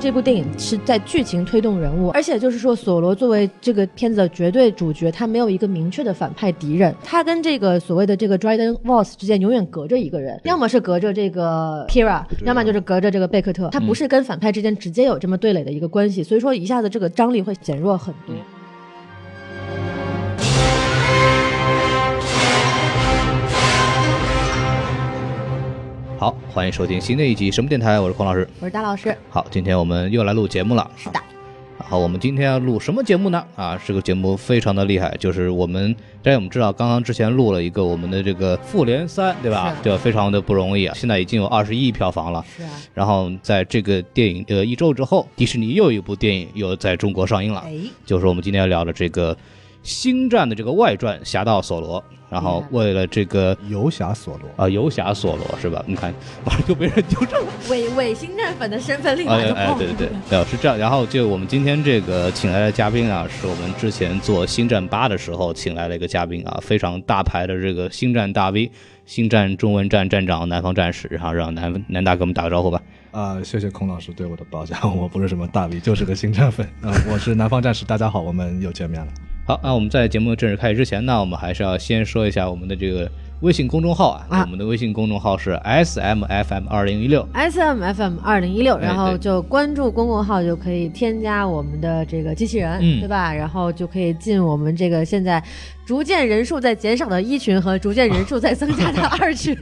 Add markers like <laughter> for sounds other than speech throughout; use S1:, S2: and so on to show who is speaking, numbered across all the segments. S1: 这部电影是在剧情推动人物，而且就是说，索罗作为这个片子的绝对主角，他没有一个明确的反派敌人，他跟这个所谓的这个 Dryden Voss 之间永远隔着一个人，要么是隔着这个 Kira，要
S2: 啊
S1: 么就是隔着这个贝克
S2: 嗯
S1: 特，他不是跟反派之间直接有这么对垒的一个关系，所以说一下子这个张力会减弱很多。
S2: 好，欢迎收听新的一集什么电台，我是孔老师。
S1: 我是大老师，
S2: 好，今天我们又来录节目了。
S1: 是的。
S2: 然后我们今天要录什么节目呢？啊，这个节目非常的厉害，就是我们大家我们知道，刚刚之前录了一个我们的这个《复联三》，对吧？
S1: 是
S2: 对吧，非常的不容易啊，现在已经有二十亿票房了。
S1: 是啊，
S2: 然后在这个电影呃一周之后，迪士尼又有一部电影又在中国上映了，
S1: 哎，
S2: 就是我们今天要聊的这个《星战》的这个外传《侠盗索罗》。然后为了这个
S3: 游侠索罗，
S2: 啊游侠索罗是吧？你看，马上就被人纠正了。
S1: 伪伪星战粉的身份立马
S2: <laughs> 哎
S1: 就
S2: 哎，
S1: 爆
S2: 对对对，呃是这样。然后就我们今天这个请来的嘉宾啊，是我们之前做《星战八》的时候请来了一个嘉宾啊，非常大牌的这个星战大 V，星战中文站站长南方战士，然后让南南大给我们打个招呼吧。
S3: 啊、谢谢孔老师对我的褒奖，我不是什么大 V，就是个星战粉 <laughs> 啊、我是南方战士，大家好，我们又见面了。
S2: 好，那我们在节目正式开始之前呢，我们还是要先说一下我们的这个微信公众号啊，
S1: 啊
S2: 我们的微信公众号是 S M F M 二零一六。
S1: S M F M 二零一六，
S2: 哎
S1: 然后
S2: 对
S1: 就关注公共号就可以添加我们的这个机器人，
S2: 嗯
S1: 对吧？然后就可以进我们这个现在逐渐人数在减少的一群和逐渐人数在增加
S2: <laughs>
S1: 的二群。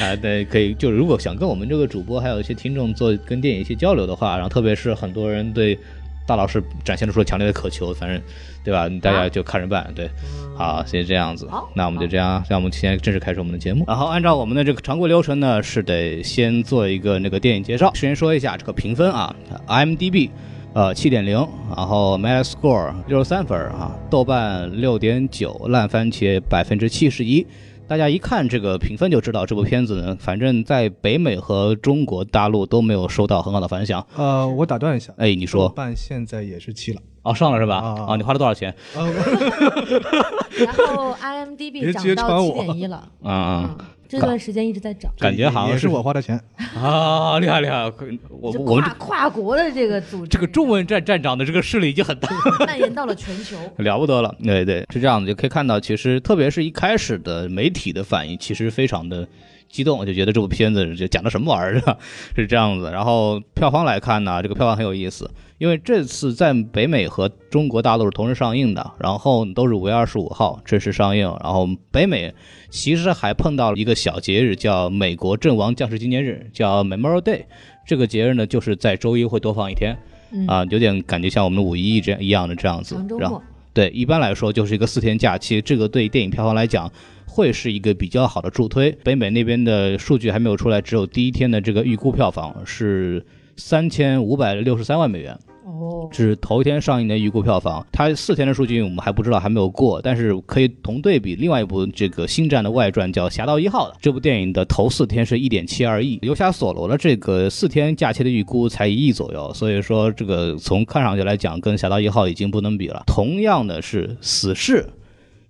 S2: 啊，对，可以，就是如果想跟我们这个主播还有一些听众做跟电影一些交流的话，然后特别是很多人对大老师展现出了强烈的渴求，反正对吧？大家就看着办，对，好，所以这样子
S1: 好，
S2: 那我们就这样，让我们现在正式开始我们的节目。然后按照我们的这个常规流程呢，是得先做一个那个电影介绍，先说一下这个评分啊，IMDB。呃，七点零，然后 Metascore 六十三分儿啊，豆瓣六点九，烂番茄百分之七十一，大家一看这个评分就知道，这部片子呢，反正在北美和中国大陆都没有收到很好的反响。
S3: 呃，我打断一下，
S2: 哎，你说
S3: 办现在也是七了，
S2: 哦，上了是吧？
S3: 啊啊
S2: 啊，你花了多少钱？
S3: <laughs> 啊、我
S1: 然后 I M D
S3: 别
S1: B 涨
S3: 揭穿
S1: 到七
S3: 我
S1: 点一了，
S2: 啊啊
S1: 嗯，这段时间一直在涨。
S2: 感觉好像
S3: 也
S2: 是
S3: 是我花的钱，
S2: 啊！厉害厉害！可我
S1: 就
S2: 我们
S1: 跨跨国的这个组织，
S2: 这这个中文站站长的这个势力已经很大了。
S1: 蔓延到了全球。
S2: 了不得了，对对，是这样的，就可以看到，其实特别是一开始的媒体的反应，其实非常的激动，就觉得这部片子就讲的什么玩意儿啊， <laughs> 是这样子。然后票房来看呢，这个票房很有意思，因为这次在北美和中国大陆是同时上映的，然后都是五月二十五号正式上映，然后北美其实还碰到了一个小节日，叫美国阵亡将士纪念日，叫 Memorial Day。这个节日呢，就是在周一会多放一天，
S1: 嗯
S2: 啊，有点感觉像我们的五一这样一样的这样子
S1: 长周。
S2: 然后
S1: 末，
S2: 对，一般来说就是一个四天假期，这个对电影票房来讲会是一个比较好的助推。北美那边的数据还没有出来，只有第一天的这个预估票房是三千五百六十三万美元，
S1: 哦，
S2: 这是头一天上映的预估票房。它四天的数据我们还不知道，还没有过，但是可以同对比另外一部这个《星战》的外传叫《侠盗一号》的这部电影的头四天是一点七二亿，游侠索罗的这个四天假期的预估才一亿左右，所以说这个从看上去来讲，跟《侠盗一号》已经不能比了。同样的是《死侍》，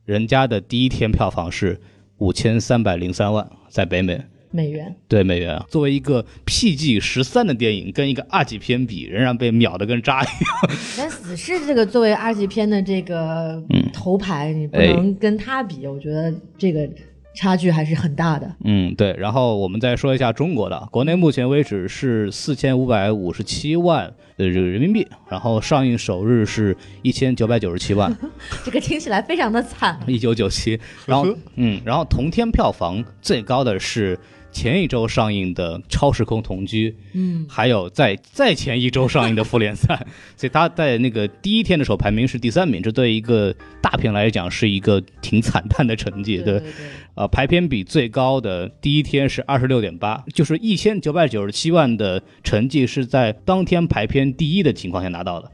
S2: 人家的第一天票房是五千三百零三万，在北美。
S1: 美元，
S2: 对美元啊，作为一个 PG 十三的电影，跟一个 R 级片比，仍然被秒的跟渣一样。
S1: 但死侍这个作为 R 级片的这个头牌，你不
S2: 嗯哎
S1: 能跟他比，我觉得这个差距还是很大
S2: <laughs>
S1: 的。
S2: 嗯，对。然后我们再说一下中国的，国内目前为止是四千五百五十七万的这个人民币，然后上映首日是一千九百九十七万， <laughs>
S1: 这个听起来非常的惨。
S2: 一九九七。然后嗯，然后同天票房最高的是。前一周上映的《超时空同居》，嗯，还有在再前一周上映的《复联三》，所以他在那个第一天的时候排名是第三名，这对一个大片来讲是一个挺惨淡的成绩，
S1: 对
S2: 对
S1: 对，
S2: 呃，排片比最高的第一天是二十六点八，就是一千九百九十七万的成绩是在当天排片第一的情况下拿到的，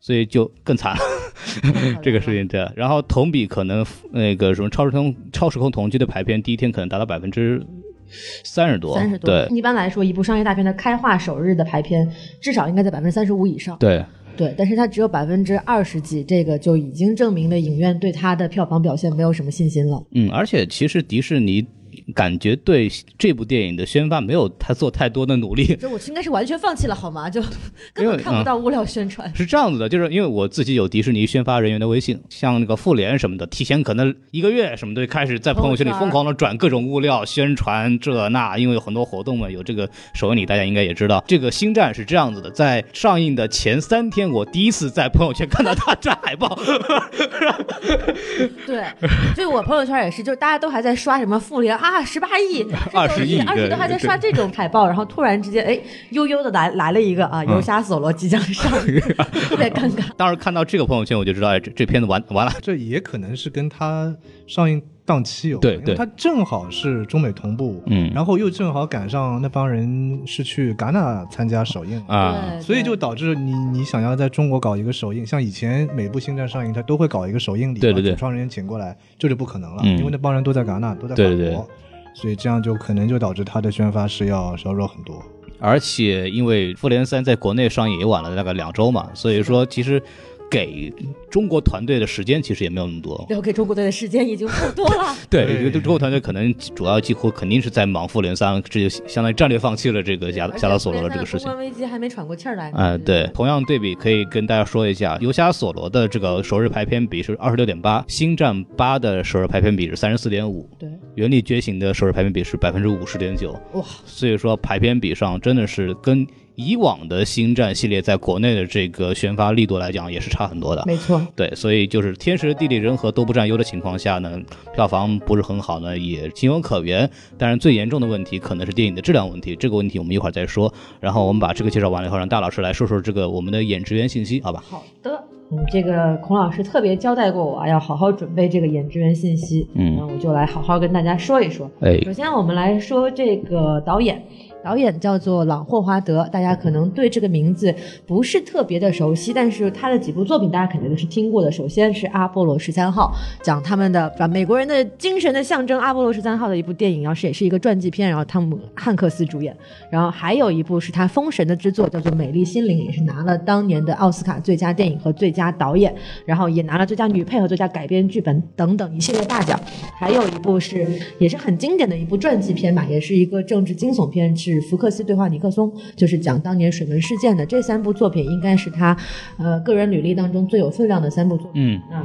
S2: 所以就更惨了 <laughs> 这个事情。对，啊然后同比可能那个什么超时空超时空同居的排片第一天可能达到百分之三十多，
S1: 三十多。嗯
S2: 对
S1: 一般来说，一部商业大片的开画首日的排片至少应该在百分之三十五以上。
S2: 对。
S1: 对，但是它只有百分之二十几，这个就
S2: 嗯
S1: 已经证明了影院对它的票房表现没有什么信心了。
S2: 嗯，而且其实迪士尼感觉对这部电影的宣发没有太做太多的努力。
S1: 这我应该是完全放弃了好吗？就根
S2: 因为
S1: 本看不到物料宣传。
S2: 是这样子的，就是因为我自己有迪士尼宣发人员的微信，像那个复联什么的，提前可能一个月什么的开始在朋友圈里
S1: 朋友圈
S2: 疯狂的转各种物料宣传这那，因为有很多活动嘛，有这个首映礼，大家应该也知道，这个星战是这样子的，在上映的前三天，我第一次在朋友圈看到它展海报， <laughs>
S1: 对，就我朋友圈也是，就是大家都还在刷什么复联啊，十八亿、
S2: 20亿嗯
S1: 二
S2: 对
S1: 十都还在刷这种海报，然后突然之间，哎，悠悠的来来了一个
S2: 嗯
S1: 啊，游侠索罗即将
S2: <laughs>
S1: 上映，特别尴尬。
S2: 当时看到这个朋友圈，我就知道，哎，这这片子完完了。
S3: 这也可能是跟它上映档期有关，
S2: 对
S3: 因为
S2: 对
S3: 它正好是中美同步，
S2: 嗯
S3: 然后又正好赶上那帮人是去戛纳参加首映，
S2: 啊，
S1: 对
S3: 所以就导致你你想要在中国搞一个首映，像以前每部星战上映，它都会搞一个首映礼，
S2: 对对对
S3: 把主创人员请过来，这就不可能了，
S2: 嗯
S3: 因为那帮人都在戛纳，都在法国，
S2: 对对对
S3: 所以这样就可能就导致它的宣发是要稍弱很多。
S2: 而且因为《复联三》在国内上映也晚了大概两周嘛，所以说其实给中国团队的时间其实也没有那么多。
S1: 留给中国队的时间已经够多
S2: <laughs>
S1: 了。
S2: 对，
S3: 对
S2: 中国团队可能主要几乎肯定是在忙复联三，这就相当于战略放弃了这个
S1: 而
S2: 加
S1: 且
S2: 加拉索罗
S1: 复
S2: 的
S1: 联
S2: 这
S1: 三
S2: 个
S1: 的
S2: 事情
S1: 公。关危机还没喘过气儿来。
S2: 嗯，对，同样对比可以跟大家说一下，《游侠索罗》的这个首日排片比是二十六点八，《星战八》的首日排片比是三十四点五，
S1: 对，
S2: 《原力觉醒》的首日排片比是百分之五十点九，
S1: 哇，
S2: 所以说排片比上真的是跟以往的星战系列在国内的这个宣发力度来讲也是差很多的。
S1: 没错。
S2: 对，所以就是天时地利人和都不占优的情况下呢，票房不是很好呢，也情有可原。当然，最严重的问题可能是电影的质量问题，这个问题我们一会儿再说。然后我们把这个介绍完了以后，让大老师来说说这个我们的演职员信息，好吧？
S1: 好的，嗯，这个孔老师特别交代过我啊，要好好准备这个演职员信息。
S2: 嗯
S1: 那我就来好好跟大家说一说。
S2: 哎
S1: 首先，我们来说这个导演，导演叫做朗霍华德，大家可能对这个名字不是特别的熟悉，但是他的几部作品大家肯定都是听过的。首先是《阿波罗十三号》，讲他们的把美国人的精神的象征——阿波罗十三号的一部电影，然后是也是一个传记片，然后汤姆汉克斯主演。然后还有一部是他《封神》的之作，叫做《美丽心灵》，也是拿了当年的奥斯卡最佳电影和最佳导演，然后也拿了最佳女配和最佳改编剧本等等一系列大奖。还有一部是也是很经典的一部传记片吧，也是一个政治惊悚片，是福克斯对话尼克松，就是讲当年水门事件的。这三部作品应该是他呃个人履历当中最有分量的三部作品。
S2: 嗯，
S1: 嗯，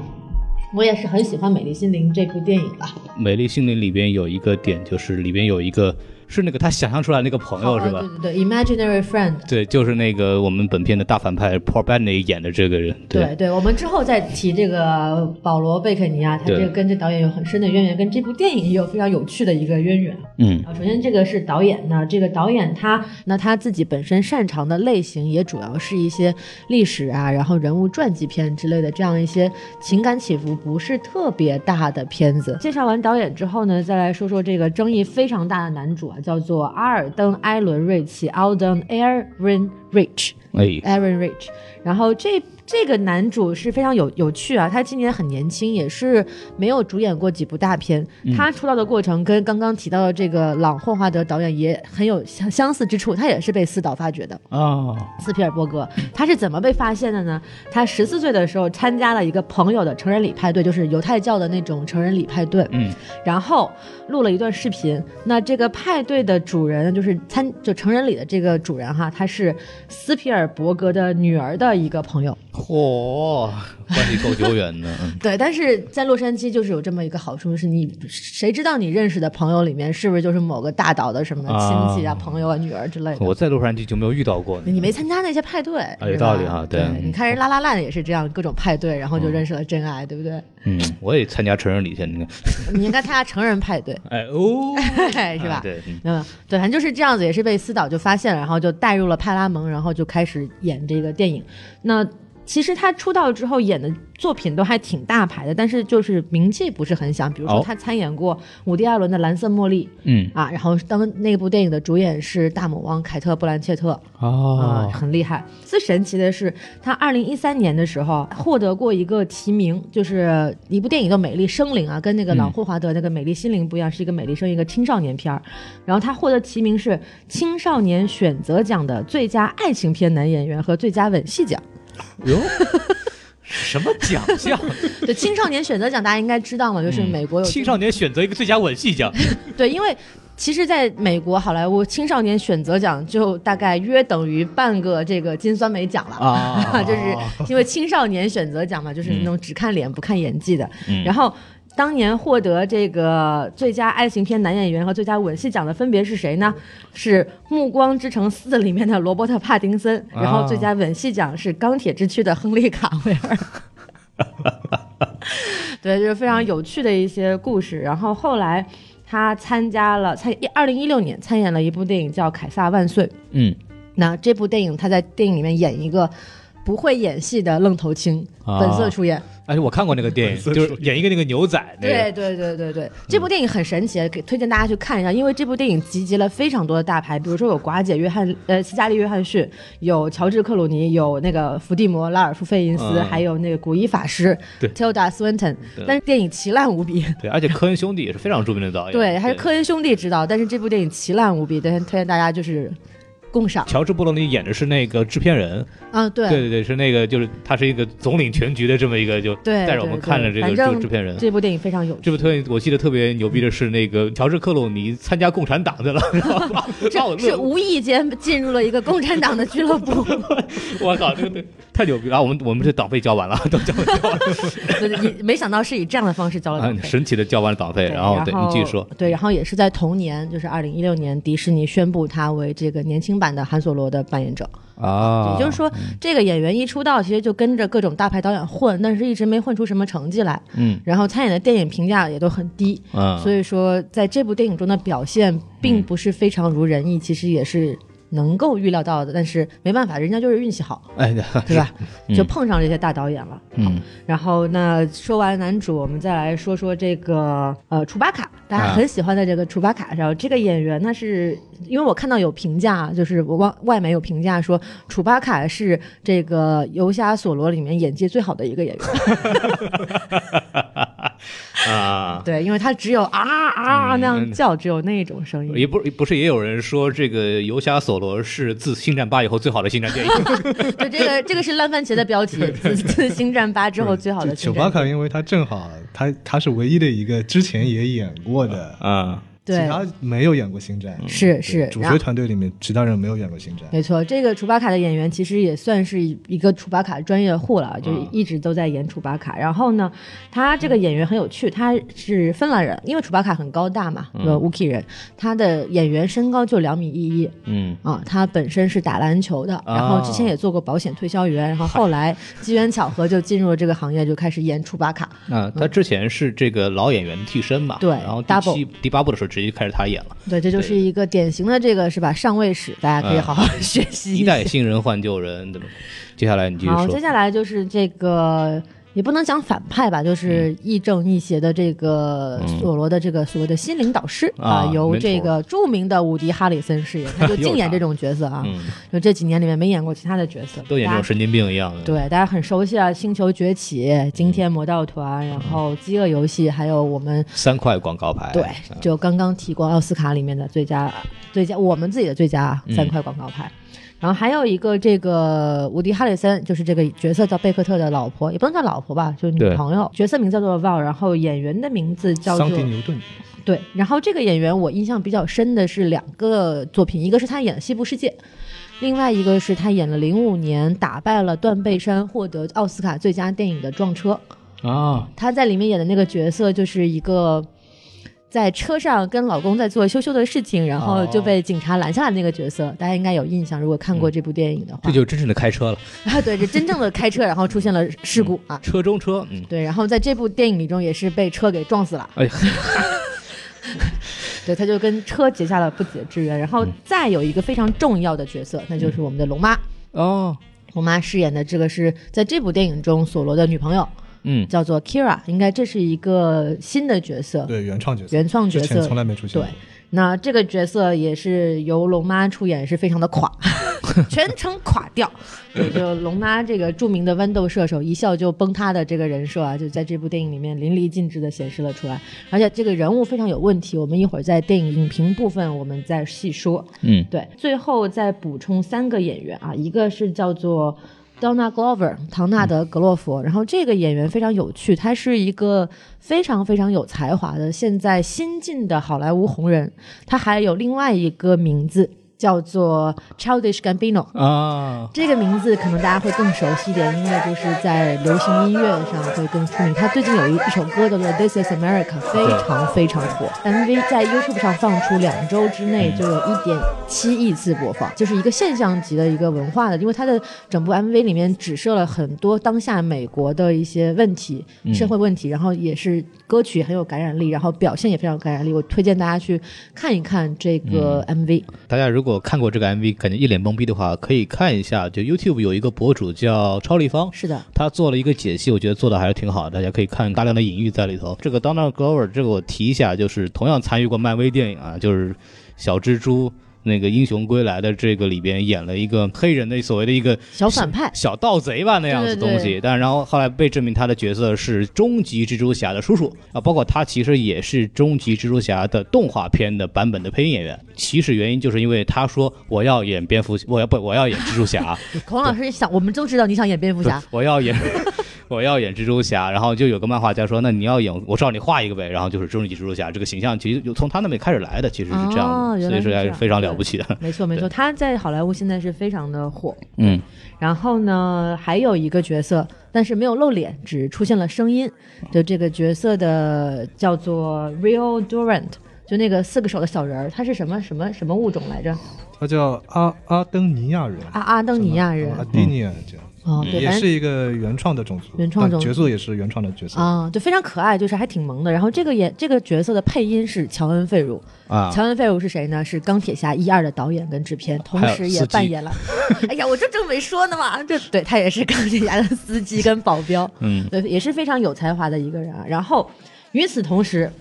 S1: 我也是很喜欢《美丽心灵》这部电影了。
S2: 《美丽心灵》里边有一个点，就是里边有一个是那个他想象出来那个朋友哦是吧？
S1: 对对对，Imaginary Friend。
S2: 对，就是那个我们本片的大反派 Paul b a n e y 演的这个人，
S1: 对对，我们之后再提这个保罗·贝肯尼啊，他
S2: 对
S1: 这个跟这导演有很深的渊源，跟这部电影也有非常有趣的一个渊源。
S2: 嗯
S1: 啊，首先这个是导演呢，这个导演他那他自己本身擅长的类型也主要是一些历史啊，然后人物传记片之类的这样一些情感起伏不是特别大的片子。介绍完导演之后呢，再来说说这个争议非常大的男主啊，叫做阿尔登·埃伦·瑞奇 （Alden Aaron Rich）。
S2: 哎，
S1: Aaron Rich，然后这这个男主是非常有有趣啊，他今年很年轻，也是没有主演过几部大片。他出道的过程跟刚刚提到的这个朗霍华德导演也很有相相似之处，他也是被四导发掘的。
S2: 哦，
S1: 斯皮尔伯格，他是怎么被发现的呢？他十四岁的时候参加了一个朋友的成人礼派对，就是犹太教的那种成人礼派对。
S2: 嗯，
S1: 然后录了一段视频。那这个派对的主人就是参就成人礼的这个主人哈，他是斯皮尔伯格的女儿的一个朋友。
S2: 嚯、关系够久远的，嗯
S1: 对，但是在洛杉矶就是有这么一个好处，是你谁知道你认识的朋友里面是不是就是某个大岛的什么亲戚啊、
S2: 啊
S1: 朋友啊、女儿之类的？
S2: 我在洛杉矶就没有遇到过呢。
S1: 你没参加那些派对，
S2: 啊有
S1: 是吧
S2: 道理哈对
S1: 对，你看人拉拉烂也是这样，各种派对，然后就认识了真爱，对不对？ <laughs>
S2: 嗯，我也参加成人礼去，你看，
S1: 你应该参加成人派对， <laughs>
S2: 哎哦，
S1: 是吧？
S2: 啊对，嗯
S1: 嗯，对，反正就是这样子，也是被司导就发现了，然后就带入了派拉蒙，然后就开始演这个电影。那其实他出道之后演的作品都还挺大牌的，但是就是名气不是很响。比如说
S2: 哦
S1: 他参演过伍迪·艾伦的《蓝色茉莉》
S2: 嗯，
S1: 啊，然后当那部电影的主演是大魔王凯特·布兰切特，啊、
S2: 哦，
S1: <laughs> 很厉害。最神奇的是，他二零一三年的时候获得过一个提名，就是一部电影叫《美丽生灵》啊，跟那个老霍华德那个《美丽心灵》不一样，是一个美丽生灵一个青少年片儿。然后他获得提名是青少年选择
S2: <laughs>
S1: 奖的最佳爱情片男演员和最佳吻戏奖。
S2: 哟、什么奖
S1: <laughs>
S2: 项？
S1: 对青少年选择奖大家应该知道嘛，就是
S2: 嗯
S1: 美国有
S2: 青少年选择一个最佳吻
S1: <laughs>
S2: 戏奖，
S1: 对，因为其实在美国好莱坞青少年选择奖就大概约等于半个这个金酸梅奖了 <laughs>
S2: 啊
S1: 就是因为青少年选择奖嘛，就是那种只看脸不看演技的。
S2: 嗯
S1: 然后当年获得这个最佳爱情片男演员和最佳吻戏奖的分别是谁呢？是《暮光之城四》里面的罗伯特·帕丁森，然后最佳吻戏奖是《钢铁之躯》的亨利·卡维尔。 <laughs> 对，就是非常有趣的一些故事。然后后来他参加了，参二零一六年参演了一部电影叫《凯撒万岁》。
S2: 嗯
S1: 那这部电影他在电影里面演一个不会演戏的愣头青，
S2: 啊
S1: 本色出演。
S2: 而且我看过那个
S3: <laughs>
S2: 电影，就是演一个那个牛仔那
S1: 对
S2: 个，
S1: 对对对对，这部电影很神奇，给推荐大家去看一下，因为这部电影集结了非常多的大牌，比如说有寡姐约翰呃斯嘉丽约翰逊，有乔治克鲁尼，有那个伏地魔拉尔夫费因斯，
S2: 嗯
S1: 还有那个古一法师
S2: 对
S1: Tilda Swinton，
S2: 对哎
S1: 但是电影奇烂无比。
S2: 对，而且科恩兄弟也是非常著名的导演，
S1: 对，还是科恩兄弟执导，但是这部电影奇烂无比，但是推荐大家就是共赏。
S2: 乔治·布隆尼演的是那个制片人，
S1: 啊，对
S2: 对对对，是那个就是他是一个总领全局的这么一个，就
S1: 对
S2: 带着我们看了这个
S1: 反
S2: 这个
S1: 正
S2: 制片人。
S1: 这部电影非常有趣。
S2: 这部特别我记得特别牛逼的是那个乔治·克鲁尼参加共产党
S1: <laughs>
S2: 去了，然后把把我
S1: 是
S2: 乐，
S1: 无意间进入了一个共产党的俱乐
S2: <laughs>
S1: 部，
S2: 我靠，这个 <laughs> 太牛逼了！啊我们我们这党费交完了，都交
S1: <laughs>
S2: 完交完了，
S1: 就是以没想到是以这样的方式交了
S2: 啊
S1: 党费。
S2: <laughs> 神奇的交完了党费，然哦后对你继续说，
S1: 对，然后也是在同年，就是二零一六年，迪士尼宣布他为这个年轻版的韩索罗的扮演者。
S2: 啊
S1: 也就是，说，这个演员一出道，其实就跟着各种大牌导演混，但是一直没混出什么成绩来。
S2: 嗯
S1: 然后参演的电影评价也都很低，
S2: 嗯，
S1: 所以说在这部电影中的表现并不是非常如人意，其实也是能够预料到的。但是没办法，人家就是运气好，
S2: 哎，
S1: 对吧？
S2: 嗯
S1: 就碰上这些大导演了。 <laughs>
S2: 嗯
S1: 然后那说完男主，我们再来说说这个呃楚巴卡，大家很喜欢的这个楚巴卡。然后这个演员呢是，因为我看到有评价，就是我外外媒有评价说楚巴卡是这个《游侠索罗》里面演技最好的一个演
S2: <laughs>
S1: 员。
S2: 啊，
S1: 对，因为他只有啊啊啊那样
S2: 嗯
S1: 叫，只有那种声音。
S2: 也不不是也有人说这个《游侠索罗》是自《星战八》以后最好的星战电影，
S1: <laughs> 对，这个这个是烂番茄的标
S2: <laughs>
S1: 题，自自星战八之后最好的
S3: 丘
S1: 星
S3: 巴
S1: 战。
S3: 卡，因为他正好他他是唯一的一个之前也演过的，
S2: 啊，
S3: 其
S1: <laughs> 对，
S3: 他没有演过星战，
S2: 嗯
S1: 是
S3: 对
S1: 是，
S3: 主
S1: 然后
S3: 角团队里面其他人没有演过星战。
S1: 没错，这个楚巴卡的演员其实也算是一个楚巴卡专业户了，啊就一直都在演楚巴卡。然后呢，他这个演员很有趣，他是芬兰人，因为楚巴卡很高大嘛，呃、乌克兰人，他的演员身高就两米一一。
S2: 嗯，
S1: 啊，他本身是打篮球的，然后之前也做过保险推销员，然后后来机缘巧合就进入了这个行业，就开始演楚巴卡。
S2: 啊，他之前是这个老演员替身嘛，
S1: 对
S2: 然后第
S1: double
S2: 七、第八部的时候直接开始他演了，
S1: 对，这就是一个典型的这个是吧上位史，大家可以好好 <laughs> 学习
S2: 一
S1: 下。
S2: 代新人换旧人，对吧？接下来你继续
S1: 好，接
S2: 说，
S1: 下来就是这个，也不能讲反派吧，就是
S2: 嗯
S1: 亦正亦邪的这个索罗的这个所谓的心灵导师、
S2: 啊
S1: 啊，由
S2: mentor
S1: 这个著名的伍迪·哈里森饰演，他就
S2: <laughs> 又
S1: 净演
S2: 他
S1: 这种角色啊，
S2: 嗯，
S1: 就这几年里面没演过其他的角色，
S2: 都演这
S1: 大
S2: 种
S1: 家
S2: 神经病一样的，
S1: 对，大家很熟悉啊，《星球崛起》《惊天魔盗团》，然后《饥饿游戏》，还有我们
S2: 三块广告牌，
S1: 对，就刚刚提过奥斯卡里面的最佳最佳我们自己的最佳
S2: 嗯
S1: 三块广告牌。然后还有一个，这个伍迪·哈里森就是这个角色叫贝克特的老婆，也不能叫老婆吧，就是女
S2: 对
S1: 朋友。角色名叫做 Val，然后演员的名字叫做
S3: 桑迪牛顿，
S1: 对。然后这个演员我印象比较深的是两个作品，一个是他演《西部世界》，另外一个是他演了零五年打败了断背山获得奥斯卡最佳电影的《撞车》。
S2: 啊，
S1: 她在里面演的那个角色就是一个在车上跟老公在做羞羞的事情，然
S3: 哦
S1: 后就被警察拦下来的那个角色，大家应该有印象，如果看过这部电影的话，
S3: 嗯
S2: 这就是真正的开车了，
S1: 啊， <laughs> 对，这真正的开车，然后出现了事故、啊，
S2: 车中车，嗯，
S1: 对，然后在这部电影里中也是被车给撞死了，
S2: 哎呀，
S1: 对，他就跟车结下了不解之缘，然
S3: 嗯
S1: 后再有一个非常重要的角色，那就是我们的龙妈，
S2: <laughs> 哦，
S1: 龙妈饰演的这个是在这部电影中索罗的女朋友，
S2: 嗯，
S1: 叫做 Kira，应该这是一个新的角色，
S3: 对原创角色，
S1: 原创角
S3: 之前
S1: 色
S3: 从来没出
S1: 对
S3: 现过。，
S1: 那这个角色也是由龙妈出演，是非常的垮， <laughs> 全程垮掉。对，就龙妈这个著名的豌豆射手，一笑就崩塌的这个人设啊，就在这部电影里面淋漓尽致的显示了出来。而且这个人物非常有问题，我们一会儿在电影影评部分我们再细说。
S2: 嗯，
S1: 对，最后再补充三个演员啊，一个是叫做 Donna Glover 唐纳德·格洛佛。然后这个演员非常有趣，他是一个非常非常有才华的现在新晋的好莱坞红人。他还有另外一个名字叫做 Childish Gambino。
S2: 啊，
S1: 这个名字可能大家会更熟悉一点，因为就是在流行音乐上会更出名。他最近有一一首歌叫做《This Is America》，非常非常火。MV 在 YouTube 上放出两周之内就有一点七亿次播放，就是一个现象级的一个文化的，因为它的整部 MV 里面指涉了很多当下美国的一些问题、社会问题，然后也是歌曲很有感染力，然后表现也非常有感染力。我推荐大家去看一看这个 MV。
S2: 大家如果看过这个 MV，感觉一脸懵逼的话，可以看一下，就 YouTube 有一个博主叫超立方，
S1: 是的，
S2: 他做了一个解析，我觉得做的还是挺好的，大家可以看大量的隐喻在里头。这个 Donald Glover 这个我提一下，就是同样参与过漫威电影啊，就是小蜘蛛。那个英雄归来的这个里边演了一个黑人的所谓的一个
S1: 小反派。
S2: 小盗贼吧那样子东西，
S1: 对对
S2: 但然后后来被证明他的角色是终极蜘蛛侠的叔叔啊，包括他其实也是终极蜘蛛侠的动画片的版本的配音演员。起始原因就是因为他说我要演蝙蝠， <laughs> 我要不我要演蜘
S1: <laughs>
S2: 蛛侠，
S1: 孔老师想，我们都知道你想演蝙蝠侠，
S2: <laughs> 我要演。我要演蜘蛛侠，然后就有个漫画家说：“那你要演，我照你画一个呗。”然后就是终极蜘蛛侠这个形象，其实就从他那边开始来的，其实是这样的，
S1: 哦原
S2: 所
S1: 来
S2: 以
S1: 是
S2: 说
S1: 这
S2: 还是
S1: 样
S2: 非常了不起的。
S1: 没错没错，他在好莱坞现在是非常的火。
S2: 嗯，
S1: 然后呢，还有一个角色，但是没有露脸，只出现了声音。就这个角色的叫做 Real Durant，就那个四个手的小人儿，他是什么什么什么物种来着？
S3: 他叫阿阿登尼亚人，
S1: 阿阿登尼亚人
S3: 阿啊迪尼亚人这样，
S1: 哦，对，
S3: 嗯也
S1: 反
S3: 是
S1: 正。
S3: 一个原创的种族，
S1: 原创种族
S3: 但角色也是原创的角色。
S1: 啊、就非常可爱，就是还挺萌的。然后这个演这个角色的配音是乔恩·费儒，
S2: 啊，
S1: 乔恩·费儒是谁呢？是《钢铁侠》一二的导演跟制片，同
S2: 还有
S1: 时
S2: 司
S1: 也
S2: 机
S1: 扮演了。 <laughs> 哎呀，我这正没说呢嘛，这对他也是钢铁侠的司机跟保镖，
S2: 嗯，
S1: 对，也是非常有才华的一个人啊。然后与此同时，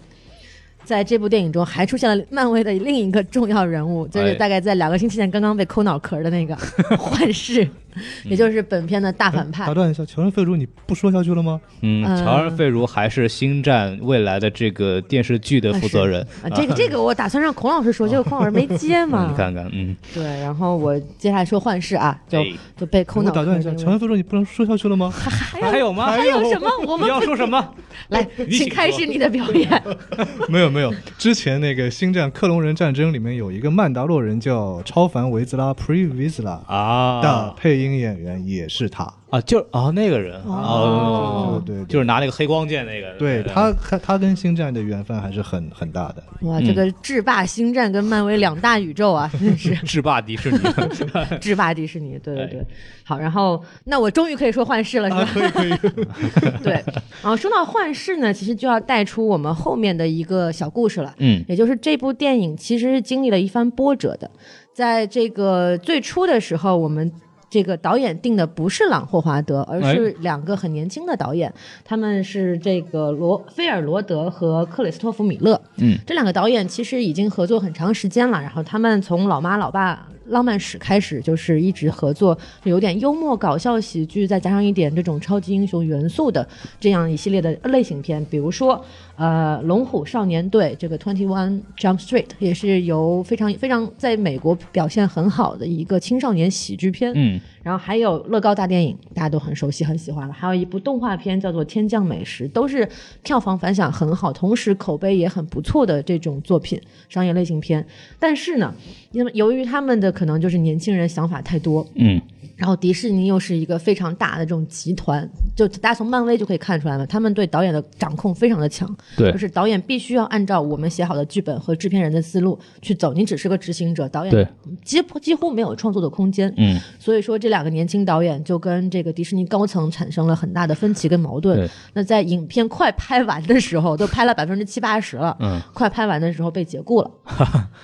S1: 在这部电影中还出现了漫威的另一个重要人物，就
S2: 哎
S1: 是大概在两个星期前刚刚被抠脑壳的那个 <laughs> 幻
S2: <laughs>
S1: 视，也就是本片的大反派
S3: 哎打。断一下，乔恩·费儒，你不说下去了吗？
S2: 嗯，
S1: 呃
S2: 乔恩·费儒还是《星战》未来的这个电视剧的负责人。
S1: 啊，
S2: <laughs>
S1: 这个这个我打算让孔老师说，结果孔老师没接
S2: 嗯
S1: 嘛
S2: 你。看看，嗯，
S1: 对，然后我接下来说幻视啊，就
S2: 哎
S1: 就被抠
S3: 我
S1: 脑壳
S3: 打断一
S1: 那
S3: 下，
S1: 位。
S3: 乔恩·费儒，你不能说下去
S1: <laughs>
S3: 了吗？
S2: 还有吗？
S1: 还有什么
S2: <laughs>
S1: 我们
S2: 你要说什么？
S1: 来，
S2: 你
S1: 请
S2: 请
S1: 开
S2: 说
S1: 始你的表演。
S3: 没有没有，之前那个《星战：克隆人战争》里面有一个曼达洛人叫超凡维兹拉 （Pre Vizsla）
S2: 啊
S3: 的配音演员也是他。
S2: 啊，就是啊那个人
S1: 哦
S2: 哦，
S3: 对对对
S2: 就是拿那个黑光剑那个，
S3: 对他，他他跟星战的缘分还是很很大 <laughs> 的。
S1: 哇，这个制霸星战跟漫威两大宇宙啊，真是。
S2: 嗯制霸迪
S3: <laughs>
S2: 士尼，
S1: 制霸迪士尼，对对
S2: 哎
S1: 对，好，然后那我终于可以说幻视了，是吧？可以可以。对，然后说到幻视呢，其实就要带出我们后面的一个小故事了，
S2: 嗯
S1: 也就是这部电影其实是经历了一番波折的，在这个最初的时候，我们。这个导演定的不是朗霍华德，而
S2: 哎
S1: 是两个很年轻的导演，他们是这个罗菲尔罗德和克里斯托弗米勒。
S2: 嗯，
S1: 这两个导演其实已经合作很长时间了，然后他们从《老妈老爸浪漫史》开始就是一直合作，就有点幽默搞笑喜剧，再加上一点这种超级英雄元素的这样一系列的类型片，比如说呃《龙虎少年队》这个 Twenty One Jump Street 也是由非常非常在美国表现很好的一个青少年喜剧片，
S2: 嗯，
S1: 然后还有乐高大电影，大家都很熟悉、很喜欢了。还有一部动画片叫做《天降美食》，都是票房反响很好，同时口碑也很不错的这种作品，商业类型片。但是呢，因为由于他们的可能就是年轻人想法太多，
S2: 嗯，
S1: 然后迪士尼又是一个非常大的这种集团，就大家从漫威就可以看出来了，他们对导演的掌控非常的强。
S2: 对
S1: 就是导演必须要按照我们写好的剧本和制片人的思路去走，你只是个执行者，导
S2: 对
S1: 演几乎几乎没有创作的空间。
S2: 嗯，
S1: 所以说这两个年轻导演就跟这个迪士尼高层产生了很大的分歧跟矛盾
S2: 对。
S1: 那在影片快拍完的时候，都拍了百分之七八十了，
S2: 嗯，
S1: 快拍完的时候被解
S2: <laughs>
S1: 雇了，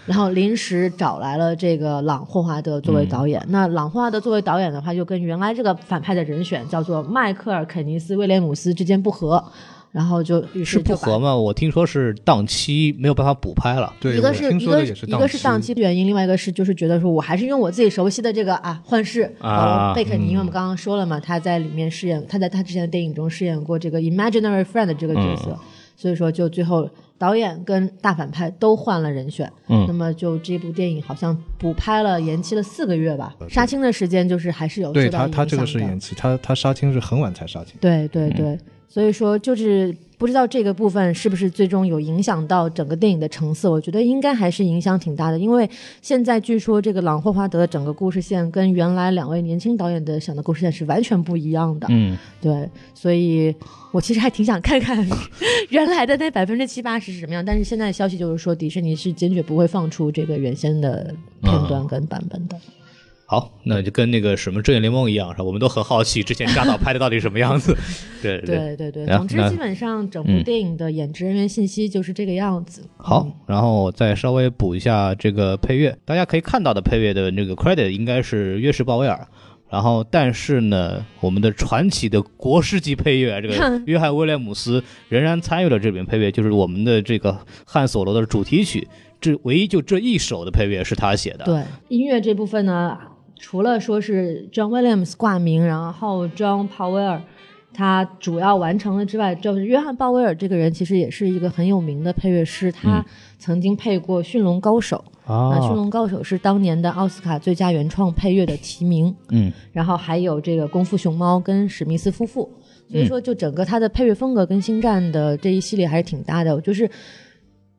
S1: 然后临时找来了这个朗霍华德作为导演。
S2: 嗯
S1: 那朗霍华德作为导演的话，就跟原来这个反派的人选叫做迈克尔·肯尼斯·威廉姆斯之间不合。然后就于
S2: 是
S1: 是
S2: 不
S1: 就把
S2: 合吗？我听说是档期没有办法补拍了。
S3: 对，
S1: 一
S3: 我
S1: 个是
S3: 听
S1: 一
S3: 说
S1: 个
S3: 的也
S1: 是
S3: 是
S1: 一个是档
S3: 档
S1: 期的原因，另外一个是就是觉得说我还是用我自己熟悉的这个啊幻视保
S2: 啊
S1: 罗贝肯尼，因为我
S3: 嗯
S1: 们刚刚说了嘛，他在里面
S3: 嗯
S1: 饰演他在他之前的电影中饰演过这个 imaginary friend 的这个角色，所以说就最后导演跟大反派都换了人选，
S2: 嗯
S1: 那么就这部电影好像补拍了，延期了四个月吧。杀青的时间就是还是有
S3: 呃对
S1: 受到
S3: 他，他
S1: 影
S3: 这
S1: 响
S3: 个是
S1: 的
S3: 延期，他他杀青是很晚才杀青。
S1: 对对对，
S2: 嗯
S1: 所以说就是不知道这个部分是不是最终有影响到整个电影的成色，我觉得应该还是影响挺大的，因为现在据说这个朗霍华德的整个故事线跟原来两位年轻导演的想的故事线是完全不一样的，
S2: 嗯，
S1: 对，所以我其实还挺想看看 <laughs> 原来的那百分之七八十是什么样，但是现在消息就是说迪士尼是坚决不会放出这个原先的片
S2: 啊
S1: 段跟版本的，
S2: 好，那就跟那个什么《正义联盟》一样，是吧？我们都很好奇之前扎导拍的到底是什么样子。对
S1: 对
S2: 对
S1: 对对，
S2: 啊
S1: 总之
S2: 那
S1: 基本上整部
S2: 嗯
S1: 电影的演职人员信息就是这个样子。
S2: 好，然后我再稍微补一下这个配乐，大家可以看到的配乐的那个 credit 应该是约什鲍威尔。然后，但是呢，我们的传奇的国师级配乐，这个约翰威廉姆斯仍然参与了这边配乐，就是我们的这个汉索罗的主题曲，这唯一就这一首的配乐是他写的。
S1: 对音乐这部分呢，除了说是 John Williams 挂名，然后 John Powell 他主要完成了之外，就是约翰鲍威尔这个人其实也是一个很有名的配乐师，他曾经配过《驯龙高手》啊，《驯龙高手》是当年的奥斯卡最佳原创配乐的提名，
S2: 嗯，
S1: 然后还有这个《功夫熊猫》跟史密斯夫妇，
S2: 嗯
S1: 所以说就整个它的配乐风格跟《星战》的这一系列还是挺搭的。我就是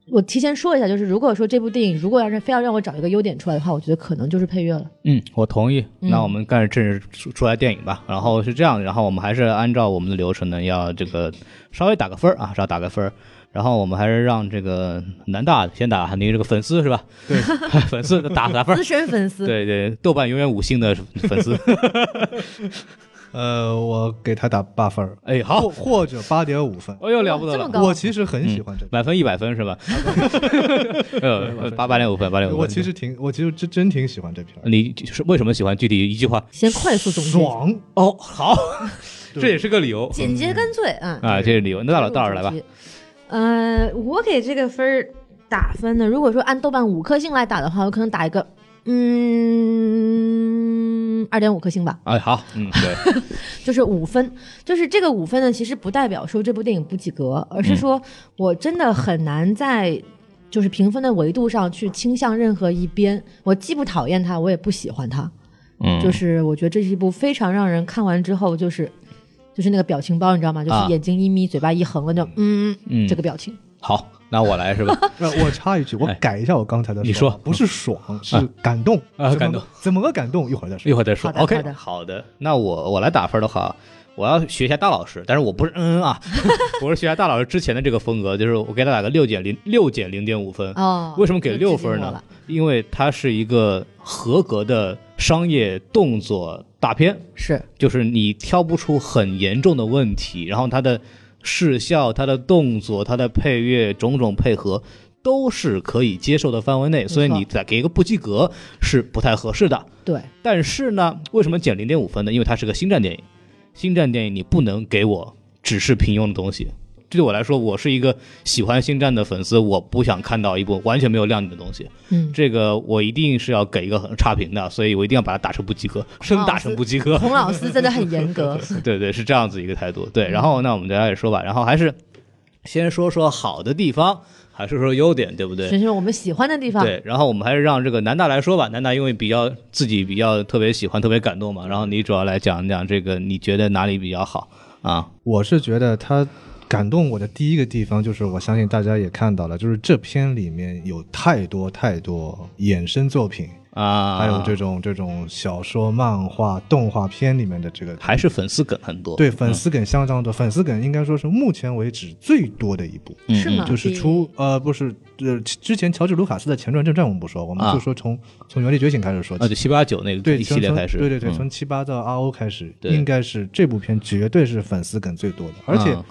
S1: 我提前说一下，就是如果说这部电影如果要是非要让我找一个优点出来的话，我觉得可能就是配乐了。
S2: 嗯，我同意。那我们干正式出出来电影吧。然后是这样的，然后我们还是按照我们的流程呢，要这个稍微打个分儿啊，稍微打个分儿。然后我们还是让这个南大先打你这个粉丝是吧？对， <laughs> 粉丝打打分儿
S1: 资。深粉丝，
S2: 对对，豆瓣永远五星的粉丝。
S3: 呃，我给他打八分儿，
S2: 哎，
S3: 或
S2: 好，
S3: 或者八点五分。
S2: 哎呦了不得
S1: 这么
S2: 了，
S1: 高啊
S3: 我其实很喜欢这个，
S2: 满分一百分是吧？呃，八八点五分，八点五分。
S3: 我其实挺，我其实真真挺喜欢这片儿，
S2: 你是为什么喜欢？具体一句话。
S1: 先快
S2: 嗯
S1: 速总结，
S3: 爽。
S2: 哦，好，这也是个理由
S1: 简洁干脆啊。
S2: 啊，这是理由。那大佬，大佬来吧
S1: 总。结。呃，我给这个分儿打分呢，如果说按豆瓣五颗星来打的话，我可能打一个嗯二点五颗星吧。
S2: 哎，好，嗯，对，
S1: 就是五分，就是这个五分呢，其实不代表说这部电影不及格，而
S2: 嗯
S1: 是说我真的很难在就是评分的维度上去倾向任何一边。我既不讨厌它，我也不喜欢它，
S2: 嗯，
S1: 就是我觉得这是一部非常让人看完之后就是就是那个表情包，你知道吗？就是
S2: 啊
S1: 眼睛一眯，嘴巴一横了，就嗯
S2: 嗯
S1: 这个表情。
S2: 好，那我来
S1: <laughs>
S2: 是吧？
S3: 呃，我插一句，我
S2: 哎
S3: 改一下我刚才的法。
S2: 你说嗯
S3: 不是爽，是感动
S2: 啊
S3: 怎么
S2: 感动
S3: 怎么个感动？一会儿再
S2: 一
S3: 说。
S2: 会儿再说。
S1: 好的
S2: OK，
S1: 好的
S2: 那我我来打分的话，我要学一下大老师，但是我不是嗯嗯啊， <laughs> 我是学一下大老师之前的这个风格，就是我给他打个六减零六减零点五分。
S1: 哦，
S2: 嗯为什么给
S1: 就
S2: 六
S1: 致敬
S2: 分
S1: 我
S2: 呢
S1: 了？？
S2: 因为它是一个合格的商业动作大片，
S1: 是
S2: 就是你挑不出很严重的问题，然后它的视效、它的动作、它的配乐种种配合都是可以接受的范围内，所以你再给一个不及格是不太合适的。 <laughs>
S1: 对，
S2: 但是呢，为什么减零点五分呢？因为它是个星战电影，星战电影你不能给我只是平庸的东西。这对我来说，我是一个喜欢星战的粉丝，我不想看到一部完全没有亮点的东西。
S1: 嗯，
S2: 这个我一定是要给一个很差评的，所以我一定要把它打成不及格，生打成不及格。
S1: 孔老师真的很严格。
S2: 对对，是这样子一个态度。对，然后那我们大家也说吧，然后还是先说说好的地方，还是说优点，对 <laughs> 不对？
S1: <laughs> 寻寻我们喜欢的地方，
S2: 对，然后我们还是让这个南大来说吧。南大因为比较自己比较特别喜欢、特别感动嘛，然后你主要来讲讲这个你觉得哪里比较好啊？
S3: 我是觉得他感动我的第一个地方，就是我相信大家也看到了，就是这片里面有太多太多衍生作品，
S2: 啊，
S3: 还有这种这种小说、漫画、动画片里面的这个
S2: 还是粉丝梗很多，
S3: 对粉丝梗相当多，粉丝梗应该说是目前为止最多的一部。
S2: 嗯
S1: 是吗？
S3: 就是
S1: 比
S3: 出呃不是呃之前乔治卢卡斯的前传正传我们不说，我们
S2: 啊
S3: 就说从、从原力觉醒开始说
S2: 啊，
S3: 起，
S2: 就七八九那个
S3: 对
S2: 一
S3: 从
S2: 系列
S3: 从
S2: 开始，
S3: 对对对，
S2: 嗯
S3: 从七八到 RO 开始，
S2: 对
S3: 应该是这部片绝对是粉丝梗最多的，而且
S2: 嗯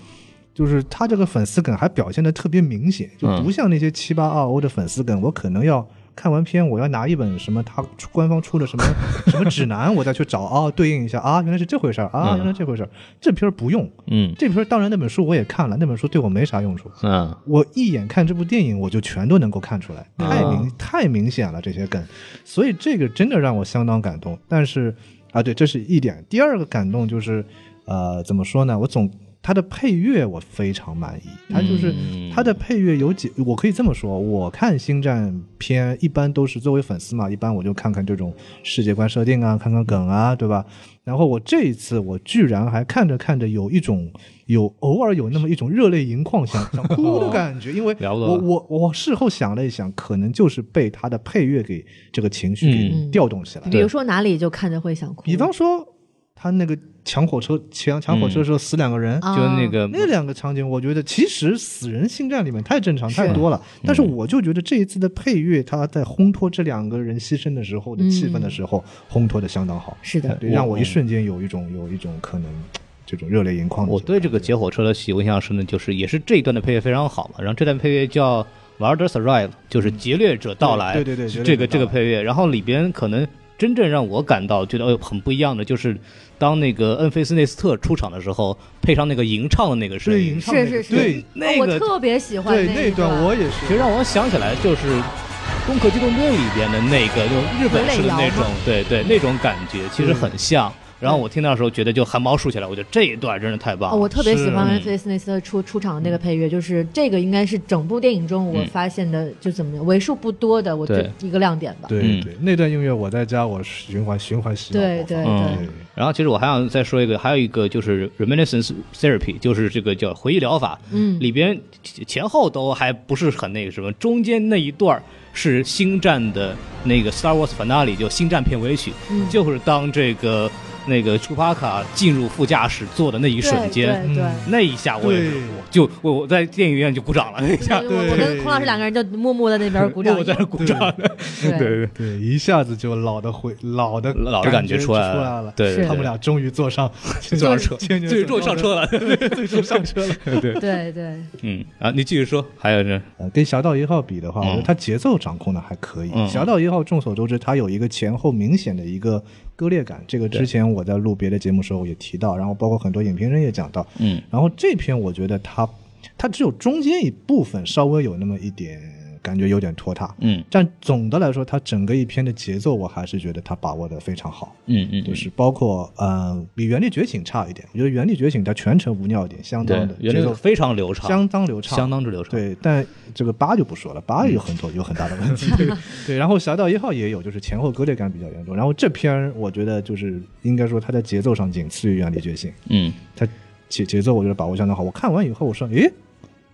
S3: 就是他这个粉丝梗还表现的特别明显，就
S2: 嗯
S3: 不像那些七八 RO 的粉丝梗，我可能要。看完片，我要拿一本什么他官方出的什么什么指南，我再去找啊，对应一下啊，原来是这回事儿啊，
S2: 嗯
S3: 原来这回事儿。这片儿不用，
S2: 嗯
S3: 这片儿当然那本书我也看了，那本书对我没啥用处。
S2: 嗯
S3: 我一眼看这部电影，我就全都能够看出来，
S2: 啊
S3: 太明、太明显了这些梗，所以这个真的让我相当感动。但是啊，对，这是一点。第二个感动就是，呃，怎么说呢？我总它的配乐我非常满意，它就是它的配乐有几，我可以这么说，我看星战片一般都是作为粉丝嘛，一般我就看看这种世界观设定啊，看看梗啊，对吧？然后我这一次我居然还看着看着有一种有偶尔有那么一种热泪盈
S1: <laughs>
S3: 眶想想哭的感觉，因为
S2: 了不得
S3: 我我我事后想了一想，可能就是被它的配乐给这个情绪给
S1: 嗯
S3: 调动起来。
S1: 比如说哪里就看着会想哭，
S3: 比方说他那个抢火车抢抢火车的时候死两个人，
S1: 啊
S2: 就那个
S3: 那两个场景，我觉得其实死人星战里面太正常太多了，
S2: 嗯
S3: 但是我就觉得这一次的配乐，他在烘托这两个人牺牲的时候的
S1: 嗯
S3: 气氛的时候，烘托的相当好，
S1: 是的，
S3: 对，让
S2: 嗯
S3: 我一瞬间有一种有一种可能这种热泪盈眶的
S2: 我
S3: 种感觉。
S2: 对这个劫火车的喜印象深的就是，也是这一段的配乐非常好嘛。然后这段配乐叫《Wilders Arrive》，就是劫掠者到来。
S3: 嗯对对对
S2: 是
S3: 劫
S2: 这
S3: 掠者
S2: 个
S3: 到来
S2: 这个配乐。然后里边可能真正让我感到觉得呃很不一样的，就是当那个恩菲斯内斯特出场的时候，配上那个吟唱的那个声
S3: 对
S2: 音
S3: 吟，唱那
S1: 是
S3: 个
S1: 是是哦
S3: 对
S2: 那个
S1: 我特别喜欢
S3: 对
S1: 那
S3: 那
S1: 一
S3: 段我也是
S2: 其。实让我想起来就是《攻壳机动队》里边的那个，就日本式的那
S1: 有
S2: 种
S1: 点摇嘛，
S2: 对对，那种感觉其实很像。然后我听到的时候，觉得就汗毛竖起来，我觉得这一段真的太棒
S1: 哦，
S2: 了。
S1: 我特别喜欢
S2: 是
S1: f a c e n e s 出出场的那个配乐，就是这个应该是整部电影中我
S2: 嗯
S1: 发现的，就怎么样为数不多的我觉得一个亮点吧。
S3: 对
S2: 嗯
S3: 对，那段音乐我在家我循环循环洗脑
S1: 对
S3: 播放
S1: 对
S2: 嗯
S1: 对，
S2: 然后其实我还想再说一个，还有一个就是 reminiscence therapy，就是这个叫回忆疗法，
S1: 嗯
S2: 里边前后都还不是很那个什么，中间那一段儿是星战的那个 Star Wars finale，就星战片尾曲，
S1: 嗯
S2: 就是当这个那个楚帕卡进入副驾驶座的那一
S1: 一
S2: 瞬间，
S1: 对对
S3: 嗯
S2: 那一下我也是
S3: 对
S2: 我就我我在电影院就鼓掌了， <laughs> 那一下
S1: 对，我我跟
S3: 对
S1: 孔老师两个人就默默的那边鼓掌，
S2: 我在那鼓掌，
S1: 对
S2: 对
S3: 对，一下子就老的回老的
S2: 老的感觉
S3: 就
S2: 出
S3: 出
S2: 来了
S3: 了。
S2: 对对
S3: 他们
S2: 对
S3: 俩终于坐上
S2: <laughs> 坐上
S3: <laughs>
S2: 车
S3: 牵牛
S2: 最终
S3: 走
S2: 上车了，
S3: 最终上车了。
S2: <laughs> 对，
S1: 对对，
S2: 嗯，啊，你继续说，还有这，
S3: 呃，跟《侠盗一号》比的话，
S2: 嗯
S3: 我觉得它节奏掌控的还可以。
S2: 嗯
S3: 侠盗一号》众所周知，它有一个前后明显的一个割裂感，这个之前我在录别的节目时候也提到，然后包括很多影评人也讲到。
S2: 嗯
S3: 然后这篇我觉得它，它只有中间一部分稍微有那么一点感觉有点拖沓，
S2: 嗯
S3: 但总的来说，它整个一篇的节奏我还是觉得它把握的非常好。
S2: 嗯嗯，
S3: 就是包括呃，比《原力觉醒》差一点，我觉得《原力觉醒》它全程无尿点，相
S2: 对
S3: 当的，
S2: 原
S3: 节奏
S2: 来非常流畅，
S3: 相当流畅，
S2: 相当之流畅。
S3: 对，但这个八就不说了，八有很多有很大的
S2: <laughs>
S3: 问题。对，然后《侠盗一号》也有，就是前后割裂感比较严重。然后这篇儿我觉得就是应该说它在节奏上仅次于《原力觉醒》，
S2: 嗯，
S3: 它节节奏我觉得把握相当好。我看完以后我说，诶，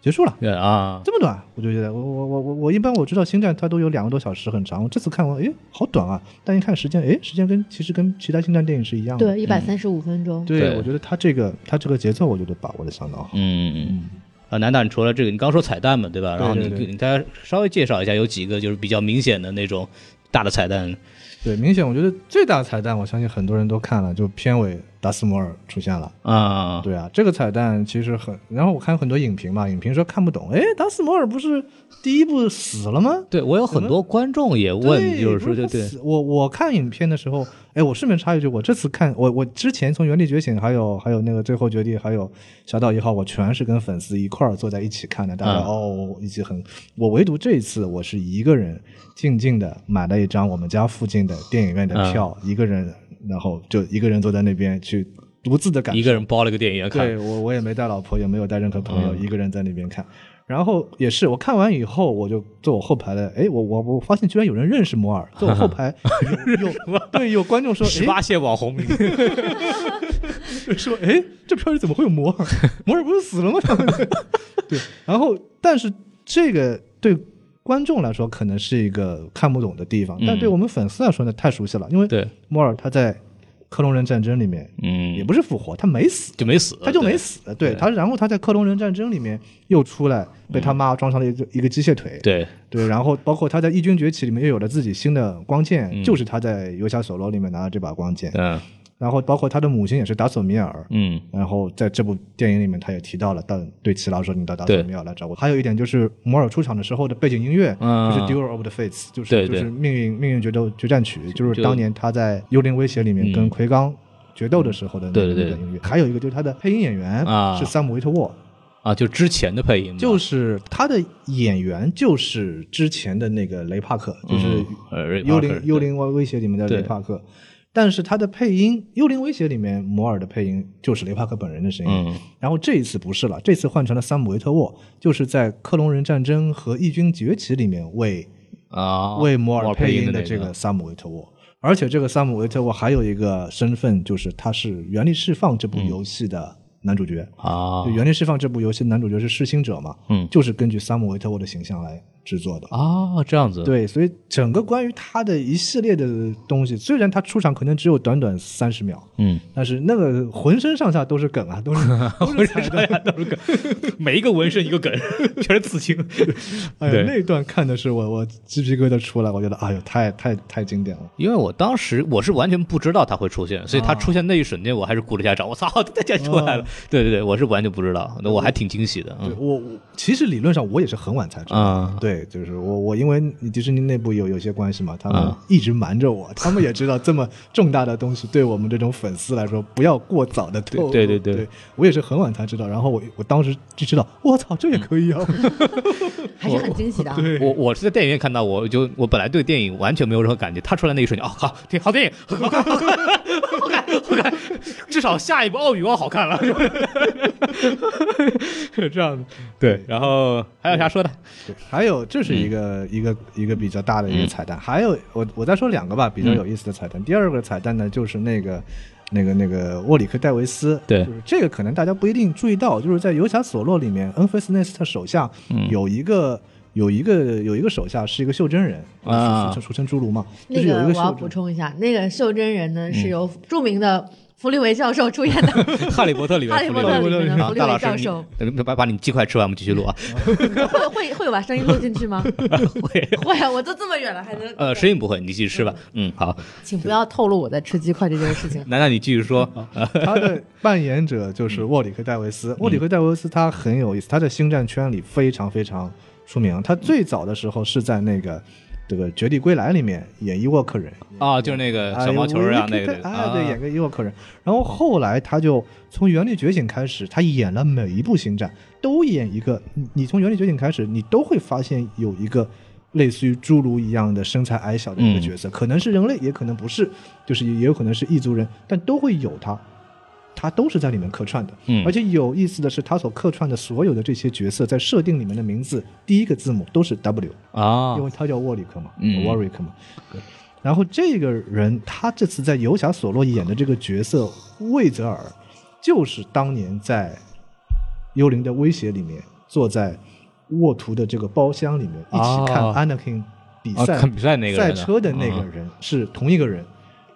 S3: 结束了。
S2: 对啊，
S3: 这么短，我就觉得我我我我我一般我知道星战它都有两个多小时，很长。我这次看完，诶，好短啊！但一看时间，诶，时间跟其实跟其他星战电影是一样的。
S1: 对，一百三十五分钟，
S3: 对，
S2: 嗯对
S3: 我觉得它这个它这个节奏，我觉得把握的相当好。
S2: 嗯嗯嗯。啊，南大，你除了这个，你刚说彩蛋嘛，对吧？然后你
S3: 对对
S2: 你大家稍微介绍一下，有几个就是比较明显的那种大的彩蛋。
S3: 对，明显我觉得最大的彩蛋，我相信很多人都看了，就片尾达斯摩尔出现了。
S2: 啊，
S3: 对啊，这个彩蛋其实很，然后我看很多影评嘛，影评说看不懂，哎，达斯摩尔不是第一部死了吗？
S2: 对我有很多观众也问，
S3: 对，
S2: 就是
S3: 不
S2: 说，
S3: 是
S2: 对
S3: 他
S2: 对，
S3: 死我我看影片的时候，哎，我顺便插一句，我这次看我我之前从《原力觉醒》还有还有那个《最后决定》还有《侠盗一号》，我全是跟粉丝一块儿坐在一起看的，大家、
S2: 嗯
S3: 哦一起很，我唯独这一次我是一个人静静的买了一张我们家附近的电影院
S2: 嗯
S3: 的票，一个人，然后就一个人坐在那边去独自的感受
S2: 一个人包了个电影院看
S3: 对，我我也没带老婆，也没有带任何朋友，
S2: 嗯
S3: 一个人在那边看。然后也是，我看完以后，我就坐我后排的，哎，我我我发现居然有人认识摩尔，坐我
S2: <laughs>
S3: 后排有有对有观众说，
S2: 十
S3: 哎
S2: 八线网红
S3: <laughs>
S2: 名，
S3: 说，哎，这片里怎么会有摩尔？摩尔不是死了吗？
S2: <laughs>
S3: 他们对，然后但是这个对观众来说可能是一个看不懂的地方，但对
S2: 嗯
S3: 我们粉丝来说呢，太熟悉了，因为
S2: 对，
S3: 摩尔他在克隆人战争里面
S2: 嗯，
S3: 也不是复活，他没死，
S2: 就没死，
S3: 他就没
S2: 对，嗯
S3: 死，对他，然后他在克隆人战争里面又出来，被他妈装上了一个一个机械腿，
S2: 对，
S3: 对，然后包括他在异军崛起里面又有了自己新的光
S2: 嗯
S3: 剑，就是他在游侠索罗里面拿的这把光剑，
S2: 嗯
S3: 然后包括他的母亲也是达索米尔，
S2: 嗯
S3: 然后在这部电影里面他也提到了，但对齐拉说你到达索
S2: 对
S3: 米尔来找我。还有一点就是摩尔出场的时候的背景音乐，
S2: 嗯
S3: 就是 Duel of the Fates，就是
S2: 对
S3: 就
S2: 对
S3: 是命运命运决斗决战曲，就是
S2: 就
S3: 当年他在《幽灵威胁》里面
S2: 嗯
S3: 跟奎刚。决斗的时候的那
S2: 对
S3: 个
S2: 对
S3: 那个
S2: 对
S3: 音乐，还有一个就是他的配音演员
S2: 啊嗯
S3: 是萨姆·维特沃，
S2: 啊，就之前的配音嘛，
S3: 就是他的演员就是之前的那个雷帕克，就是
S2: 嗯呃，Ray
S3: 幽灵
S2: Parker，
S3: 幽灵威胁里面的
S2: 对
S3: 雷帕克。但是它的配音《幽灵威胁》里面摩尔的配音就是雷帕克本人的声音，
S2: 嗯
S3: 然后这一次不是了，这次换成了山姆维特沃，就是在《克隆人战争》和《异军崛起》里面为
S2: 啊，
S3: 为摩尔配音
S2: 的
S3: 的
S2: 那
S3: 这个萨姆维特沃。而且这个萨姆维特沃还有一个身份，就是他是《原力释放》这部游戏的男主角。
S2: 啊
S3: 就《原力释放》这部游戏的男主角是噬心者嘛，
S2: 嗯
S3: 就是根据萨姆维特沃的形象来制作的。
S2: 啊，这样子，，
S3: 对，所以整个关于他的一系列的东西，虽然他出场可能只有短短三十秒，
S2: <laughs> 嗯，
S3: 但是那个浑身上下都是梗啊，都是都是彩蛋。
S2: 都是梗，每一个纹身一个梗， <laughs> 全是刺青。
S3: 哎
S2: 对
S3: 呀，那段看的是我我鸡皮疙瘩出来，我觉得哎呦太太太经典了。
S2: <laughs> 因为我当时我是完全不知道他会出现，所以他出现那一瞬间，我还是鼓了一下掌，我操，他竟然出来了！对对对，我是完全不知道，那我还挺惊喜的。
S3: 对
S2: 嗯
S3: 我我其实理论上我也是很晚才知道。
S2: 啊，
S3: 对，就是我我因为迪士尼内部有有些关系嘛，他们
S2: 啊
S3: 一直瞒着我， <laughs> 他们也知道这么重大的东西对我们这种粉丝来说不要过早的透露。
S2: 对对
S3: 对
S2: 对对
S3: 我也是很晚才知道，然后我我当时就知道，我操，这也可以啊！
S1: 还是很惊喜的啊。
S2: 我我是在电影院看到，我就我本来对电影完全没有任何感觉，他出来那一瞬间，哦，好，挺好电影，好看，好看，好看，好看，至少下一部奥比王好看了， <laughs> 是这样的。对，然后还有啥说的？
S3: 对还有这是一个、
S2: 嗯
S3: 一个一个比较大的一个彩蛋，还有我我再说两个吧，比较有意思的彩
S2: 嗯
S3: 蛋。第二个彩蛋呢，就是那个。那个那个沃里克戴维斯，
S2: 对
S3: 就是这个可能大家不一定注意到，就是在《游侠索洛》里面，恩菲斯内斯特手下
S2: 嗯
S3: 有一个、有一个有一个手下是一个袖珍人
S2: 啊
S3: 俗俗称侏儒嘛，就
S1: 那
S3: 是有
S1: 个
S3: 一
S1: 我
S3: 个袖
S1: 要
S3: 珍
S1: 补充一下，那个袖珍人呢
S2: 嗯
S1: 是由著名的弗利维教授出演的， <laughs>
S2: 哈利波特里面，
S1: 哈利波特里面的
S2: 啊
S1: 弗利
S2: 大
S1: 维
S2: 老
S1: 教
S2: 师
S1: 授，
S2: 你，呃把把你鸡块吃完，我们继续录啊。
S1: 会会会有把声音录进去吗？
S2: <laughs> 会， <laughs>
S1: 会啊，我都这么远了还能
S2: 呃，声音不会，你继续吃吧。嗯，好，
S1: 请不要透露我在吃鸡块这件事情。
S2: 楠楠你继续说。呃
S3: 他的扮演者就是沃里克·戴维斯。沃里克·戴维斯他很有意思，他在星战圈里非常非常出名。他最早的时候是在那个这个《绝地归来》里面演伊沃克人，
S2: 啊，就是那个小毛球
S3: 啊
S2: 啊，
S3: 有
S2: 那个
S3: 维克戴啊，
S2: 对
S3: 对，演个伊沃克人。然后后来他就从《原力觉醒》开始，他演了每一部星战都演一个。你你从《原力觉醒》开始，你都会发现有一个。类似于侏儒一样的身材矮小的一
S2: 嗯
S3: 个角色，可能是人类，也可能不是，就是也也有可能是异族人，但都会有他。他都是在里面客串的。
S2: 嗯
S3: 而且有意思的是，他所客串的所有的这些角色，在设定里面的名字第一个字母都是 W，
S2: 啊
S3: 因，为他叫沃里克嘛、
S2: 嗯
S3: w a r w i c k 嘛。对。然后这个人，他这次在《游侠索洛》演的这个角色魏泽尔，就是当年在《幽灵的威胁》里面坐在沃图的这个包厢里面一起看
S2: 哦
S3: Anakin 比
S2: 啊
S3: 赛、
S2: 看比赛那个人
S3: 赛
S2: 啊
S3: 车的那个人、是同一个人。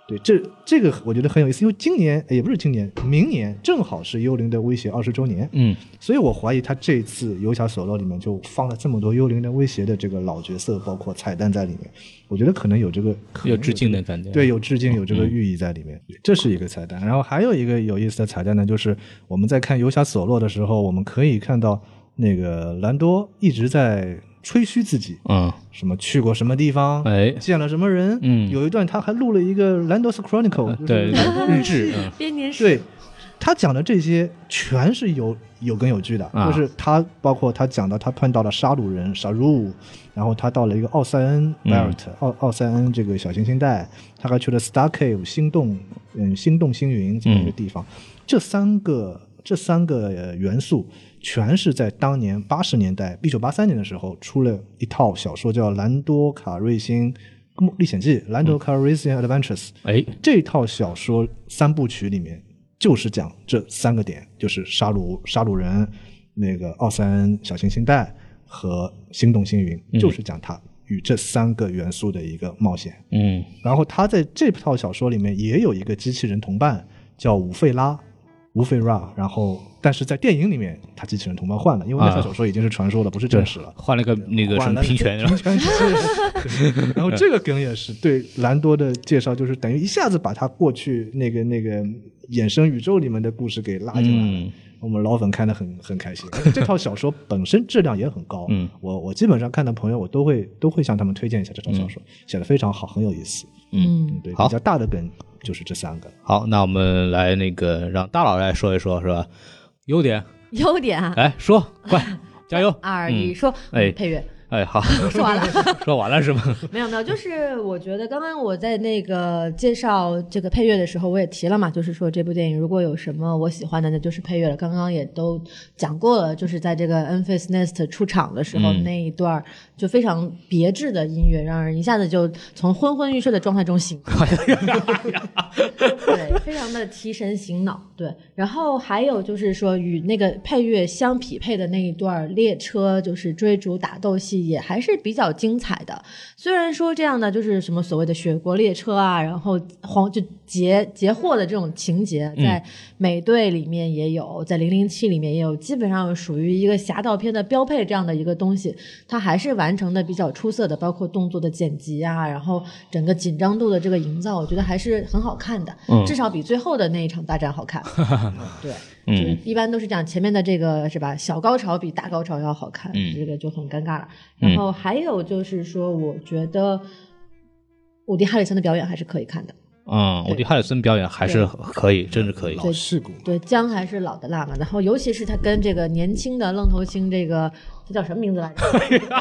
S3: 对，这这个我觉得很有意思，因为今年呃也不是今年，明年正好是《幽灵的威胁》二十周年。
S2: 嗯
S3: 所以我怀疑他这次《游侠索洛》里面就放了这么多幽灵的威胁的这个老角色，包括彩蛋在里面。我觉得可能有这个可能
S2: 有致敬的感觉
S3: 对，有致敬，有这个寓意在里面。这是一个彩蛋。然后还有一个有意思的彩蛋呢，就是我们在看《游侠索洛》的时候，我们可以看到那个兰多一直在吹嘘自己，
S2: 嗯，
S3: 什么去过什么地方，
S2: 哎
S3: 见了什么人。
S2: 嗯
S3: 有一段他还录了一个《兰多斯 Chronicle》，
S2: 对，日志，嗯
S1: 编年史，
S3: 对他讲的这些全是有有根有据的，
S2: 啊
S3: 就是他包括他讲到他碰到了杀戮人沙鲁，然后他到了一个奥塞恩 b
S2: 嗯
S3: a r r e t 奥奥塞恩这个小行星带，他还去了 Star Cave 星动，嗯，星动星云这么一个地
S2: 嗯
S3: 方，这三个。这三个呃元素全是在当年八十年代，一九八三年的时候出了一套小说，叫《兰多卡瑞星历险记》（Lando
S2: 嗯
S3: Calrissian Adventures）。
S2: 哎，
S3: 这套小说三部曲里面就是讲这三个点，就是杀戮杀戮人，那个奥塞恩小行星带和星动星云，就是讲他与这三个元素的一个冒险。
S2: 嗯
S3: 然后他在这套小说里面也有一个机器人同伴，叫乌费拉，乌费拉。然后，但是在电影里面，他机器人同伴换了，因为那
S2: 啊
S3: 套小说已经是传说了，不是正史了。
S2: 换了个那个什么平权，
S3: 平权然后这个梗也是对兰多的介绍，就是等于一下子把他过去那个那个衍生宇宙里面的故事给拉进来了。
S2: <laughs> 嗯
S3: 我们老粉看得很很开心，而且这套小说本身质量也很高。
S2: 嗯，
S3: 我我基本上看的朋友，我都会都会向他们推荐一下这套小说，写的非常好，很有意思。
S1: 嗯，
S3: 对，
S2: 嗯好
S3: 比较大的梗就是这三个。
S2: 好，那我们来那个让大佬来说一说，是吧？优点，哎
S1: 优点啊，啊
S2: 来说，快加油！
S1: 二一说，嗯
S2: 哎
S1: 配乐，
S2: 哎，好，
S1: 说完了。
S2: 说完了是吗？
S1: <laughs> 没有没有，就是我觉得刚刚我在那个介绍这个配乐的时候，我也提了嘛，就是说这部电影如果有什么我喜欢的，那就是配乐了。刚刚也都讲过了，就是在这个 Enfys Nest 出场的时候、
S2: 嗯
S1: 那一段儿就非常别致的音乐，让人一下子就从昏昏欲睡的状态中醒过来。对，非常的提神醒脑。对，然后还有就是说，与那个配乐相匹配的那一段列车就是追逐打斗戏，也还是比较精彩的。虽然说这样的就是什么所谓的雪国列车啊，然后黄就劫劫货的这种情节，在美队里面也有，在零零七里面也有，基本上属于一个侠盗片的标配这样的一个东西，它还是完成的比较出色的，包括动作的剪辑啊，然后整个紧张度的这个营造，我觉得还是很好看的，
S2: 嗯
S1: 至少比最后的那一场大战好看。对，
S2: 嗯
S1: 就是一般都是这样，前面的这个是吧，小高潮比大高潮要好看，
S2: 嗯
S1: 这个就很尴尬了。
S2: 嗯
S1: 然后还有就是说，我觉得伍迪·哈里森的表演还是可以看的，
S2: 嗯，我对哈里森表演还是
S1: 对
S2: 可以，真是可以。
S1: 对
S3: 事故，
S1: 对，姜还是老的辣嘛。然后尤其是他跟这个年轻的愣头青，这个他叫什么名字来
S2: <laughs>
S1: 着？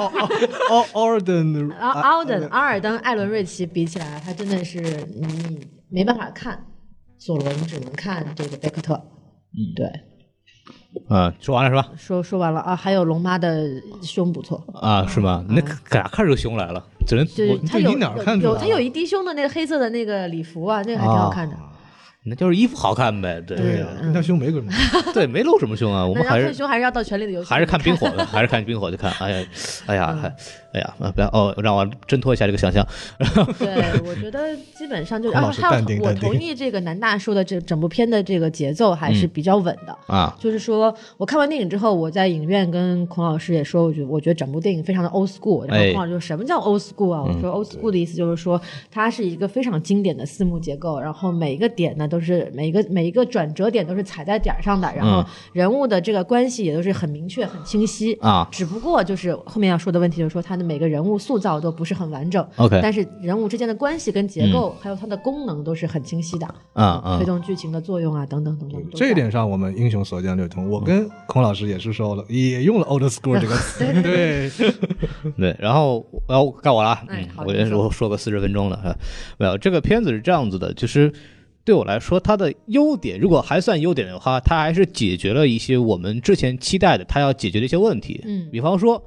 S3: 奥奥尔 <laughs> 登，
S2: 啊
S1: 然后奥登、阿尔登、艾伦·瑞奇比起来，他真的是你没办法看索罗，你只能看这个贝克特。嗯，对，
S2: 嗯，说完了是吧？
S1: 说说完了啊，还有龙妈的胸不错，
S2: 啊，是吗？那哪看出胸来了？只能
S1: 就是
S2: 我
S1: 他
S3: 这
S1: 有
S3: 你哪儿看出
S1: 有有
S3: 来
S1: 他
S3: 了
S1: 有一低胸的那个黑色的那个礼服啊，那个还挺好看的。
S2: 那就是衣服好看呗。对
S3: 对呀，那胸没鬼嘛，
S2: <laughs> 对，没露什么胸啊。我
S1: 那
S2: 们
S1: 要
S2: 还
S1: 看
S2: 是
S1: 胸还是要到《权力的游戏》
S2: 还是
S1: 里面
S2: 看冰火的，还是看冰火去看。哎呀，哎呀，还哎呀，啊不要哦，让我挣脱一下这个想象。
S1: 对，我觉得基本上就，
S3: 孔
S1: 然
S3: 老
S1: 后
S3: 师
S1: 还
S3: 淡定
S1: 有我
S3: 淡定嗯
S1: 同意这个南大说的这整部片的这个节奏还是比较稳的。
S2: 啊，
S1: 就是说我看完电影之后，我在影院跟孔老师也说，我觉我觉得整部电影非常的 old school。然后
S2: 哎嗯
S1: 孔老师说什么叫 old school 啊？我说 old school 的意思就是说它是一个非常经典的四幕结构，然后每一个点呢都是每一个每一个转折点都是踩在点儿上的，然后
S2: 嗯
S1: 人物的这个关系也都是很明确、很清晰
S2: 啊
S1: 只不过就是后面要说的问题就是说他的每个人物塑造都不是很完整
S2: OK
S1: 但是人物之间的关系跟结构、还有它的功能都是很清晰的，
S2: 嗯嗯
S1: 推动剧情的作用啊等等等等。都
S3: 这
S1: 在
S3: 一点上我们英雄所见略同。我跟孔老师也是说了，也用了 old school 这个词， <laughs> 对，
S2: 对，然后然后该我了啊，
S1: 嗯哎
S2: 嗯，
S1: 好
S2: 我
S1: 你
S2: 也是
S1: 说
S2: 我说个四十分钟了啊，没有这个片子是这样子的，就是对我来说它的优点，如果还算优点的话，它还是解决了一些我们之前期待的它要解决的一些问题，
S1: 嗯
S2: 比方说。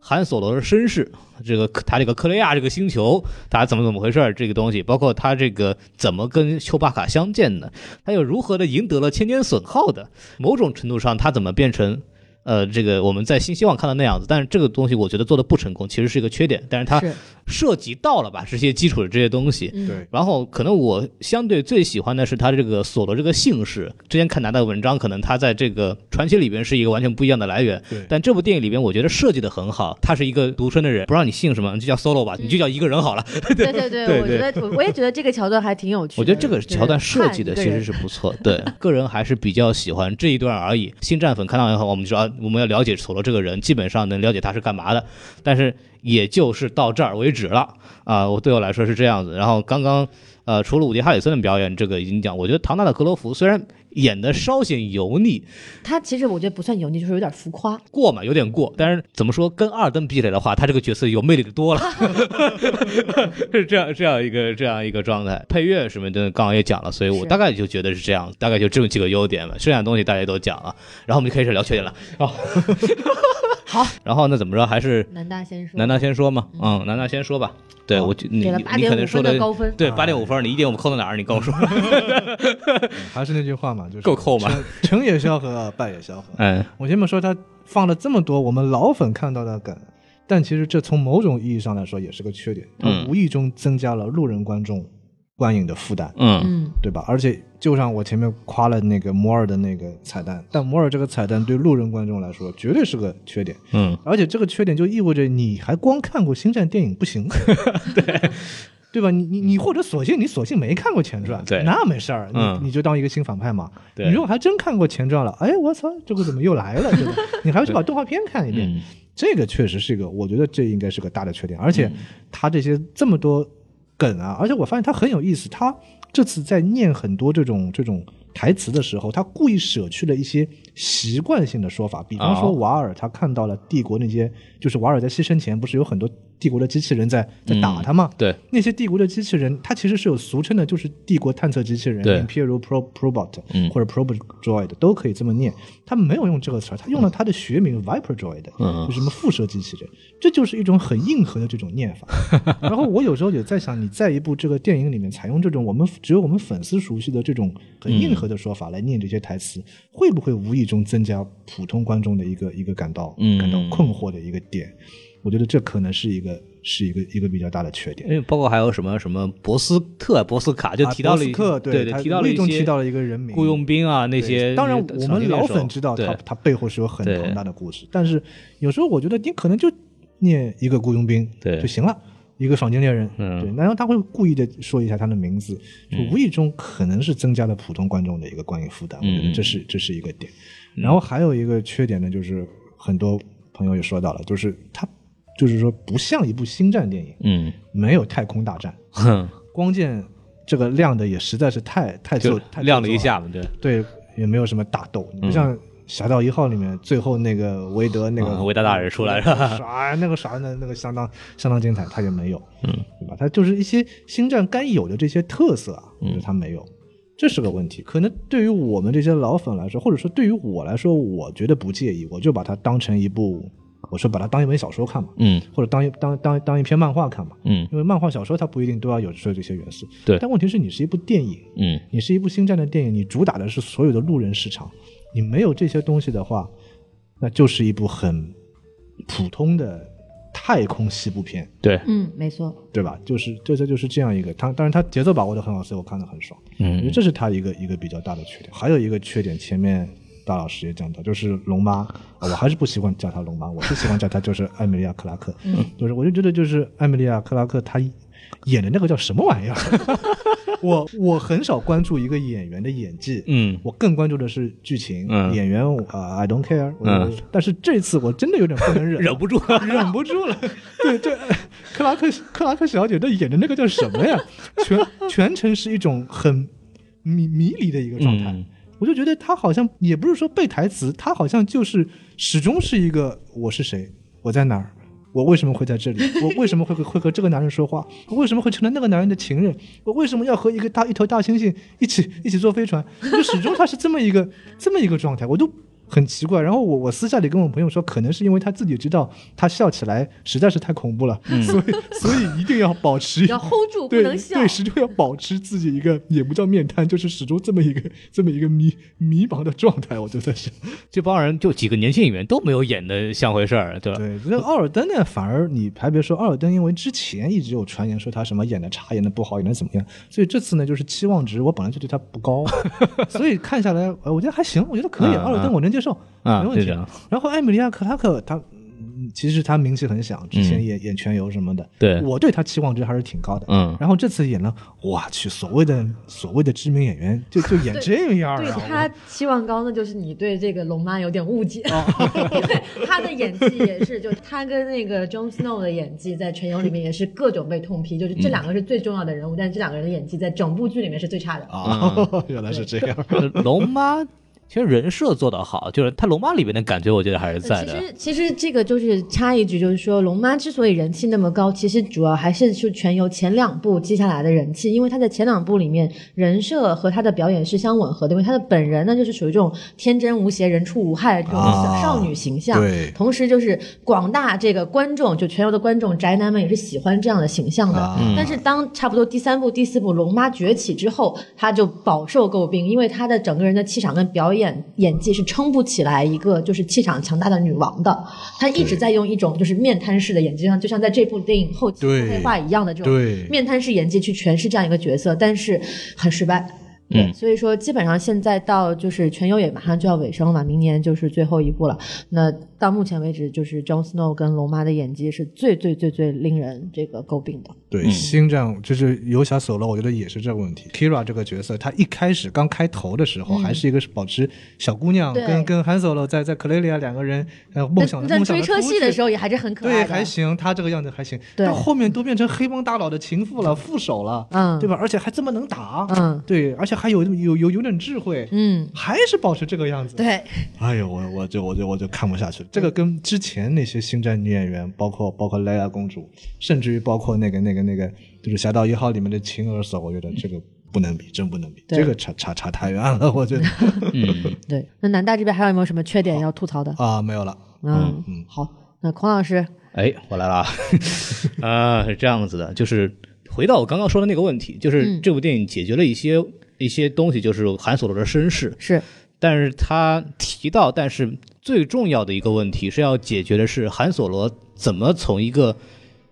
S2: 韩索罗的身世，这个他这个克雷亚这个星球，他怎么怎么回事儿这个东西，包括他这个怎么跟丘巴卡相见的，他又如何的赢得了千年损耗的，某种程度上他怎么变成呃，这个我们在新希望看到那样子，但是这个东西我觉得做的不成功，其实是一个缺点，但是它
S1: 是
S2: 涉及到了吧这些基础的这些东西。
S1: 嗯
S3: 对
S2: 然后可能我相对最喜欢的是他这个索罗这个姓氏，之前看拿的文章，可能他在这个传奇里边是一个完全不一样的来源，
S3: 对
S2: 但这部电影里边我觉得设计的很好，他是一个独身的人，不让你姓什么，你就叫 solo 吧，你就叫一个人好了。
S1: 对对对，
S2: 对
S1: 我
S2: 对
S1: 觉得我我也觉得这个桥段还挺有趣的。
S2: 我觉得这个
S1: 就是
S2: 桥段设计的
S1: 看
S2: 其
S1: 一个人
S2: 实是不错，
S1: <laughs>
S2: 对，个人还是比较喜欢这一段而已。星战粉看到以后，我们就说啊，我们要了解索罗这个人，基本上能了解他是干嘛的，但是也就是到这儿为止了啊、我对我来说是这样子。然后刚刚呃，除了伍迪·哈里森的表演，这个已经讲，我觉得唐纳的格罗弗虽然演的稍显油腻
S1: 他其实我觉得不算油腻，就是有点浮夸。
S2: 过嘛，有点过，但是怎么说，跟阿尔登比起来的话，他这个角色有魅力的多了。 <laughs> 是这样这样一个这样一个状态。配乐什么的，刚刚也讲了，所以我
S1: 是
S2: 大概就觉得是这样，大概就这么几个优点吧。剩下的东西大家都讲了，然后我们就开始聊缺点了。 <laughs> 哦，
S1: 好，
S2: <laughs>
S1: 嗯
S2: 然后呢，怎么着还是
S1: 南大先说，
S2: 南大先说吗？嗯，南大先说吧。对我就，你
S1: 给了
S2: 你
S1: 八
S2: 你
S1: 点
S2: 可
S1: 五
S2: 能说
S1: 分
S2: 的
S1: 的高分，嗯
S2: 对八点五分，你一点五扣到哪儿？你跟
S1: <laughs>
S2: 我说。
S3: 还是那句话嘛，就是
S2: 够扣吗
S3: 成？成也萧何，败也萧何。
S2: 嗯
S3: 我先不说他放了这么多我们老粉看到的梗，但其实这从某种意义上来说也是个缺点，它
S2: 嗯
S3: 无意中增加了路人观众观影的负担。
S2: 嗯
S1: 嗯，
S3: 对吧？而且就像我前面夸了那个摩尔的那个彩蛋，但摩尔这个彩蛋对路人观众来说绝对是个缺点，
S2: 嗯
S3: 而且这个缺点就意味着你还光看过星战电影
S2: <laughs>
S3: 不行，对对吧？你你你或者索性你索性没看过前传，
S2: 嗯对
S3: 那没事儿，你、
S2: 嗯
S3: 你就当一个新反派嘛。
S2: 对
S3: 你如果还真看过前传了，哎，我操，这个怎么又来了？
S2: <laughs>
S3: 对吧？你还要去把动画片看一遍，
S2: 嗯
S3: 这个确实是一个，我觉得这应该是个大的缺点。而且
S2: 嗯
S3: 他这些这么多梗啊，而且我发现他很有意思，他这次在念很多这种这种台词的时候，他故意舍去了一些习惯性的说法，比方说
S2: 哦
S3: 瓦尔他看到了帝国那些，就是瓦尔在牺牲前不是有很多帝国的机器人在在打他吗？
S2: 嗯对，
S3: 那些帝国的机器人，它其实是有俗称的，就是帝国探测机器人
S2: 对
S3: （Imperial Pro Probot）、
S2: 嗯
S3: 或者 Probdroid 都可以这么念。他没有用这个词儿，他用了他的学名 Viper Droid，、
S2: 嗯
S3: 就是什么辐射机器人，这就是一种很硬核的这种念法。
S2: <laughs>
S3: 然后我有时候也在想，你在一部这个电影里面采用这种我们只有我们粉丝熟悉的这种很硬核的说法来念这些台词，会不会无意中增加普通观众的一个一个感到
S2: 嗯
S3: 感到困惑的一个点？我觉得这可能是一个是一个一个比较大的缺点
S2: 因。为包括还有什么什么博斯特、博斯卡，就
S3: 啊
S2: 提到了
S3: 博
S2: 一
S3: 斯克
S2: 对
S3: 他
S2: 提到了
S3: 无意
S2: 一
S3: 中
S2: 些
S3: 提到了一个人名
S2: 雇佣兵啊那
S3: 对
S2: 些。
S3: 当然，
S2: 那些
S3: 我
S2: 场地
S3: 们老
S2: 猎手
S3: 粉知道
S2: 对
S3: 它它背后是有很
S2: 对
S3: 庞大的故事，但是有时候我觉得你可能就念一个雇佣兵
S2: 对
S3: 就行了。一个赏金猎人，
S2: 嗯
S3: 对，然后他会故意的说一下他的名字，就无意中可能是增加了普通观众的一个观影负担，我觉
S2: 嗯
S3: 得这是这是一个点。然后还有一个缺点呢，就是很多朋友也说到了，就是它就是说不像一部星战电影，
S2: 嗯，
S3: 没有太空大战，
S2: 哼，
S3: 光剑这个亮的也实在是太太
S2: 就
S3: 做太
S2: 亮了
S3: 做
S2: 一
S3: 作
S2: 下嘛，对，
S3: 对，也没有什么打斗，你不像《侠盗一号》里面最后那个韦德那
S2: 啊
S3: 个
S2: 韦大大人出来是吧
S3: 耍 <laughs> 那个耍那那个相当相当精彩，他也没有，嗯，对吧？他就是一些星战该有的这些特色啊，我觉
S2: 嗯
S3: 得他没有。这是个问题，可能对于我们这些老粉来说，或者说对于我来说，我觉得不介意，我就把它当成一部，我说把它当一本小说看嘛，
S2: 嗯
S3: 或者当一当当当一篇漫画看嘛，
S2: 嗯
S3: 因为漫画小说它不一定都要有说这些元素，
S2: 对
S3: 但问题是，你是一部电影，
S2: 嗯
S3: 你是一部星战的电影，你主打的是所有的路人市场，你没有这些东西的话，那就是一部很普通的太空西部片， <laughs>
S2: 对，
S1: 嗯，没错。
S3: 对吧？就是这这就是这样一个，它当然它节奏把握的很好，所以我看得很爽。我觉得
S2: 嗯
S3: 这是它一个一个比较大的缺点。还有一个缺点，前面大老师也讲到，就是龙妈，啊我还是不习惯叫她龙妈，我是喜欢叫她就是艾米莉亚·克拉克，
S2: 嗯
S3: <laughs> 就是我就觉得就是艾米莉亚·克拉克她演的那个叫什么玩意儿？ <laughs> 我我很少关注一个演员的演技，
S2: 嗯
S3: 我更关注的是剧情，
S2: 嗯
S3: 演员啊、i don't care 我。
S2: 嗯
S3: 但是这次我真的有点不能忍，
S2: 忍不住
S3: <laughs> 忍不住了。对，这克拉克克拉克小姐她演的那个叫什么呀？全全程是一种很迷迷离的一个状态。
S2: 嗯
S3: 我就觉得她好像也不是说背台词，她好像就是始终是一个我是谁，我在哪儿。我为什么会在这里？我为什么会会会和 <laughs> 这个男人说话？我为什么会成了那个男人的情人？我为什么要和一个大一头大猩猩一起一起坐飞船？就始终她是这么一个 <laughs> 这么一个状态，我都很奇怪。然后我我私下里跟我朋友说，可能是因为他自己知道他笑起来实在是太恐怖了，所以所以一定要保持
S1: 要 hold 住，不
S3: 对
S1: 能笑
S3: 对，。始终要保持自己一个也不叫面瘫，就是始终这么一个这么一个迷迷茫的状态，我觉得是。
S2: 这帮人就几个年轻演员都没有演的像回事儿， <laughs> 对吧？
S3: 对，这个奥尔登呢，反而你还别说，奥尔登因为之前一直有传言说他什么演的差，演的不好，演的怎么样，所以这次呢，就是期望值我本来就对他
S2: <laughs>
S3: 不高，所以看下来，呃我觉得还行，我觉得可以，
S2: 啊
S3: 奥尔登我能接受，
S2: 啊
S3: 没问
S2: 这
S3: 题
S2: 样。
S3: 然后艾米莉亚·克拉克，她嗯其实她名气很响，之前
S2: 嗯
S3: 演演全游什么的，
S2: 对
S3: 我对她期望值还是挺高的。
S2: 嗯
S3: 然后这次演了，我去，所谓的所谓的知名演员，就就演这样啊，
S1: 对
S3: 我
S1: 他期望高，那就是你对这个龙妈有点误解。
S2: 哦
S1: 对他的演技也是，就他跟那个 Jon Snow 的演技在《全游》里面也是各种被痛批，就是
S2: 嗯
S1: 这两个是最重要的人物，但是这两个人的演技在整部剧里面是最差的。
S2: 嗯
S3: 啊， <laughs> 原来是这样。
S2: 呃龙妈其实人设做得好，就是她龙妈里面的感觉，我觉得还是在
S1: 呃其
S2: 的。
S1: 实，其实这个就是插一句，就是说，龙妈之所以人气那么高，其实主要还是就全由前两部接下来的人气，因为她在前两部里面人设和她的表演是相吻合的，因为她的本人呢就是属于这种天真无邪、人畜无害的这种
S3: 啊
S1: 少女形象，
S3: 对
S1: 同时就是广大这个观众，就全游的观众宅男们也是喜欢这样的形象的。
S3: 啊
S1: 但是当差不多第三部、第四部《龙妈崛起》之后，她就饱受诟病，因为她的整个人的气场跟表演演技是撑不起来一个就是气场强大的女王的。她一直在用一种就是面瘫式的演技，就像就像在这部电影后期
S3: 对
S1: 黑化一样的这种
S2: 嗯
S3: 对
S1: 面瘫式演技去诠释这样一个角色，但是很失败。对，
S2: 嗯
S1: 所以说基本上现在到就是全游也马上就要尾声了嘛，明年就是最后一部了。那到目前为止，就是 Jon Snow 跟龙妈的演技是最最最最令人这个诟病的。
S3: 对，
S2: 嗯
S3: 星战就是游侠索罗，我觉得也是这个问题。Kira 这个角色，她一开始刚开头的时候，
S1: 嗯
S3: 还是一个保持小姑娘，
S1: 对
S3: 跟跟 Han Solo 在在克雷利亚两个人呃梦想
S1: 那
S3: 的
S1: 在
S3: 梦想
S1: 追车戏的时
S3: 候。
S1: 候也还是很可
S3: 对，
S1: 爱的，
S3: 还行，她这个样子还行，
S1: 对
S3: 到后面都变成黑帮大佬的情妇了、副手了，
S1: 嗯
S3: 对吧？而且还这么能打，
S1: 嗯
S3: 对，而且这还有有有有点智慧，
S1: 嗯，
S3: 还是保持这个样子。
S1: 对，
S3: 哎呦，我我就我就我就看不下去了。这个跟之前那些星战女演员，包括包括莱娅公主，甚至于包括那个那个那个，就是《侠盗一号》里面的秦儿嫂，我觉得这个不能比，真不能比，
S1: 对
S3: 这个差差差太远了，
S2: <laughs>
S3: 我觉得
S2: 嗯，
S1: 对，那南大这边还有没有什么缺点要吐槽的？
S3: 啊，没有了。
S1: 嗯，好，那孔老师，
S2: 哎，我来了 <laughs> 啊，啊，是这样子的，就是回到我刚刚说的那个问题，就是这部电影解决了一些、一些东西，就是韩索罗的身世，
S1: 是
S2: 但是他提到，但是最重要的一个问题是要解决的是韩索罗怎么从一个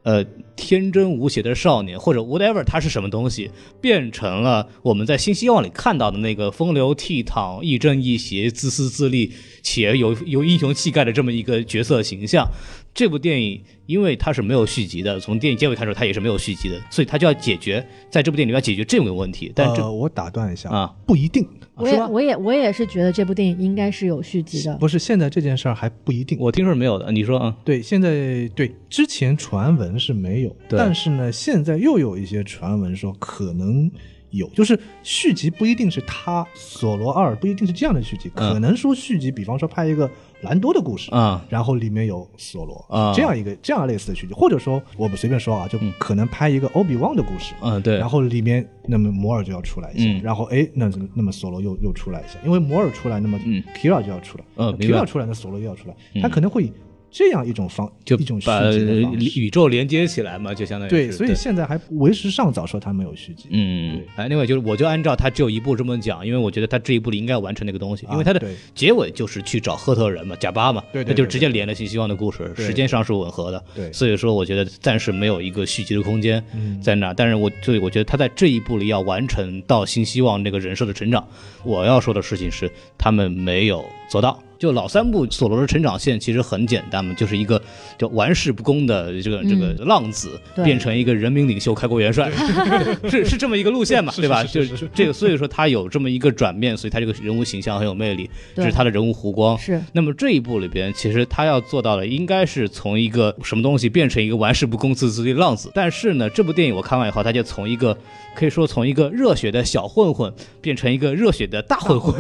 S2: 呃天真无邪的少年，或者 whatever 他是什么东西，变成了我们在新希望里看到的那个风流倜傥、亦正亦邪、自私自利且有有英雄气概的这么一个角色形象。这部电影因为它是没有续集的，从电影结尾看出它也是没有续集的，所以它就要解决在这部电影里面要解决这个问题。但这、
S3: 呃，我打断一下
S2: 啊，
S3: 不一定，
S1: 我
S2: 是
S1: 也
S2: 吗
S1: 我也我也是觉得这部电影应该是有续集的，
S3: 不是现在这件事儿还不一定。
S2: 我听说是没有的，你说啊？
S3: 对，现在对之前传闻是没有，
S2: 对
S3: 但是呢，现在又有一些传闻说可能有，就是续集不一定是他索罗二不一定是这样的续集，
S2: 嗯
S3: 可能说续集，比方说拍一个兰多的故事。
S2: 啊、
S3: 然后里面有索罗
S2: 啊
S3: 这样一个这样类似的续集，或者说我们随便说啊，就可能拍一个欧比旺的故事，
S2: 嗯，对，
S3: 然后里面那么摩尔就要出来一下，
S2: 嗯
S3: 然后哎，那那么索罗又又出来一下，因为摩尔出来，那么
S2: 嗯
S3: Kira 就要出来，
S2: 嗯明白嗯
S3: Kira 出来，那索罗又要出来，他可能会以这样一种方，
S2: 就
S3: 一种续
S2: 把
S3: 集的方式。
S2: 宇宙连接起来嘛，就相当于
S3: 对，
S2: 是
S3: 所以现在还为时尚早说他没有续集，
S2: 嗯，哎，另外就是我就按照他只有一部这么讲，因为我觉得他这一部里应该完成那个东西，
S3: 啊
S2: 因为他的
S3: 对
S2: 结尾就是去找赫特人嘛，贾巴嘛，
S3: 对对
S2: 那就
S3: 对
S2: 直接连了新希望的故事，
S3: 对
S2: 时间上是吻合的，
S3: 对
S2: 所以说我觉得暂时没有一个续集的空间
S3: 嗯
S2: 在那，但是我所以我觉得他在这一步里要完成到新希望那个人设的成长，我要说的事情是他们没有做到。就老三部索罗的成长线其实很简单嘛，就是一个就玩世不恭的这个这个浪子
S1: 对
S2: 变成一个人民领袖、开国元帅， <laughs> 是是这么一个路线嘛，对吧？就是
S3: 是
S2: 这个，所以说他有这么一个转变，所以他这个人物形象很有魅力，这
S1: 对
S2: 是他的人物弧光。
S1: 是
S2: 那么这一步里边，其实他要做到的应该是从一个什么东西变成一个玩世不恭、自私自利的浪子。但是呢，这部电影我看完以后，他就从一个可以说从一个热血的小混混变成一个热血的大混 <laughs> 混，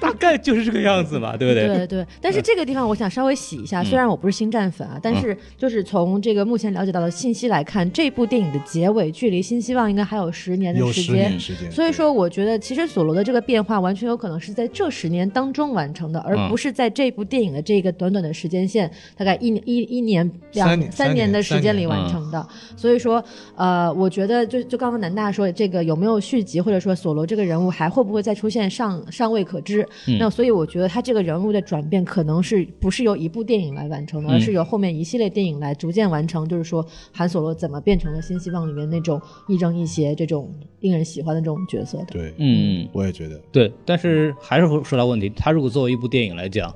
S2: 大概就是这个样子嘛，对不对？
S1: 对对，嗯但是这个地方我想稍微洗一下，虽然我不是星战粉啊，但是就是从这个目前了解到的信息来看，这部电影的结尾距离新希望应该还有十年
S3: 有
S1: 的
S3: 十
S1: 嗯时间
S3: 年。时间，
S1: 所以说，我觉得其实索罗的这个变化完全有可能是在这十年当中完成的，而
S2: 嗯
S1: 不是在这部电影的这个短短的时间线，大概一年一一年两
S3: 三年三
S1: 年
S3: 年
S1: 的时
S3: 三
S1: 间
S3: 年
S1: 里完成的。所以说，呃，我觉得就就刚刚南大说的这个有没有续集，或者说索罗这个人物还会不会再出现尚尚未可知。
S2: 嗯
S1: 那所以我觉得他这个人物的转变可能是不是由一部电影来完成的，
S2: 嗯
S1: 而是由后面一系列电影来逐渐完成。就是说，韩索罗怎么变成了新希望里面那种亦正亦邪这种令人喜欢的这种角色的。
S3: 对，
S2: 嗯。
S3: 我也觉得
S2: 对，但是还是会说到问题，他如果作为一部电影来讲，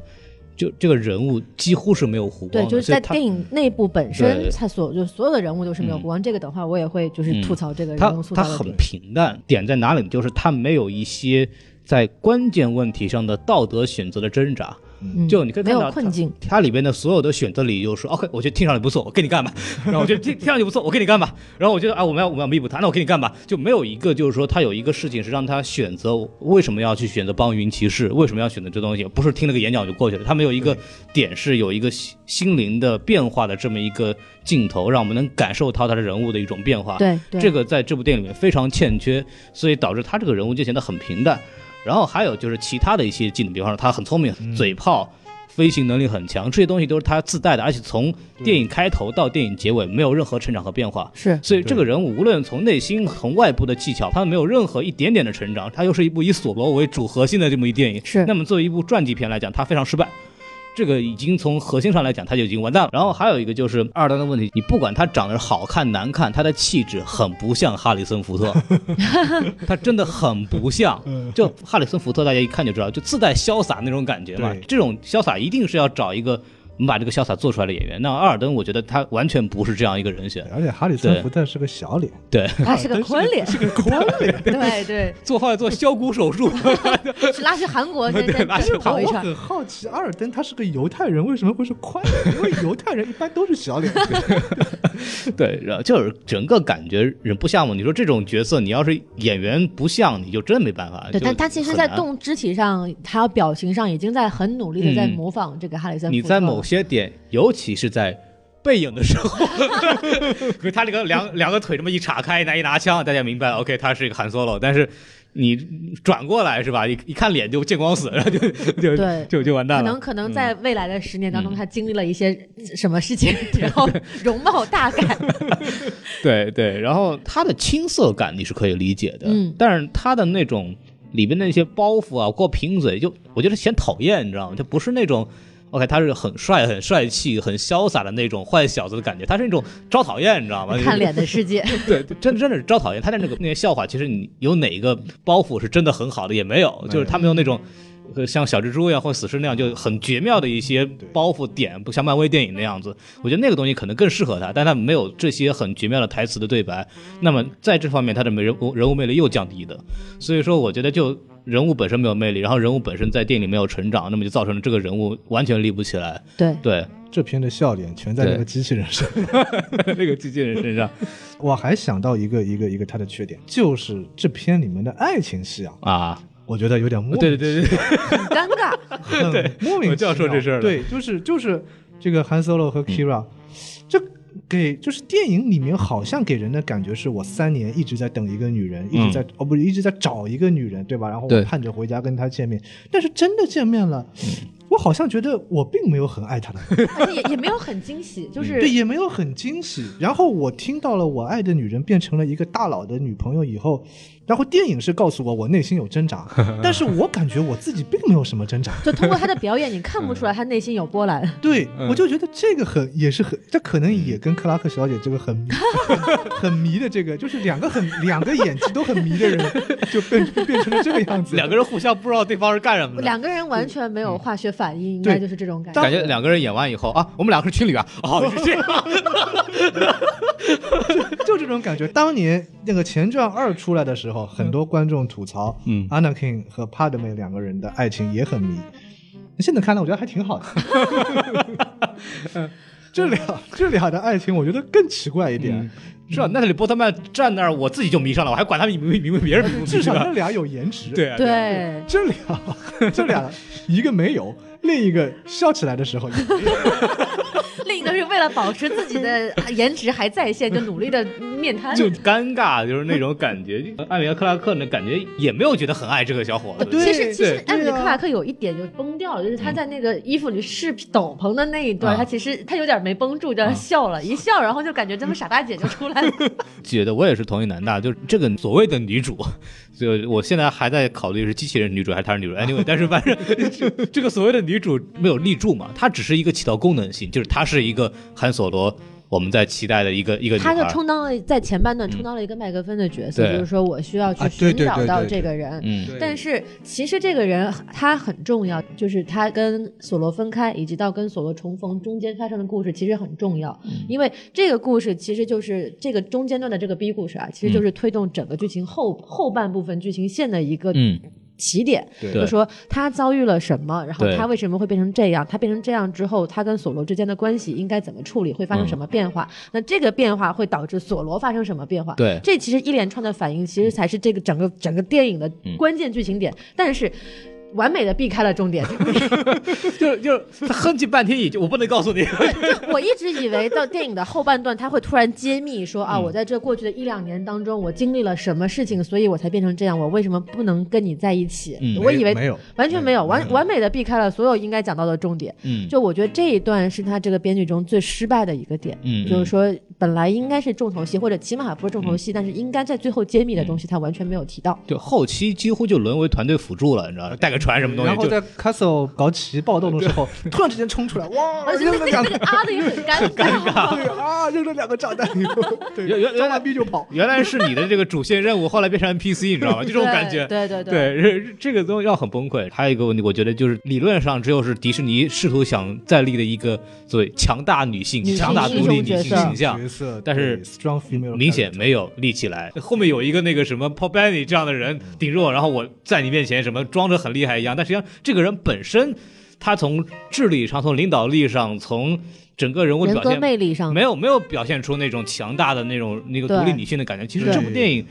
S2: 就这个人物几乎是没有弧光的，
S1: 对，就是
S2: 哦所以
S1: 在
S2: 他
S1: 电影内部本身
S2: 对，嗯
S1: 他所就所有的人物都是没有光。这个等会儿我也会就是吐槽这个人
S2: 他
S1: 物塑
S2: 他
S1: 造的
S2: 很
S1: 点。
S2: 平淡，点在哪里？就是他没有一些在关键问题上的道德选择的挣扎。
S1: 嗯
S2: 就你可以
S1: 没
S2: 看到
S1: 有困境，
S2: 它里边的所有的选择理由说，OK，我觉得听上去不错，我跟你干吧。 <laughs> 然后我觉得听听上去不错，我跟你干吧。然后我觉得啊，我们要我们要弥补它，那我跟你干吧。就没有一个就是说他有一个事情是让他选择为什么要去选择帮云骑士，为什么要选择这东西，不是听了个演讲就过去了。他没有一个点是有一个心心灵的变化的这么一个镜头，让我们能感受到他的人物的一种变化。
S1: 对对，
S2: 啊这个在这部电影里面非常欠缺，所以导致他这个人物就显得很平淡。然后还有就是其他的一些技能，比方说他很聪明，嘴炮。飞行能力很强，这些东西都是他自带的，而且从电影开头到电影结尾没有任何成长和变化，
S1: 是
S2: 所以这个人物无论从内心从外部的技巧，他没有任何一点点的成长，他又是一部以索罗为主核心的这么一电影。
S1: 是
S2: 那么作为一部传记片来讲，它非常失败。这个已经从核心上来讲，它就已经完蛋了。然后还有一个就是二单的问题，你不管他长得好看难看，他的气质很不像哈里森福特，他真的很不像。就哈里森福特，大家一看就知道，就自带潇洒那种感觉嘛
S3: 对。
S2: 这种潇洒一定是要找一个能把这个潇洒做出来的演员。那阿尔登，我觉得他完全不是这样一个人选。
S3: 而且哈里
S2: 对
S3: 森福特是个小脸，
S2: 对，
S1: <laughs> 他是个宽脸，
S3: 是个宽脸，
S1: <laughs>
S2: <laughs>
S1: 对对，
S2: 做饭做削骨手术，
S1: 是拉去韩国再
S2: 对
S1: 再
S2: 拉
S1: 再
S2: 去
S1: 跑一
S3: 我
S1: 圈。
S3: 很好奇，阿尔登他是个犹太人，为什么会是宽脸？因为犹太人一般都是小
S2: <laughs>
S3: 脸。
S2: <laughs> 对，然后就是整个感觉人不像嘛。你说这种角色，你要是演员不像，你就真没办法。
S1: 对，
S2: 就
S1: 但他其实，
S2: 很
S1: 在
S2: 难。
S1: 动肢体上，还有表情上，已经在很努力的在
S2: 嗯
S1: 模仿这个哈里森福特了。
S2: 你在某些点，尤其是在背影的时候， <laughs> 因为他这个两两个腿这么一岔开，拿一拿枪，大家明白，OK，他是一个韩 Solo，但是。你转过来是吧？一一看脸就见光死，然后就就
S1: 对
S2: 就就完蛋
S1: 可
S2: 了。
S1: 能可能在未来的十年当中，
S2: 嗯
S1: 他经历了一些什么事
S2: <laughs>
S1: 情，然后容貌大改。
S2: 对对，然后他的青涩感你是可以理解的，
S1: 嗯
S2: 但是他的那种里边那些包袱啊，过贫嘴，就我觉得嫌讨厌，你知道吗？就不是那种。OK，他是很帅、很帅气、很潇洒的那种坏小子的感觉，他是那种招讨厌，你知道吗？
S1: 看脸的世
S2: <laughs>
S1: 界，
S2: 对，对真真的是招讨厌。他的那个那些笑话，其实你有哪一个包袱是真的很好的也没有，就是他没有那种。呃像小蜘蛛呀，或者死侍那样，就很绝妙的一些包袱点，不像漫威电影那样子。我觉得那个东西可能更适合他，但他没有这些很绝妙的台词的对白。那么在这方面，他的美人物人物魅力又降低的。所以说，我觉得就人物本身没有魅力，然后人物本身在电影里没有成长，那么就造成了这个人物完全立不起来。
S1: 对，
S2: 对，
S3: 这篇的笑点全在那个机器人身上。
S2: <laughs> 那个机器人身上
S3: 我还想到一个一个一个他的缺点，就是这篇里面的爱情戏啊，
S2: <laughs> 啊，
S3: 我觉得有点莫
S2: 对对
S3: 名
S2: 对对。
S1: 很尴尬。
S2: <laughs>
S3: 很莫名
S2: 我
S3: 其
S2: 就要
S3: 妙。
S2: 说这事儿了嗯
S3: 对，就是就是这个 Han Solo 和 Kira，、这给就是电影里面好像给人的感觉是我三年一直在等一个女人，一直在、哦不是一直在找一个女人，对吧？然后
S2: 嗯对
S3: 我盼着回家跟她见面，但是真的见面了，
S2: 嗯
S3: 我好像觉得我并没有很爱她的，
S1: 而且也也没有很惊喜，
S2: 嗯
S1: 就是
S3: 对，也没有很惊喜。然后我听到了我爱的女人变成了一个大佬的女朋友以后。然后电影是告诉我，我内心有
S2: <laughs>
S3: 挣扎，但是我感觉我自己并没有什么挣扎。
S1: 就通过他的表演，你看不出来他内心有波澜。
S3: 对，
S2: 嗯
S3: 我就觉得这个很也是很，这可能也跟克拉克小姐这个很迷 <laughs> 很很迷的这个，就是两个很两个演技都很迷的人，就变变成了这个样
S2: <laughs>
S3: 子。
S2: 两个人互相不知道对方是干什么的，
S1: 两个人完全没
S2: 嗯
S1: 有化学反应，应该
S3: 对
S1: 就是这种感觉。
S3: 当
S2: 感觉两个人演完以后啊，我们两个是情侣啊，哦，是这
S3: <laughs>
S2: 样，
S3: 就这种感觉。当年那个《前传二》出来的时候，很多观众吐槽，
S2: 嗯
S3: ，Anakin 和 Padme 两个人的爱情也很迷。现在看来，我觉得还挺
S2: <laughs>
S3: 好的。嗯这俩这俩的爱情，我觉得更奇怪一点。
S2: <laughs> 是啊，那里波特曼站那儿，我自己就迷上了，我还管他迷不迷不迷别人迷不迷
S3: 至少
S2: 上
S3: 那俩有颜值。
S2: 对啊对啊
S1: 对，
S2: <laughs>
S3: 这俩，这俩，一个没有，另一个笑起来的时候也没有，
S1: 另一个是为了保持自己的啊颜值还在线，就努力的面瘫。
S2: 啊就尴尬，就是那种感觉。艾米尔克拉克那感觉也没有觉得很爱这个小伙子，
S3: 啊对
S1: 其实其实
S3: 对嗯
S1: 艾米丽
S3: 对
S1: 克
S3: 啊
S1: 拉克有一点就崩掉了，就是她在那个衣服里试斗篷的那一段，
S2: 啊
S1: 她其实她有点没绷住，
S3: 啊
S1: 就笑了一笑，然后就感觉咱们傻大姐就出来了。
S2: 觉得我也是同意南大，就是这个所谓的女主，就我现在还在考虑是机器人女主还是她是女主，anyway，但是反正 <laughs> 这这个所谓的女主没有立住嘛，她只是一个起到功能性，就是她是一个韩索罗我们在期待的一个一个女
S1: 她
S2: 孩
S1: 就
S2: 儿，
S1: 充当了在前半段充当了一个麦克风的角色，
S2: 对
S1: 就是说我需要去
S3: 嗯啊对
S1: 寻
S3: 对
S1: 找
S3: 对
S1: 到
S3: 对
S1: 这个人。
S2: 嗯，
S1: 但是其实这个人他很重要，就是他跟索罗分开，以及到跟索罗重逢中间发生的故事其实很重要，因为这个故事其实就是这个中间段的这个 B 故事啊，其实就是推动整个剧情后、后半部分剧情线的一个
S2: 嗯，
S1: 起点，
S3: 对
S1: 就说他遭遇了什么，然后
S2: 对
S1: 他为什么会变成这样，他变成这样之后，他跟索罗之间的关系应该怎么处理，会
S2: 嗯
S1: 发生什么变化？那这个变化会导致索罗发生什么变化？
S2: 对
S1: 这其实一连串的反应，其实才是这个整个整个电影的
S2: 嗯
S1: 关键剧情点，但是。完美的避开了重
S2: <laughs>
S1: 点。
S2: 就是就是他哼唧半天一句，我不能告诉你。
S1: 我一直以为到电影的后半段，他会突然揭秘说
S2: 嗯
S1: 啊，我在这过去的一两年当中，我经历了什么事情，所以我才变成这样。我为什么不能跟你在一起？
S2: 嗯
S1: 我以为
S3: 没有，
S1: 完全没有，完完美的避开了所有应该讲到的重点。
S2: 嗯
S1: 就我觉得这一段是他这个编剧中最失败的一个点，
S2: 嗯
S1: 就是说本来应该是重头戏，或者起码不是重头戏，但是应该在最后揭秘的东西，他完全没有提到。
S2: <laughs> 就后期几乎就沦为团队辅助了，你知道，带个船什么东西
S3: 然后
S2: 就
S3: 在 castle 搞起义暴动的时候，突然之间冲出来，哇，
S1: 而且那
S3: 扔
S1: 个
S3: 了
S1: 那 <laughs>
S3: 两
S1: 个啊的也很尴尬，
S3: 对啊，扔了两个炸弹
S2: <laughs>
S3: 以后，对，
S2: 原原
S3: 装完逼就跑。
S2: 原来是你的这个主线任务，后来变成 NPC，你知道吗？就这种感觉。
S1: <laughs> 对对对
S2: 对，这这个东西要很崩溃。还有一个问题，我觉得就是理论上只有是迪士尼试图想再立的一个所谓强大女性、
S1: 女性
S2: 强大独立
S1: 英雄
S2: 女性
S1: 角色
S2: 形象
S3: 角，色，
S2: 但是
S3: 对 strong female
S2: 明显没有立起来。嗯后面有一个那个什么 Paul Benny 这样的人顶着我，然后我在你面前什么装着很厉害一样，但实际上这个人本身，他从智力上、从领导力上、从整个人物
S1: 人
S2: 表
S1: 格
S2: 现
S1: 魅力上
S2: 没有没有表现出那种强大的那种那个独
S1: 对
S2: 立女性的感觉。其实
S1: 对
S2: 这部电影。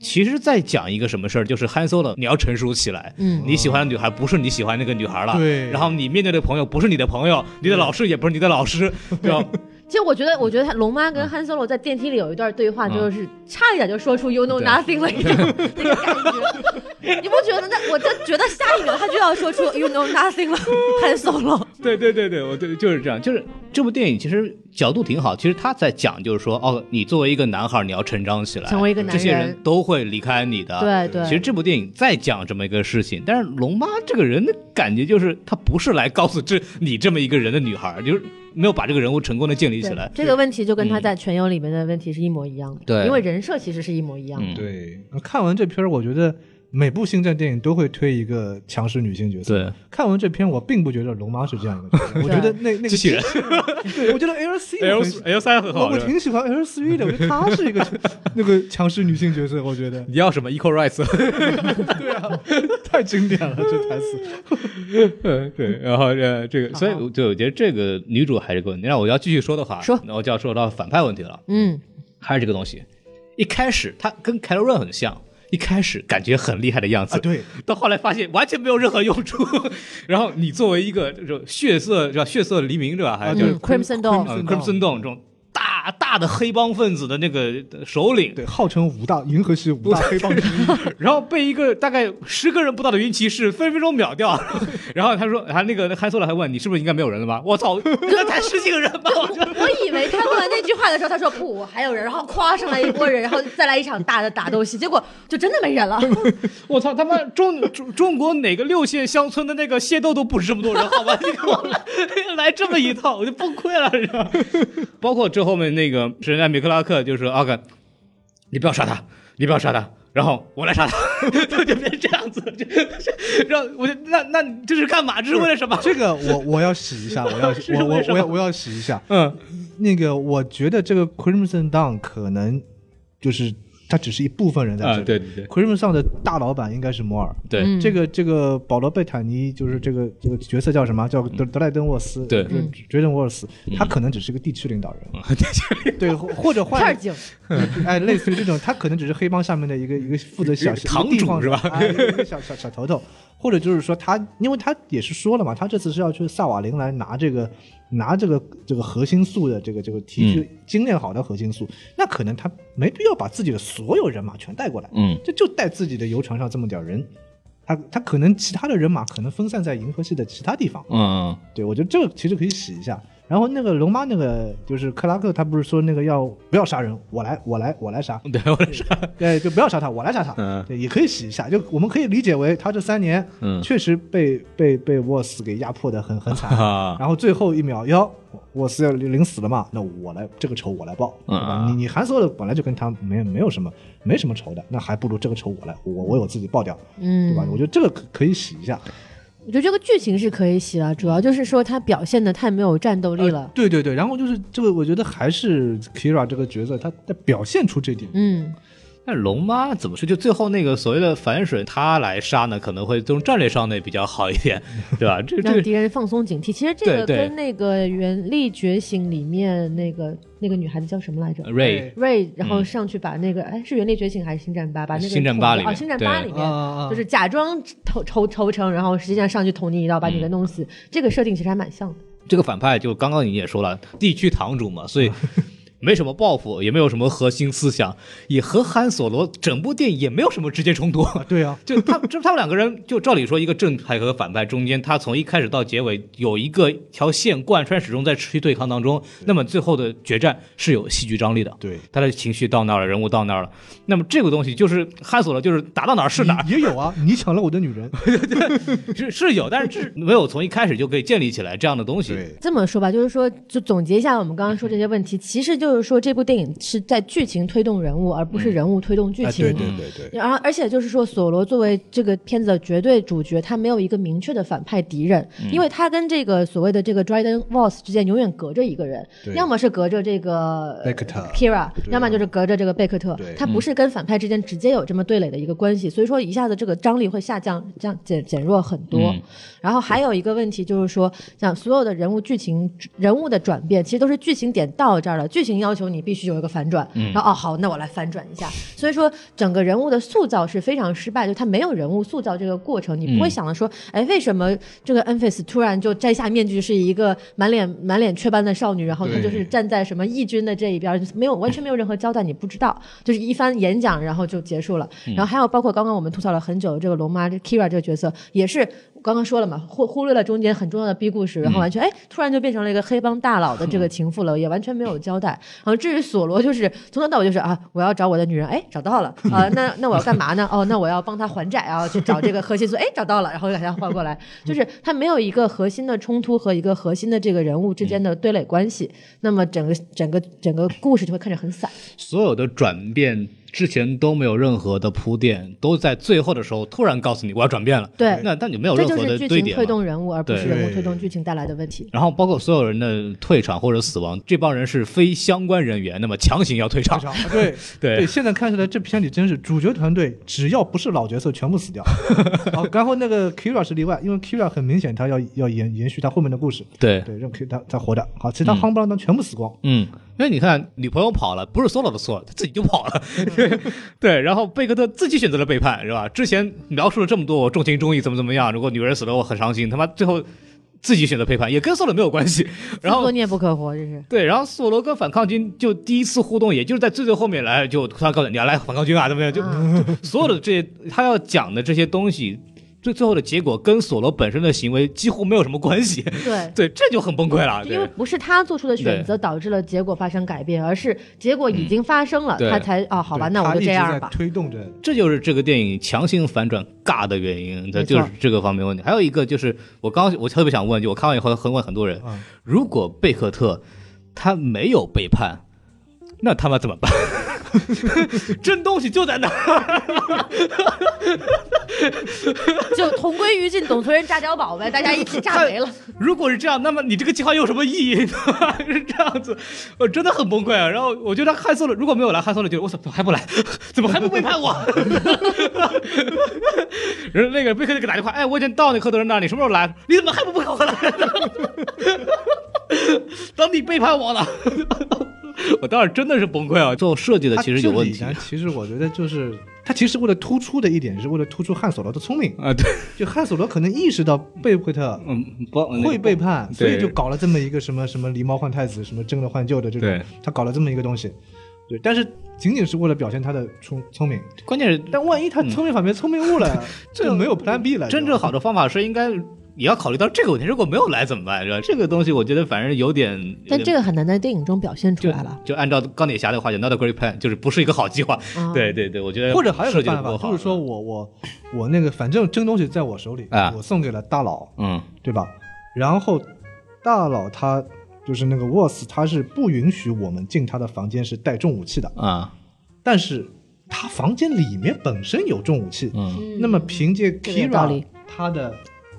S2: 其实，在讲一个什么事儿，就是憨 solo，你要成熟起来。
S1: 嗯
S2: 你喜欢的女孩不是你喜欢那个女孩了。
S3: 对
S2: 然后你面对的朋友不是你的朋友，你的老师也不是你的老师，对吧？
S1: 其实我觉得，我觉得他龙妈跟汉 Solo 在电梯里有一段对话，
S2: 嗯
S1: 就是差一点就说出 “you know nothing”
S2: <laughs>
S1: 了，那种那个感觉，你不觉得？那我真觉得下一秒他就要说出 “you know nothing” 了，
S2: <laughs>
S1: 汉 Solo。
S2: 对对对对，我对就是这样，就是这部电影其实角度挺好，其实他在讲就是说，哦，你作为一个男孩儿，你要成长起来，
S1: 成为一个男
S2: 这些
S1: 人
S2: 人都会离开你的。
S1: 对对
S2: 啊其实这部电影在讲这么一个事情，但是龙妈这个人的感觉就是，她不是来告诉这你这么一个人的女孩儿，就是没有把这个人物成功的建立起来。
S1: 这个问题就跟他
S2: 嗯
S1: 在《全游》里面的问题是一模一样的，
S2: 对
S1: 因为人设其实是一模一样的。
S2: 嗯，
S3: 对，看完这片儿，我觉得每部星战电影都会推一个强势女性角色。
S2: 对，
S3: 看完这片，我并不觉得龙妈是这样一个角色，我觉得那那个
S2: 机器人，哎
S3: 对我觉得 L C
S2: <laughs>
S3: 我很喜
S2: L 三很
S3: 我我
S2: 是吧
S3: 挺喜欢 L C 的，我觉得她是
S2: <laughs>
S3: 一个那个强势女性角色，我觉得
S2: 你要什么 equal rights？
S3: 对啊，太经典了这台词。
S2: 嗯， <laughs> 对，然后呃，这个，
S1: 好
S2: 所以对，我觉得这个女主还是个问题。那我要继续说的话，
S1: 说
S2: 那我就要说到反派问题了。
S1: 嗯，
S2: 还是这个东西，一开始他跟凯罗润很像，一开始感觉很厉害的样子，
S3: 啊对，
S2: 到后来发现完全没有任何用处。 <laughs> 然后你作为一个这种血色，叫血色黎明，对吧？还有
S1: 嗯
S2: 就是、
S1: Crimson Dawn，
S2: 呃
S3: Crimson
S2: Crimson Dawn 这种大大的黑帮分子的那个呃首领，
S3: 对，号称五大银河系五大黑帮之一，
S2: 然后被一个大概十个人不到的云骑士分分钟秒掉。然后他说，他那个韩索勒还问你是不是应该没有人了吧？我操，这才十几个人吧！我就
S1: 我以为他问完那句话的时候，他说不，我还有人，然后咵上来一波人，然后再来一场大的打斗戏，结果就真的没
S2: <laughs>
S1: 人了。
S2: 我操，他妈中中中国哪个六线乡村的那个械斗都不止这么多人，好吧？你给我来来这么一套，我就崩溃了，你知道吗？包括这后面那个神探米克拉克，就说阿甘，你不要杀他，你不要杀他。然后我来杀他， <laughs> 就变成这样子， <laughs> 就就让我就那那你这是干嘛？这是为了什
S3: <laughs>
S2: 么？
S3: 这个我我要洗一下，我要
S2: <laughs> 是
S3: 我我
S2: 为什么
S3: 我要我要洗一下。
S2: 嗯，
S3: 那个，我觉得这个 Crimson Dawn 可能就是他只是一部分人在这里。
S2: 啊对对对
S3: Crimson Dawn 的大老板应该是摩尔。
S2: 对
S1: 嗯
S3: 这个这个保罗贝坦尼就是这个这个角色叫什么？叫德德莱登沃斯，
S2: 对
S3: 就是
S1: 嗯
S3: Drayden 沃斯，他可能只是嗯 <laughs> 个地区领导人，对，或
S1: <laughs>
S3: 或者
S1: 片儿
S3: 换，
S1: 警，
S3: <laughs> 哎，类似于这种，他可能只是黑帮下面的一个一个负责小
S2: 堂主
S3: 一个地方
S2: 是吧
S3: 哎一个小小小头 <laughs> 头，或者就是说他，因为他也是说了嘛，他这次是要去萨瓦林来拿这个拿这个这个核心素的这个这个提取精炼好的核心素，那可能他没必要把自己的所有人马全带过来，
S2: 嗯，
S3: 这就带自己的游船上这么点儿人。他他可能其他的人马可能分散在银河系的其他地方，
S2: 嗯，
S3: 对，我觉得这个其实可以洗一下。然后那个龙妈那个就是克拉克，他不是说那个要不要杀人？我来，我来，我来
S2: <laughs>
S3: 杀。
S2: <laughs> 对，我来杀，
S3: 对，就不要杀他，我来杀他。
S2: 嗯
S3: 对，也可以洗一下。就我们可以理解为他这三年，
S2: 嗯
S3: 确实被被被沃斯给压迫的很很
S2: <laughs>
S3: 惨。
S2: 啊
S3: 然后最后一秒，哟，沃斯要临死了嘛，那我来这个仇我来报，对吧
S2: 嗯？
S3: 你你韩索尔本来就跟他没没有什么没什么仇的，那还不如这个仇我来，我我有自己报掉，
S1: 嗯，
S3: 对吧？我觉得这个可可以洗一下。
S1: 我觉得这个剧情是可以洗了，主要就是说他表现的太没有战斗力
S2: 呃
S1: 了。
S3: 对对对，然后就是这个，我觉得还是 Kira 这个角色，她她表现出这点。
S1: 嗯，
S2: 但是龙妈怎么说？就最后那个所谓的反水，她来杀呢，可能会从战略上呢比较好一点，对吧？这
S1: 让
S2: 这
S1: 敌人放松警惕。其实这个
S2: 对对
S1: 跟那个《原力觉醒》里面那个那个女孩子叫什么来着？
S2: Ray
S1: 瑞，然后上去把那个哎是《原力觉醒》还是《星战八》？把那个
S2: 嗯星战八
S1: 捅
S2: 里面
S1: 啊，《星战八》
S2: 对
S1: 里
S3: 啊
S1: 面
S3: 啊啊
S1: 就是假装投投投诚，然后实际上上去捅你一刀，把
S2: 嗯
S1: 你给弄死。这个设定其实还蛮像的。
S2: <laughs> 这个反派就刚刚你也说了，地区堂主嘛，所以没什么抱负，也没有什么核心思想，也和Han 索罗整部电影也没有什么直接冲突。 <laughs>
S3: 对啊，
S2: 就他就他们两个人，就照理说一个正派和反派中间，他从一开始到结尾有一个条线贯穿始终在持续对抗当中，那么最后的决战是有戏剧张力的。
S3: 对，
S2: 他的情绪到那儿了，人物到那儿了，那么这个东西就是汉索罗，就是打到哪儿是哪儿，
S3: 也有啊，你抢了我的女
S2: <laughs>
S3: 人，
S1: 嗯
S2: 是是有，但是这是没有从一开始就可以建立起来这样的东西。
S3: 对，
S1: 这么说吧，就是说，就总结一下我们刚刚说这些问题，其实就是说，这部电影是在剧情推动人物，而
S2: 嗯
S1: 不是人物推动剧
S3: 哎，
S1: 情。
S3: 对对对对，
S1: 然后，而且就是说，索罗作为这个片子的绝对主角，他没有一个明确的反派敌人，
S2: 嗯
S1: 因为他跟这个所谓的这个 Dryden Voss 之间永远隔着一个人，
S3: 对
S1: 要么是隔着这个
S3: 贝克特
S1: Kira，
S3: 对啊
S1: 要么就是隔着这个贝克特
S3: 对，
S1: 他不是跟反派之间直接有这么对垒的一个关系，所以说一下子这个张力会下降，降减减弱很多。
S2: 嗯
S1: 然后还有一个问题就是说，像所有的人物剧情人物的转变，其实都是剧情点到这儿了，剧情要求你必须有一个反转，
S3: 嗯
S1: 然后哦好，那我来反转一下。所以说整个人物的塑造是非常失败，就他没有人物塑造这个过程，
S3: 嗯
S1: 你不会想着说，哎，为什么这个恩菲斯突然就摘下面具是一个满脸满脸雀斑的少女，然后她
S3: 对
S1: 就是站在什么义军的这一边儿，没有完全没有任何交代，你不知道，就是一番演讲，然后就结束了。然后还有包括刚刚我们吐槽了很久的这个龙妈这 Kira 这个角色，也是刚刚说了嘛，忽忽略了中间很重要的 B 故事，然后完全哎突然就变成了一个黑帮大佬的这个情妇了，也完全没有交代。然后呃至于索罗，就是从头到尾就是啊，我要找我的女人，哎找到了啊、那那我要干嘛呢？哦，那我要帮她还债啊，去找这个核心所，哎找到了，然后又给他换过来，就是他没有一个核心的冲突和一个核心的这个人物之间的对垒关系，那么整个整个整个故事就会看着很散。
S2: 所有的转变之前都没有任何的铺垫，都在最后的时候突然告诉你我要转变了。
S1: 对
S2: 那但你没有
S1: 这
S2: 任
S1: 就
S2: 何
S1: 是
S2: 的
S1: 剧
S2: 对
S1: 情
S2: 点
S1: 推
S2: 嘛。
S1: 动人物，而不是人物
S3: 对
S1: 推动剧情带来的问题。
S2: 然后包括所有人的退场或者死亡，这帮人是非相关人员，那么强行要退场。
S3: 对
S2: <laughs> 对
S3: 对，现在看起来这片里真是主角团队，只要不是老角色，全部死
S2: <laughs>
S3: 掉。好，然后那个 Kira 是例外，因为 Kira 很明显他要要延延续他后面的故事，
S2: 对
S3: 对，让 Kira 他他活着。好，其他夯不啷当全部死光。
S2: 嗯，因为你看女朋友跑了，不是 Solo 的错，他自己就跑了。 <laughs> 对，然后贝克特自己选择了背叛，是吧？之前描述了这么多，我重情重义，怎么怎么样，如果女人死了，我很伤心。他妈最后自己选择背叛，也跟 Solo 没有关系。然后
S1: 自作孽不可活，这是。
S2: 对，然后索罗跟反抗军就第一次互动，也就是在最最后面来，就他告诉你要来反抗军啊，怎么样？就
S1: 啊
S2: 所有的这些他要讲的这些东西，最最后的结果跟索罗本身的行为几乎没有什么关系。 <laughs>
S1: 对。
S2: 对，这就很崩溃了。
S1: 就因为
S2: 啊对，
S1: 不是他做出的选择导致了结果发生改变，而是结果已经发生了，
S2: 嗯对
S1: 他才啊，好吧，
S3: 对
S1: 那我
S3: 他
S1: 就
S3: 一直
S1: 这样
S3: 在
S1: 吧。
S3: 推动着，
S2: 这就是这个电影强行反转尬的原因，它
S1: 没错
S2: 就是这个方面问题。还有一个就是，我刚我特别想问，就我看完以后很问很多人，
S3: 嗯
S2: 如果贝克特他没有背叛，那他妈怎么办？真东西就在那儿。
S1: <laughs> 就同归于尽，董存瑞炸碉堡呗，大家一起炸没了。
S2: 如果是这样，那么你这个计划又有什么意义呢？ <laughs> 是这样子，我真的很崩溃啊。然后我觉得汉索了，如果没有来汉索了，觉得我操，怎么还不来？ <laughs> 怎么还不背叛我？然后那个贝克特给打电话，哎，我已经到那克德人那儿，你什么时候来？你怎么还不背叛我来？ <laughs> 等你背叛我了， <laughs> 我当时真的是崩溃啊！最后设计的
S3: 他
S2: 其实有
S3: 这
S2: 问
S3: 里
S2: 题
S3: 呢。其实我觉得就是他其实为了突出的一点是为了突出汉索罗的聪明，
S2: 啊，对，
S3: 就汉索罗可能意识到贝克特
S2: 嗯，不
S3: 会背叛，所以
S2: 对
S3: 就搞了这么一个什么什么狸猫换太子，什么争了换旧的这
S2: 对
S3: 种，他搞了这么一个东西，对，但是仅仅是为了表现他的聪聪明，
S2: 关键是
S3: 但万一他聪明反被聪明误
S2: <laughs>
S3: 了，
S2: 这
S3: 就没有 Plan B 了，
S2: 嗯真正好的方法是应该也要考虑到这个问题，如果没有来怎么办？是吧？这个东西我觉得反正有点，
S1: <laughs> 但
S2: 有
S1: 这
S2: 点
S1: 个很难在电影中表现出
S2: 就
S1: 来了。
S2: 就按照钢铁侠的话讲，not a great plan，就是不是一个好计划。
S1: 啊
S2: 对对对，我觉得
S3: 或者还有
S2: 设
S3: 个
S2: 计得
S3: 办法，
S2: 不好
S3: 就是说，我我我那个反正争东西在我手里
S2: 啊，
S3: 我送给了大佬，
S2: 嗯
S3: 对吧？然后大佬他就是那个沃斯，他是不允许我们进他的房间是带重武器的，
S2: 啊
S3: 但是他房间里面本身有重武器，
S2: 嗯
S1: 嗯
S3: 那么凭借
S1: 这个有道
S3: Kira
S1: 理
S3: 他的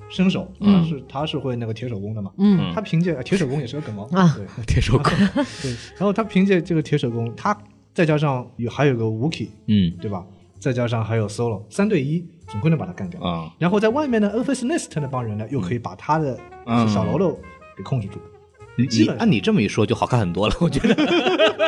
S3: 身手，
S1: 嗯
S3: 他是他是会那个铁手功的嘛，
S1: 嗯
S3: 他凭借呃铁手功也是个梗哦，
S1: 啊
S3: 对
S2: 铁手哥，
S3: <laughs> 对，然后他凭借这个铁手功，他再加上有还有个 Wookie
S2: 嗯
S3: 对吧？再加上还有 Solo 三对一，总归能把他干掉。
S2: 啊
S3: 然后在外面呢 o f f i c e Nest 那帮人呢，又可以把他的
S2: 嗯
S3: 小喽啰给控制住。
S2: 你
S3: 基
S2: 你
S3: 本上
S2: 按你这么一说就好看很多了，我 <laughs> 觉得。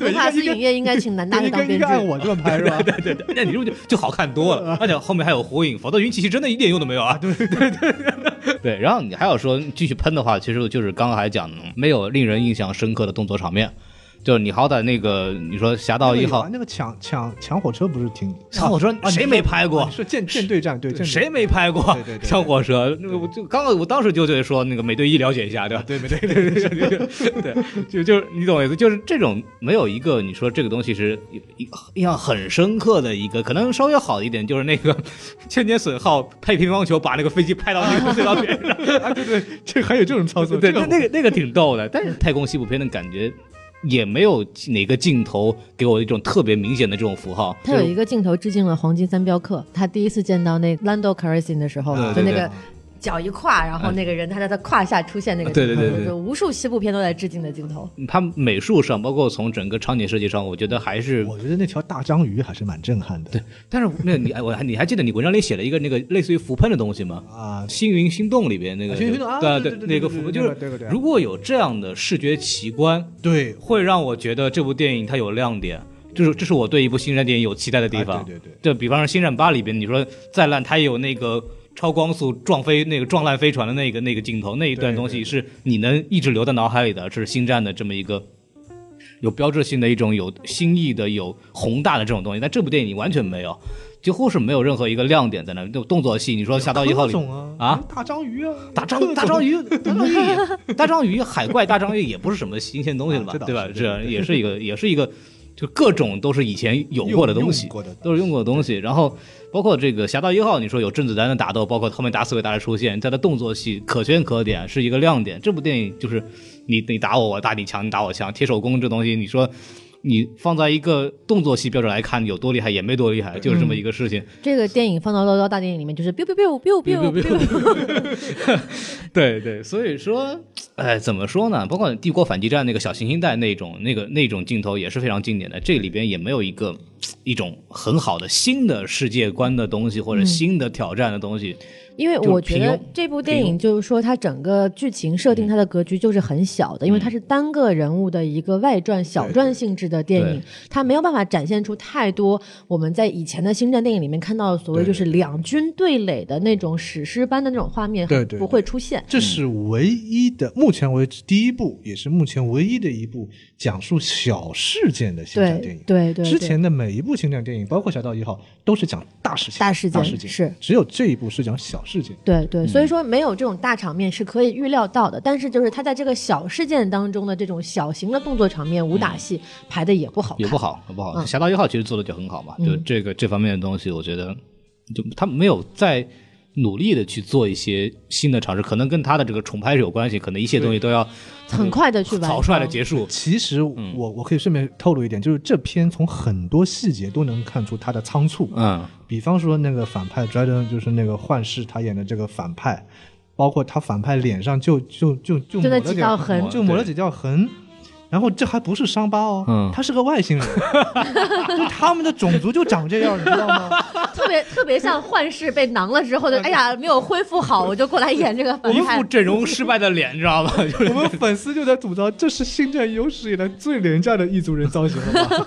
S1: 卢卡斯影业应该请南大
S3: 应
S1: 去
S3: 该
S1: 当
S3: 应
S1: 编
S3: 该按
S1: 剧。
S3: 我这么拍是吧？
S2: <laughs> 对对对，那你这么就就好看多
S3: <laughs>
S2: 了，而且后面还有呼应，否则云奇奇真的一点用都没有啊。对对对对，然后你还要说继续喷的话，其实就是刚刚还讲没有令人印象深刻的动作场面。就是你好歹那个你说《侠盗一号》
S3: 啊那个抢抢抢火车不是挺？
S2: 抢火车
S3: 啊
S2: 谁
S3: 你
S2: 没拍过
S3: 啊你说舰舰队战对，舰队
S2: 谁没拍过
S3: 对对对对
S2: 抢火车？那个我就刚刚我当时就得说那个美队一了解一下，对吧？
S3: 对没对？
S2: 对对对对，就就是你懂我意思，就是这种没有一个你说这个东西是印印象很深刻的一个，可能稍微好一点，就是那个千年隼号拍乒乓球把那个飞机拍到那个隧道边上，
S3: 啊对对，这还有这种操作，
S2: 对，
S3: 这
S2: 那那个那个挺逗的，但是太空西部片的感觉。也没有哪个镜头给我一种特别明显的这种符号，
S1: 他有一个镜头致敬了《黄金三镖客》，他第一次见到那 Lando Calrissian 的时候，
S2: 啊
S1: 就那
S2: 对
S1: 个脚一跨，然后那个人他在他胯下出现那个
S2: 对
S1: 镜头，
S2: 对对对
S1: 就无数西部片都在致敬的镜头。
S2: 它美术上，包括从整个场景设计上，我觉得还是
S3: 我觉得那条大章鱼还是蛮震撼的。对
S2: 但是那你哎， <laughs> 我还你还记得你文章里写了一个那个类似于浮喷的东西吗？
S3: 啊，
S2: 《星云心动》里边那个，
S3: 啊星云心动啊
S2: 对
S3: 对对对
S2: 那个
S3: 对对
S2: 浮
S3: 对
S2: 就是
S3: 对对对
S2: 如果有这样的视觉奇观，
S3: 对啊
S2: 会让我觉得这部电影它有亮点，就是这是我对一部星战电影有期待的地方。
S3: 啊对对对
S2: 对，比方说《星战八》里边，你说再烂，它也有那个。超光速撞飞那个撞烂飞船的那个那个镜头，那一段
S3: 对对
S2: 东西
S3: 对
S2: 是你能一直留在脑海里的，这是星战的这么一个有标志性的一种有新意的、有宏大的这种东西，但这部电影完全没有，几乎是没有任何一个亮点在那。就动作戏，你说《侠盗一号》里
S3: 柯总啊
S2: 啊，
S3: 大章鱼啊，
S2: 大章
S3: 柯总
S2: 大章鱼，大章鱼也，大章鱼海怪大章鱼也不是什么新鲜东西了吧，
S3: 啊这倒
S2: 对吧？
S3: 是对
S2: 这
S3: 对对
S2: 也是一个也是一个，就各种都是以前有过的东西
S3: 用用过的，
S2: 都是用过的东西。然后包括这个《侠盗一号》，你说有甄子丹的打斗，包括后面达斯维达的出现，在他的动作戏可圈可点，是一个亮点。这部电影就是你你打我，我打你强，你打我强，铁手功这东西，你说。你放在一个动作戏标准来看，有多厉害也没多厉害，就是这么一个事情。
S1: 这个电影放到《唠叨大电影》里面，就是 biu biu biu biu biu biu，
S2: 对对，所以说，哎，怎么说呢？包括《帝国反击战》那个小行星带那种、那个那种镜头也是非常经典的。这里边也没有一个一种很好的新的世界观的东西，或者新的挑战的东西。
S1: 因为
S2: 就是
S1: 我觉得
S2: 平庸
S1: 这部电影就是说，它整个剧情设定它的格局就是很小的，因为它是单个人物的一个外传、小传性质的电
S2: 对
S1: 影，它没有办法展现出太多我们在以前的星战电影里面看到的所谓就是两军对垒的那种史诗般的那种画面，
S3: 对对
S1: 不会出现。
S3: 这是唯一的，目前为止第一部，也是目前唯一的一部讲述小事件的星战电
S1: 对对
S3: 影。
S1: 对，
S3: 之前的每一部星战电影，包括《侠盗一号》，都是讲大事情，
S1: 大
S3: 大
S1: 事件
S3: 事件
S1: 是
S3: 只有这一部是讲小事件。
S1: 对对，所以说没有这种大场面是可以预料到的，但是就是他在这个小事件当中的这种小型的动作场面、武打戏排的也不好看，
S2: 也不好，也不好。
S1: 嗯
S2: 侠盗一号其实做的就很好嘛，就
S1: 嗯
S2: 这个这方面的东西，我觉得就他没有在努力的去做一些新的尝试，可能跟他的这个重拍是有关系，可能一切东西都要
S1: 很快的去完成
S2: 草率的结束。
S3: 其实我、
S2: 嗯
S3: 我可以顺便透露一点，就是这篇从很多细节都能看出他的仓促。
S2: 嗯，
S3: 比方说那个反派 Dryden，就是那个幻视他演的这个反派，包括他反派脸上就就就就
S1: 就那
S3: 抹了
S1: 几道痕
S2: 抹
S3: 就抹了
S2: 对
S3: 几道痕。然后这还不是伤疤哦，
S2: 嗯
S3: 他是个外星
S2: <laughs>
S3: 人，就他们的种族就长这样，你知道吗？
S1: 特别特别像幻视被囊了之后的，哎呀，没有恢复好，我就过来演这个
S2: 我
S1: 反
S2: 们
S1: 派
S2: 副。整容失败的脸，你知道吗？ <laughs> 就是
S3: <laughs> 我们粉丝就在吐槽，这是星战有史以来最廉价的异族人造型
S1: <laughs>
S3: 了吧？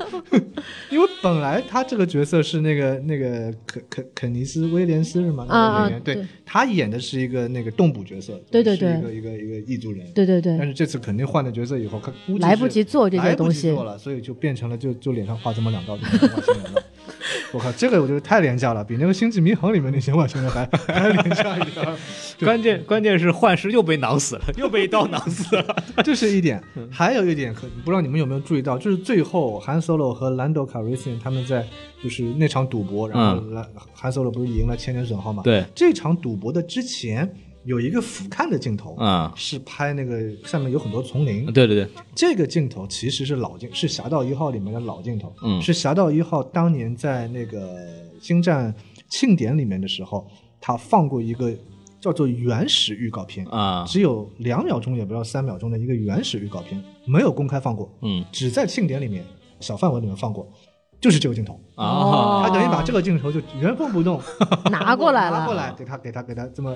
S3: 因为本来他这个角色是那个那个肯肯肯尼斯威廉斯是吗？那
S1: 啊
S3: 个
S1: 啊
S3: 演员，对
S1: 对
S3: 他演的是一个那个动捕角色，
S1: 对对
S3: 就是
S1: 对
S3: 一个一个一个异族人。
S1: 对对对
S3: 但，是这次肯定换了角色以后，他估计是
S1: 来不及做这些
S3: 来不
S1: 东
S3: 及
S1: 西
S3: 做。了，所以就变成了就就脸上画这么两道就变成外星人了。我靠，这个我觉得太廉价了，比那个《星际迷航》里面那些外星人还还廉价一点儿。
S2: 关键关键是幻视又被囊死了，又被一刀囊死了。
S3: <laughs> 这是一点，还有一点可不知道你们有没有注意到，就是最后韩 Solo 和兰德卡瑞森他们在就是那场赌博，然后兰韩 Solo 不是赢了千年隼号吗？，
S2: 嗯对，
S3: 这场赌博的之前有一个俯瞰的镜头，
S2: 啊、
S3: 是拍那个下面有很多丛林，
S2: 对对对，
S3: 这个镜头其实是老镜，是《侠盗一号》里面的老镜头，
S2: 嗯
S3: 是《侠盗一号》当年在那个星战庆典里面的时候，他放过一个叫做原始预告片
S2: 啊
S3: 只有两秒钟也不到三秒钟的一个原始预告片，没有公开放过，
S2: 嗯
S3: 只在庆典里面小范围里面放过，就是这个镜头，
S2: 啊
S1: 哦
S3: 他等于把这个镜头就原封不动
S2: <laughs>
S1: 拿过来了
S3: 拿过来给他给他给他这么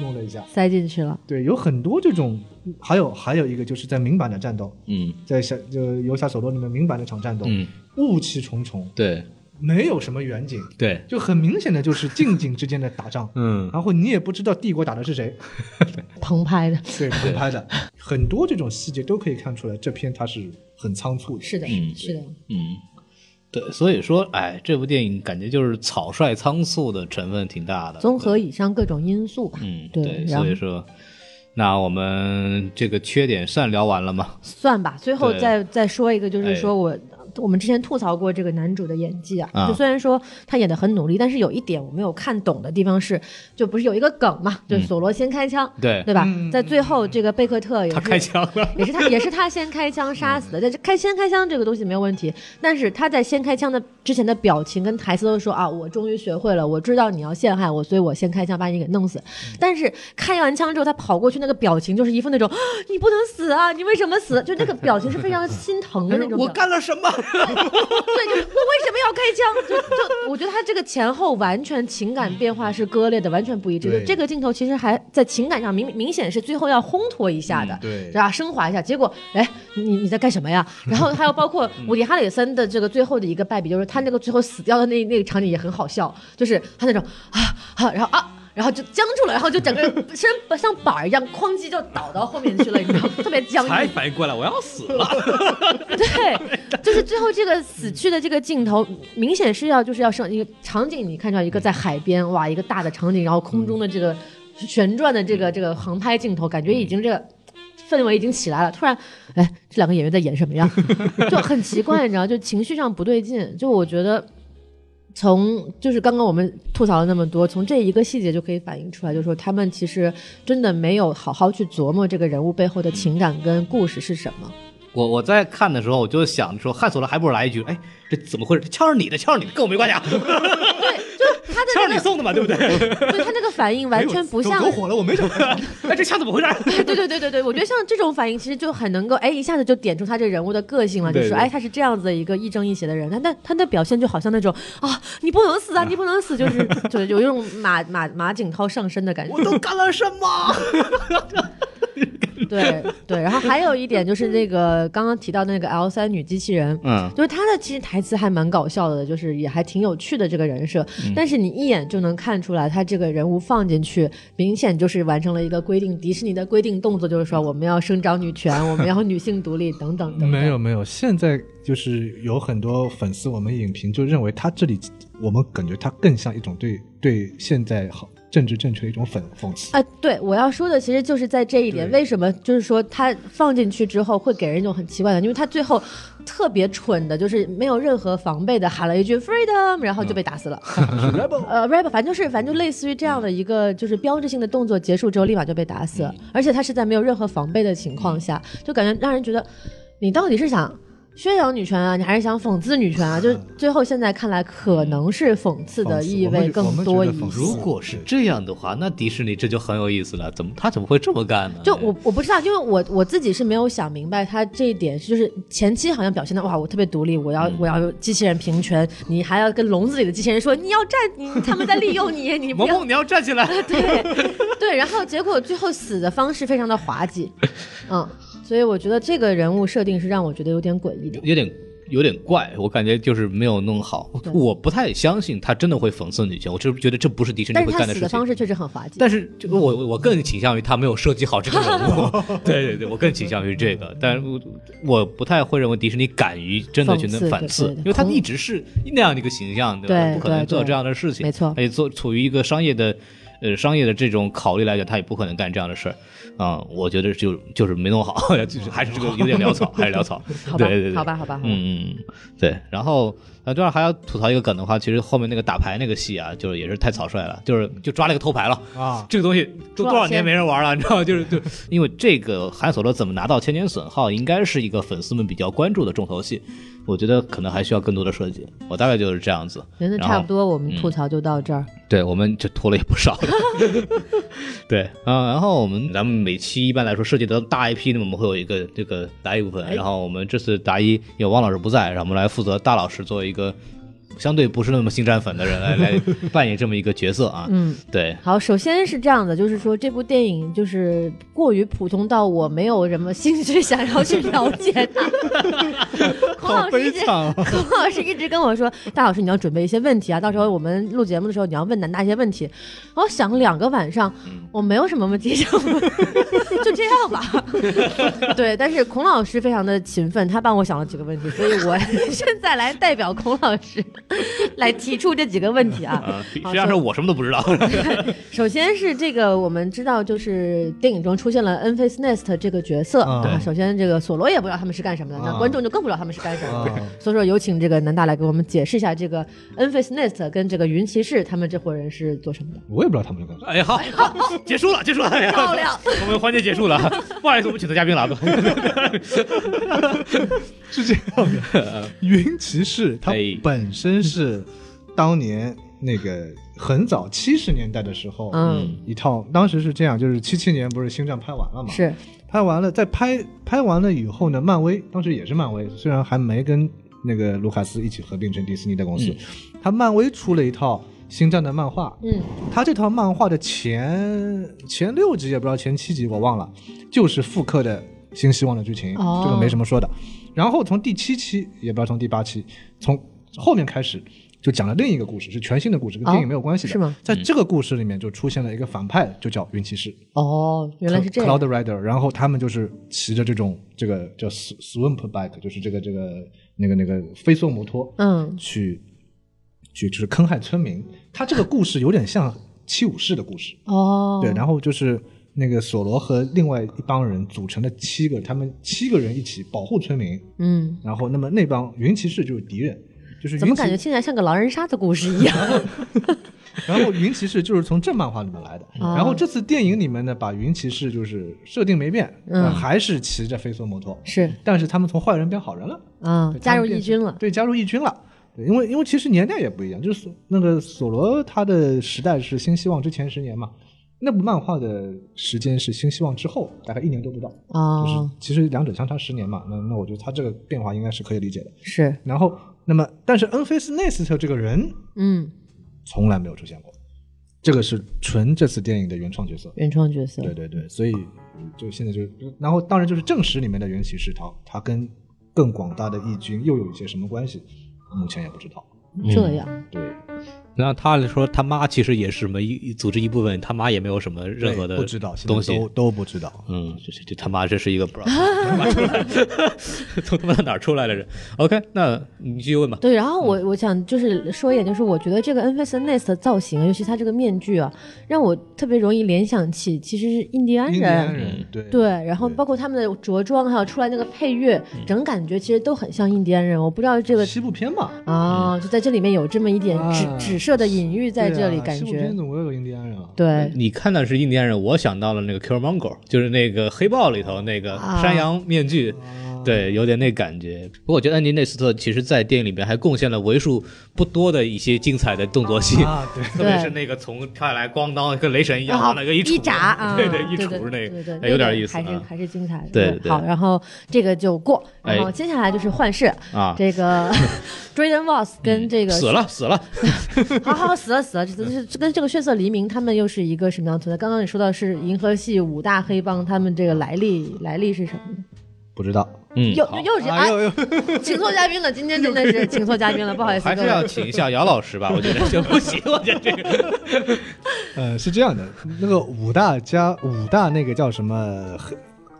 S3: 弄了一下。
S1: 塞进去了，
S3: 对，有很多这种，还有还有一个就是在明版的战斗，
S2: 嗯
S3: 在小就游侠索罗里面明版那场战斗，
S2: 嗯，
S3: 雾气重重，
S2: 对
S3: 没有什么远景，
S2: 对，，
S3: 就很明显的就是近景之间的打仗
S2: 嗯
S3: 然后你也不知道帝国打的是谁，
S1: 棚拍的。
S3: <laughs> 对，空拍的，很多这种细节都可以看出来，这篇它是很仓促的。
S1: 是的，
S2: 嗯
S1: 是的，
S2: 嗯，对，所以说，哎，这部电影感觉就是草率仓促的成分挺大的，
S1: 综合以上各种因素吧。
S2: 嗯，
S1: 对
S2: 对，
S1: 然后
S2: 所以说，那我们这个缺点善聊完了吗？
S1: 算吧，最后
S2: 对
S1: 再再说一个，就是
S2: 哎
S1: 说我、我们之前吐槽过这个男主的演技啊，
S2: 啊
S1: 就虽然说他演的很努力，但是有一点我没有看懂的地方是，就不是有一个梗嘛，就索罗先开枪，
S2: 嗯对，
S1: 对吧？在最后这个贝克特也
S2: 他开
S1: 是。
S2: 枪了，
S1: 也是他，也是他先开枪杀死的。但是开先开枪这个东西没有问题，但是他在先开枪的之前的表情跟台词都是说啊，我终于学会了，我知道你要陷害我，所以我先开枪把你给弄死。但是开完枪之后，他跑过去那个表情就是一副那种、啊 <gasps> 你不能死啊，你为什么死？就那个表情是非常心疼的那种表情。
S2: <laughs> 我干了什么？
S1: 对，就是我为什么要开枪？ <laughs> 就就我觉得他这个前后完全情感变化是割裂的，完全不一致。
S3: 对
S1: 就这个镜头其实还在情感上明明显是最后要烘托一下的，
S3: 对
S1: 是吧？升华一下，结果哎，你你在干什么呀？然后还有包括伍迪·哈里森的这个最后的一个败笔，就是他那个最后死掉的那那个场景也很好笑，就是他那种啊啊，然后啊。然后就僵住了，然后就整个人身像板儿一样，哐叽就倒到后面去了，你知道吗，特别僵硬。
S2: 才反应过来我要死了，
S1: 对，就是最后这个死去的这个镜头，明显是要就是要上一个场景，你看到一个在海边，哇，一个大的场景，然后空中的这个旋转的这个这个航拍镜头，感觉已经这个。氛围已经起来了，突然，哎，这两个演员在演什么呀？ <laughs> 就很奇怪，你知道，就情绪上不对劲。就我觉得从就是刚刚我们吐槽了那么多，从这一个细节就可以反映出来，就是说他们其实真的没有好好去琢磨这个人物背后的情感跟故事是什么。
S2: 我我在看的时候，我就想说，汉索罗还不如来一句，哎，这怎么回事？枪是你的，枪是你的，跟我没关系啊，
S1: 对，就他的那
S2: 枪是
S1: 个
S2: 你送的嘛，对不对？
S1: 对他那个反应完全不像。
S3: 走火了，我
S2: <laughs>
S3: 没找到。
S2: 哎，这枪怎么回 <laughs>
S1: <laughs> 对
S2: 事？
S1: 对对对对对，我觉得像这种反应，其实就很能够哎一下子就点出他这人物的个性了，就
S3: 对
S1: 是说
S3: 对
S1: 哎他是这样子的一个亦正亦邪的人，他那他的表现就好像那种啊你不能死啊你不能死，就是 <laughs> 就是有一种马马马景涛上身的感觉。
S2: 我都干了什么？
S1: 对对，然后还有一点就是那个刚刚提到那个 L 三女机器人，
S2: 嗯，
S1: 就是她的其实台词还蛮搞笑的，就是也还挺有趣的这个人设，但是你一眼就能看出来，她这个人物放进去，明显就是完成了一个规定迪士尼的规定动作，就是说我们要生长女权，我们要女性独立等等等等。
S3: 没有，没有，现在就是有很多粉丝，我们影评就认为他这里，我们感觉他更像一种对对现在好政治正确的一种讽讽刺。
S1: 啊，对，我要说的其实就是在这一点，
S3: 对
S1: 为什么就是说它放进去之后会给人一种很奇怪的，因为它最后特别蠢的，就是没有任何防备的喊了一句 freedom，然
S3: 嗯
S1: 后就被打死了。 <laughs> 呃 r a p 反正就是反正就类似于这样的一个就是标志性的动作结束之后立马就被打
S3: 嗯
S1: 死，而且他是在没有任何防备的情况下，就感觉让人觉得你到底是想。宣扬女权啊，你还是想讽刺女权啊？就是最后现在看来，可能是讽刺的
S3: 嗯讽刺
S1: 意
S3: 我们
S1: 味
S3: 我
S1: 更
S3: 们
S1: 多
S3: 觉
S1: 一
S3: 得讽
S1: 些
S3: 刺。
S2: 如果是这样的话，那迪士尼这就很有意思了。怎么他怎么会这么干呢？
S1: 就我我不知道，因为我我自己是没有想明白他这一点，就是前期好像表现的哇，我特别独立，我
S2: 嗯
S1: 要、我要有机器人平权，你还要跟笼子里的机器人说你要站，你他们在利用你， <laughs> 你不
S2: 萌
S1: 要
S2: 萌，你要站起来。
S1: 对对，然后结果最后死的方式非常的滑稽，
S2: <laughs>
S1: 嗯，所以我觉得这个人物设定是让我觉得有点诡异的。
S2: 有点有点怪，我感觉就是没有弄好。我不太相信他真的会讽刺女权，我就是觉得这不是迪士尼
S1: 但是
S2: 会
S1: 他
S2: 干的
S1: 死
S2: 事
S1: 的
S2: 情嗯
S1: 方。式确实很滑稽，
S2: 但是就我我更倾向于他没有设计好这个人
S1: <laughs>
S2: 物，对对对，我更倾向于这个，但是我我不太会认为迪士尼敢于真的去能
S1: 讽刺
S2: 反刺
S1: 对对对，
S2: 因为他一直是那样的一个形象，对吧？
S1: 对
S2: 不可能
S1: 对
S2: 做
S1: 对
S2: 这样的事情，
S1: 没错
S2: 而且做处于一个商业的呃商业的这种考虑来讲，他也不可能干这样的事儿啊、我觉得就就是没弄好， <laughs> 就是还是这个有点潦草，还是潦草，
S1: <laughs> 好吧
S2: 对对对，
S1: 好吧，好吧，好吧，
S2: 嗯，嗯，对。然后啊，这儿还要吐槽一个梗的话，其实后面那个打牌那个戏啊，就是也是太草率了，就是就抓了一个偷牌了。
S3: 啊，
S2: 这个东西都
S1: 多少
S2: 多少年
S1: 钱
S2: 没人玩了，你知道吗？就是就因为这个韩索罗怎么拿到千年损耗，应该是一个粉丝们比较关注的重头戏。我觉得可能还需要更多的设计。我大概就是这样子。
S1: 人的
S2: 然后嗯
S1: 差不多，我们吐槽就到这儿。
S2: <laughs> 对，啊我们就拖了也不少。对，啊，然后我们咱们每期一般来说涉及到大 IP，那么我们会有一个这个答疑部分。然后我们这次答疑有汪老师不在，然后我们来负责大老师作为一个相对不是那么星战粉的人来来扮演这么一个角色啊。
S1: 嗯，
S2: 对，
S1: 好，首先是这样的，就是说这部电影就是过于普通到我没有什么兴趣 <laughs> 想要去了解它。孔老师一直，
S3: 惨啊！
S1: <laughs> 孔老师一直跟我说，大老师你要准备一些问题啊，到时候我们录节目的时候你要问南大一些问题。 <laughs> 我想了两个晚上，我没有什么问题想问，就这样吧。 <laughs> 对，但是孔老师非常的勤奋，他帮我想了几个问题，所以我 <laughs> 现在来代表孔老师 <laughs> 来提出这几个问题啊。
S2: 啊，实际上是我什么都不知道。
S1: 首先是这个，我们知道就是电影中出现了 n f a c e Nest 这个角色
S3: 啊
S1: 啊。
S2: 对
S1: 首先，这个索罗也不知道他们是干什么的，那
S3: 啊
S1: 观众就更不知道他们是干什么的
S3: 啊。
S1: 所以说，有请这个南大来给我们解释一下这个 n f a c e Nest 跟这个云骑士他们这伙人是做什么的。
S3: 我也不知道他们在干啥。
S2: 哎呀，好，好结束了，结束了，哎呀
S1: 漂亮，
S2: 我们环节结束了，不好意思，我们请的嘉宾了。
S3: 是这样的， <laughs> 云骑士它
S2: 哎
S3: 本身是当年那个很早七十年代的时候，
S1: 嗯，
S3: 一套当时是这样，就是七七年不是星战拍完了嘛，
S1: 是
S3: 拍完了，在拍拍完了以后呢，漫威当时也是漫威，虽然还没跟那个卢卡斯一起合并成迪士尼的公司，他漫威出了一套星战的漫画，
S1: 嗯，
S3: 他这套漫画的前前六集也不知道前七集我忘了，就是复刻的新希望的剧情，
S1: 哦
S3: 这个没什么说的。然后从第七期也不知道从第八期，从后面开始就讲了另一个故事，是全新的故事，跟电影没有关系的。
S1: 哦是吗？
S3: 在这个故事里面就出现了一个反派，就叫云骑士。
S1: 哦，原来是这样。
S3: Cloud Rider，然后他们就是骑着这种这个叫 sw- Swamp Bike，就是这个这个那个那个飞速摩托，
S1: 嗯，
S3: 去去就是坑害村民。他这个故事有点像七武士的故事，
S1: 哦，
S3: 对，然后就是那个索罗和另外一帮人组成的七个，他们七个人一起保护村民，
S1: 嗯，
S3: 然后那么那帮云骑士就是敌人，就是
S1: 怎么
S3: 云骑
S1: 感觉听起来像个狼人杀的故事一样？
S3: 然后云骑士就是从正漫画里面来的，
S1: 啊
S3: 然后这次电影里面呢，把云骑士就是设定没变，
S1: 嗯
S3: 还是骑着飞梭摩托，
S1: <laughs> 是，
S3: 但是他们从坏人变好人了，
S1: 嗯，
S3: 对
S1: 加
S3: 他
S1: 入
S3: 们变
S1: 义军了。
S3: 对，加入义军了。对，因为因为其实年代也不一样，就是索那个索罗他的时代是新希望之前十年嘛，那部漫画的时间是新希望之后，大概一年多不到，就是
S1: 哦，
S3: 其实两者相差十年嘛，那那我觉得他这个变化应该是可以理解的。
S1: 是，
S3: 然后，那么但是恩菲斯内斯特这个人
S1: 嗯，
S3: 从来没有出现过，这个是纯这次电影的原创角色。
S1: 原创角色。
S3: 对对对，所以嗯就现在就是，然后当然就是正史里面的原骑士他他跟更广大的义军又有一些什么关系，目前也不知道。
S1: 这样，
S3: 对，
S2: <laughs> 那他说他妈其实也是没一组织一部分，他妈也没有什么任何的
S3: 不知道现在
S2: 东西。
S3: 都都不知道。
S2: 嗯，这这这他妈这是一个不知道他妈出来 <laughs> 从他妈哪儿出来的人。OK，那你继续问吧。
S1: 对，然后我
S3: 嗯
S1: 我想就是说一点，就是我觉得这个 n f a c e Nest 的造型啊，尤其它这个面具啊，让我特别容易联想起其实是印第安
S3: 印第安
S1: 人。
S3: 人对
S1: 对，然后
S3: 对嗯
S1: 包括他们的着装，还有出来那个配乐，整感觉其实都很像印第安人。我不知道这个
S3: 西部片嘛，
S1: 啊，就在这里面有这么一点指
S3: 嗯啊
S1: 指射的隐喻在
S3: 对
S1: 这里，
S3: 啊
S1: 感
S3: 西部
S1: 觉
S3: 片总会有印第安人啊。
S1: 对，
S2: 你看到是印第安人，我想到了那个 Killmonger，就是那个黑豹里头那个
S1: 啊哦
S2: 山羊面具，对，有点那感觉。不过我觉得安迪内斯特其实在电影里面还贡献了为数不多的一些精彩的动作戏，
S3: 啊，对，
S2: <laughs> 特别是那个从跳下来咣当跟雷神一样
S1: 然后
S2: 往那个一杵
S1: 扎啊，
S2: <laughs> 对对，一
S1: 对
S2: 杵那
S1: 对对
S2: 个，
S1: 对
S2: 哎有点意思
S1: 还是
S2: 啊
S1: 还是精彩的。
S2: 对对
S1: 好，然后这个就过，
S2: 哎
S1: 然后接下来就是幻视，
S2: 啊，
S1: 这个
S3: <laughs>
S1: Jordan Voss 跟这个
S2: 死，了死了，
S1: <laughs> 好好死了死了，这这这跟这个血色黎明他们又是一个什么样的存在？刚刚你说到是银河系五大黑帮，他们这个来历来历是什么呢？
S3: 不知道。
S2: 嗯，
S1: 又
S2: 好
S1: 又是
S3: 哎
S1: 哎，
S3: 呦呦，
S1: 请错嘉宾了，今天真的是请错嘉宾了，不好意思，
S2: 还
S1: 各
S2: 是要
S1: 位。
S2: 请一下姚老师吧，我觉得行不行？我觉得这个
S3: 呃，是这样的，那个五大家五大那个叫什么黑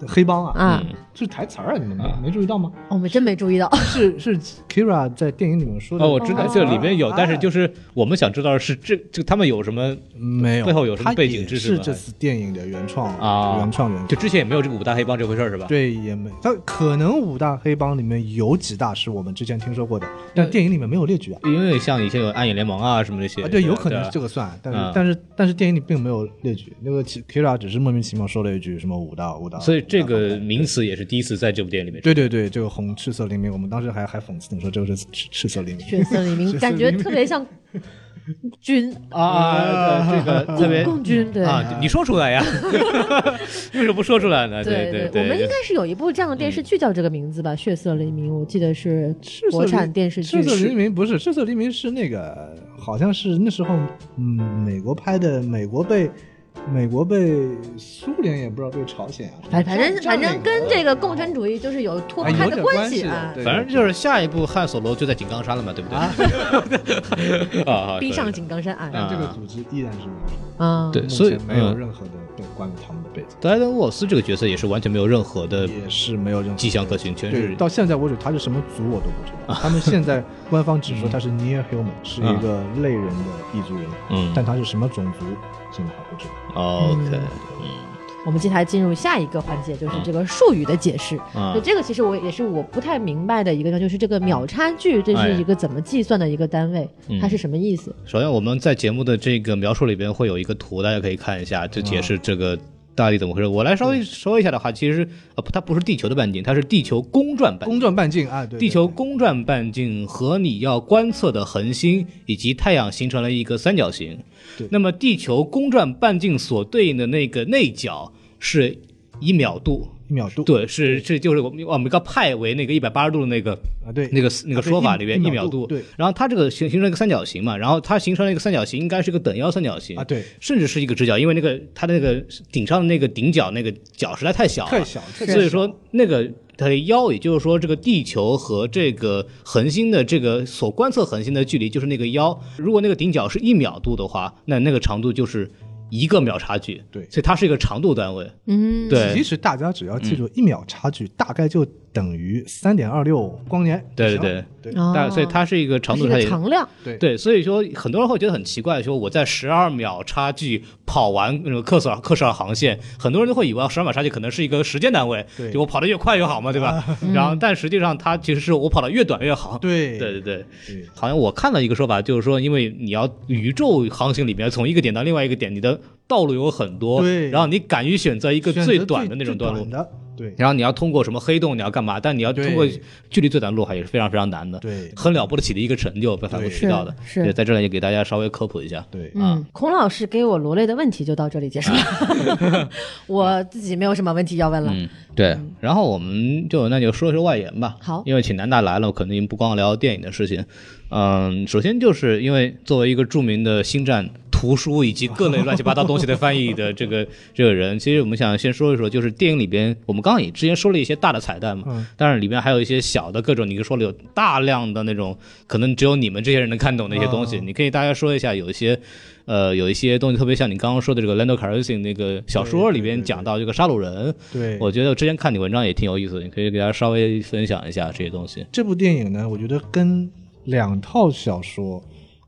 S3: 黑帮啊，
S1: 啊，
S3: 是台词儿啊，你们没没注意到吗？
S1: 哦我们真没注意到，
S3: 是是 Kira 在电影里面说的。
S2: 哦，我知道
S1: 哦
S2: 这里面有，但是就是是我们想知道是这这他们有什么
S3: 嗯没有
S2: 背后有什么
S3: 它
S2: 背景
S3: 也
S2: 知识
S3: 是
S2: 吗
S3: 这次电影的原创
S2: 啊
S3: 原创原
S2: 就之前也没有这个五大黑帮这回事儿是吧？
S3: 对也没，但可能五大黑帮里面有几大是我们之前听说过的，但电影里面没有列举啊。
S2: 因为像以前有暗影联盟啊什么这些，
S3: 啊，对，有可能是这
S2: 个。
S3: 个算，但
S2: 嗯
S3: 是但是但是电影里并没有列举，那个 Kira 只是莫名其妙说了一句什么五大五大，
S2: 所以这
S3: 五大
S2: 个
S3: 帮
S2: 名词也是第一次在这部电影里面出
S3: 对对对，这个红赤色黎明，我们当时还还讽刺你说这个是赤赤色黎明，
S1: 血色黎明感觉特别像军
S2: 现啊，对这个特别
S1: 共军，对
S2: 啊，你说出
S1: <laughs>
S2: 来呀？为什么不说出来呢？
S1: 对
S2: 对
S1: 我们应该是有一部这样的电视剧叫这个名字吧，血色黎明》，我记得是
S3: 赤色
S1: 国
S3: 黎
S1: 产电视剧
S3: 赤。色黎明不是赤色黎明是那个，好像是那时候嗯美国拍的，美国被美国被苏联也不知道被朝鲜啊，
S1: 反反正反正跟这
S3: 个
S1: 个共产主义就是有脱不
S3: 哎
S1: 开
S3: 有
S1: 的
S3: 点
S1: 关
S3: 关
S1: 系
S3: 系的
S1: 啊，
S3: 对
S2: 反正就是下一步汉索罗就在井冈山了嘛，对不对？啊，啊
S1: 逼上
S2: 对
S1: 井冈山啊
S2: <laughs> 啊
S3: 嗯但这个组织依然是没有
S1: 啊！
S2: 对
S3: 目
S2: 所以
S3: 前没有
S2: 嗯
S3: 任何的对，关于他们的背景
S2: 德莱登沃斯这个角色也是完全没有任何的
S3: 也是没有任何
S2: 迹象可循，全
S3: 对，
S2: 是
S3: 到现在为止他是什么族我都不知
S2: <laughs>
S3: 道。他们现在官方只说他是 near human，是一个类人的异族人，
S2: 嗯
S3: 但他是什么种族现在还不知道。
S2: OK，
S1: 我们接下来进入下一个环节，
S2: 嗯
S1: 就是这个术语的解释。
S2: 啊
S1: 就这个，其实我也是我不太明白的一个，就是这个秒差距，
S2: 哎
S1: 这是一个怎么计算的一个单位，
S2: 嗯
S1: 它是什么意思？
S2: 首先，我们在节目的这个描述里边会有一个图，大家可以看一下，就解释这个大地怎么回事。我来稍微说一下的话，其实呃，不它不是地球的半径，它是地球公转半径。
S3: 公转半径啊，对，
S2: 地
S3: 对
S2: 球
S3: 对
S2: 公转半径和你要观测的恒星以及太阳形成了一个三角形
S3: 对。
S2: 那么，地球公转半径所对应的那个内角是一秒度。
S3: 一秒度，
S2: 对，是这就是我们我们一个派为那个一百八十度的那个
S3: 啊，对，
S2: 那个那个
S3: 啊对
S2: 说法
S3: 一
S2: 里边
S3: 一
S2: 一秒
S3: 秒度
S2: 度，
S3: 对
S2: 然后它这个形形成一个三角形嘛，然后它形成了一个三角形，应该是个等腰三角形
S3: 啊对
S2: 甚至是一个直角，因为那个它的那个顶上的那个顶角那个角实在太小了，
S3: 太小，太
S2: 所以
S3: 小
S2: 说那个它的腰，也就是说这个地球和这个恒星的这个所观测恒星的距离就是那个腰，如果那个顶角是一秒度的话，那那个长度就是一个秒差距，
S3: 对
S2: 所以它是一个长度单位，
S1: 嗯，
S2: 对嗯
S3: 其实大家只要记住一秒差距大概就等于三点二六光年。
S2: 对
S3: 行了对
S1: 哦
S2: 但所以它是一个长度
S1: 是
S2: 它
S1: 个
S2: 也
S1: 常量，
S3: 对
S2: 对，所以说很多人会觉得很奇怪，说我在十二秒差距跑完那个克索尔克什尔航线，很多人都会以为十二秒差距可能是一个时间单位，
S3: 对啊
S2: 就我跑得越快越好嘛，对吧？然后，但实际上它其实是我跑得越短越好。
S3: 对
S2: 对对对，
S3: 对
S2: 好像我看了一个说法，就是说，因为你要宇宙航行里面从一个点到另外一个点，你的道路有很多，
S3: 对
S2: 然后你敢于选择一个
S3: 选择
S2: 最短的那种
S3: 最
S2: 段路
S3: 短，的，对
S2: 然后你要通过什么黑洞，你要干嘛？但你要
S3: 对
S2: 通过距离最短的路，还也是非常非常难的。
S3: 对
S2: 很了不起的一个成就，被反复提到的。
S1: 是是
S2: 对，在这里也给大家稍微科普一下。
S3: 对，
S1: 嗯，孔老师给我罗列的问题就到这里结束
S2: <laughs>
S1: 了， <laughs> 我自己没有什么问题要问了。
S2: 嗯，对。然后我们就那就说说外延吧。
S1: 好
S2: 因为请南大来了，肯定不光聊电影的事情。嗯，首先就是因为作为一个著名的星战图书以及各类乱七八糟东西的翻译的这
S3: <laughs>
S2: 个这个人，其实我们想先说一说，就是电影里边，我们刚刚也之前说了一些大的彩蛋嘛，
S3: 嗯
S2: 但是里面还有一些小的各种，你说了有大量的那种，可能只有你们这些人能看懂的一些东西。
S3: 嗯
S2: 你可以大概说一下，有一些。呃，有一些东西特别像你刚刚说的这个 Lando Calrissian 那个小说里
S3: 对对
S2: 边
S3: 对
S2: 讲到这个杀戮人，
S3: 对，
S2: 我觉得我之前看你文章也挺有意思的，你可以给大家稍微分享一下这些东西。
S3: 这部电影呢，我觉得跟两套小说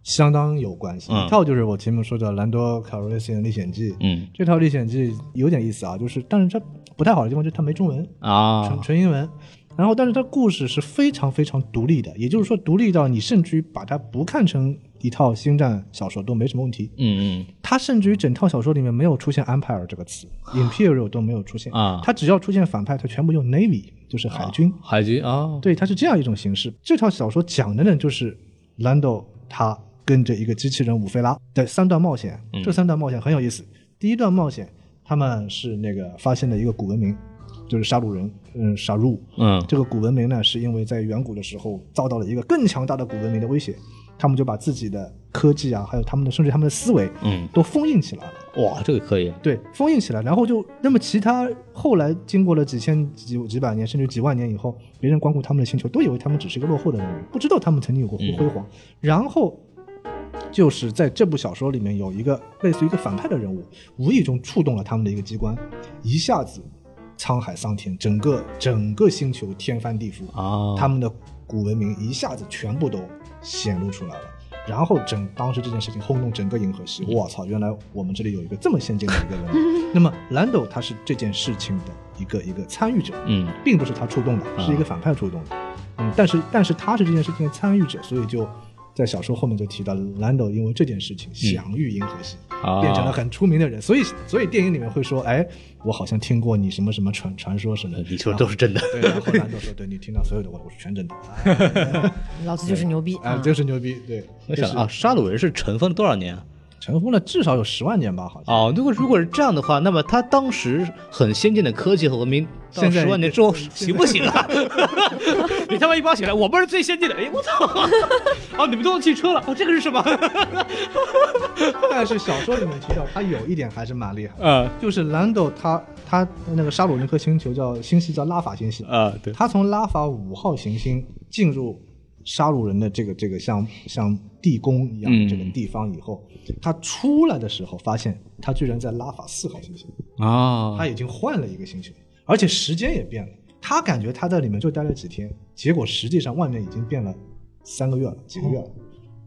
S3: 相当有关系。
S2: 嗯
S3: 一套就是我前面说的《兰多·卡罗西的历险记》，
S2: 嗯
S3: 这套历险记有点意思啊，就是但是它不太好的地方就是它没中文，纯
S2: 啊，
S3: 纯英文。然后，但是它故事是非常非常独立的，也就是说，独立到你甚至于把它不看成一套星战小说都没什么问题。
S2: 嗯
S3: 它甚至于整套小说里面没有出现 empire 这个词，imperial 都没有出现
S2: 啊
S3: 它只要出现反派，它全部用 navy，就是海军。
S2: 嗯，海军啊，
S3: 对，它是这样一种形式。这套小说讲的呢，就是兰豆他跟着一个机器人伍菲拉的三段冒险。这三段冒险很有意思。第一段冒险，他们是那个发现了一个古文明，就是杀戮人，嗯，杀戮。
S2: 嗯
S3: 这个古文明呢，是因为在远古的时候遭到了一个更强大的古文明的威胁，他们就把自己的科技啊，还有他们的甚至他们的思维，
S2: 嗯，
S3: 都封印起来了。
S2: 哇，这个可以，
S3: 对，封印起来，然后就那么其他后来经过了几千几几百年甚至几万年以后，别人光顾他们的星球，都以为他们只是一个落后的人民，不知道他们曾经有过辉
S2: 嗯
S3: 辉煌。然后就是在这部小说里面有一个类似于一个反派的人物，无意中触动了他们的一个机关，一下子沧海桑田，整个整个星球天翻地覆
S2: 啊，
S3: 他们的古文明一下子全部都显露出来了。然后整当时这件事情轰动整个银河系，
S2: 嗯
S3: 我操！原来我们这里有一个这么先进的一个
S2: <laughs>
S3: 文明。那么兰斗他是这件事情的一个一个参与者，
S2: 嗯啊
S3: 并不是他触动的，是一个反派触动的。嗯，但是但是他是这件事情的参与者，所以就在小说后面就提到兰斗因为这件事情享誉银河系，
S2: 啊，
S3: 变成了很出名的人。所以所以电影里面会说，哎，我好像听过你什么什么传传说什么的。
S2: 你说的都是真的，
S3: 对，然后兰豆说：“对你听到所有的我，我是全
S2: <laughs>
S3: 真的，
S2: 哎
S1: 老子就是牛逼
S3: 啊，
S1: 啊！
S3: 真是牛逼。”对，
S2: 我想啊，杀戮人是尘封了多少年啊？
S3: 尘封了至少有十万年吧，好像。
S2: 哦，如果如果是这样的话，那么他当时很先进的科技和文明，到
S3: 现在
S2: 十万年之后行不行啊？你他妈一帮起来，我们是最先进的，哎，我操！ <laughs> 哦，你们都用汽车了，哦，这个是什么？ <laughs>
S3: 但是小说里面提到，他有一点还是蛮厉害的，
S2: 呃
S3: 就是兰豆他他那个沙鲁那颗星球叫星系叫拉法星系，
S2: 啊，对，
S3: 他从拉法五号行星进入杀戮人的这个这个像像地宫一样的这个
S2: 嗯
S3: 地方以后，他出来的时候发现他居然在拉法四号星球，
S2: 啊
S3: 他已经换了一个星球，而且时间也变了。他感觉他在里面就待了几天，结果实际上外面已经变了三个月了，几个月了。
S2: 哦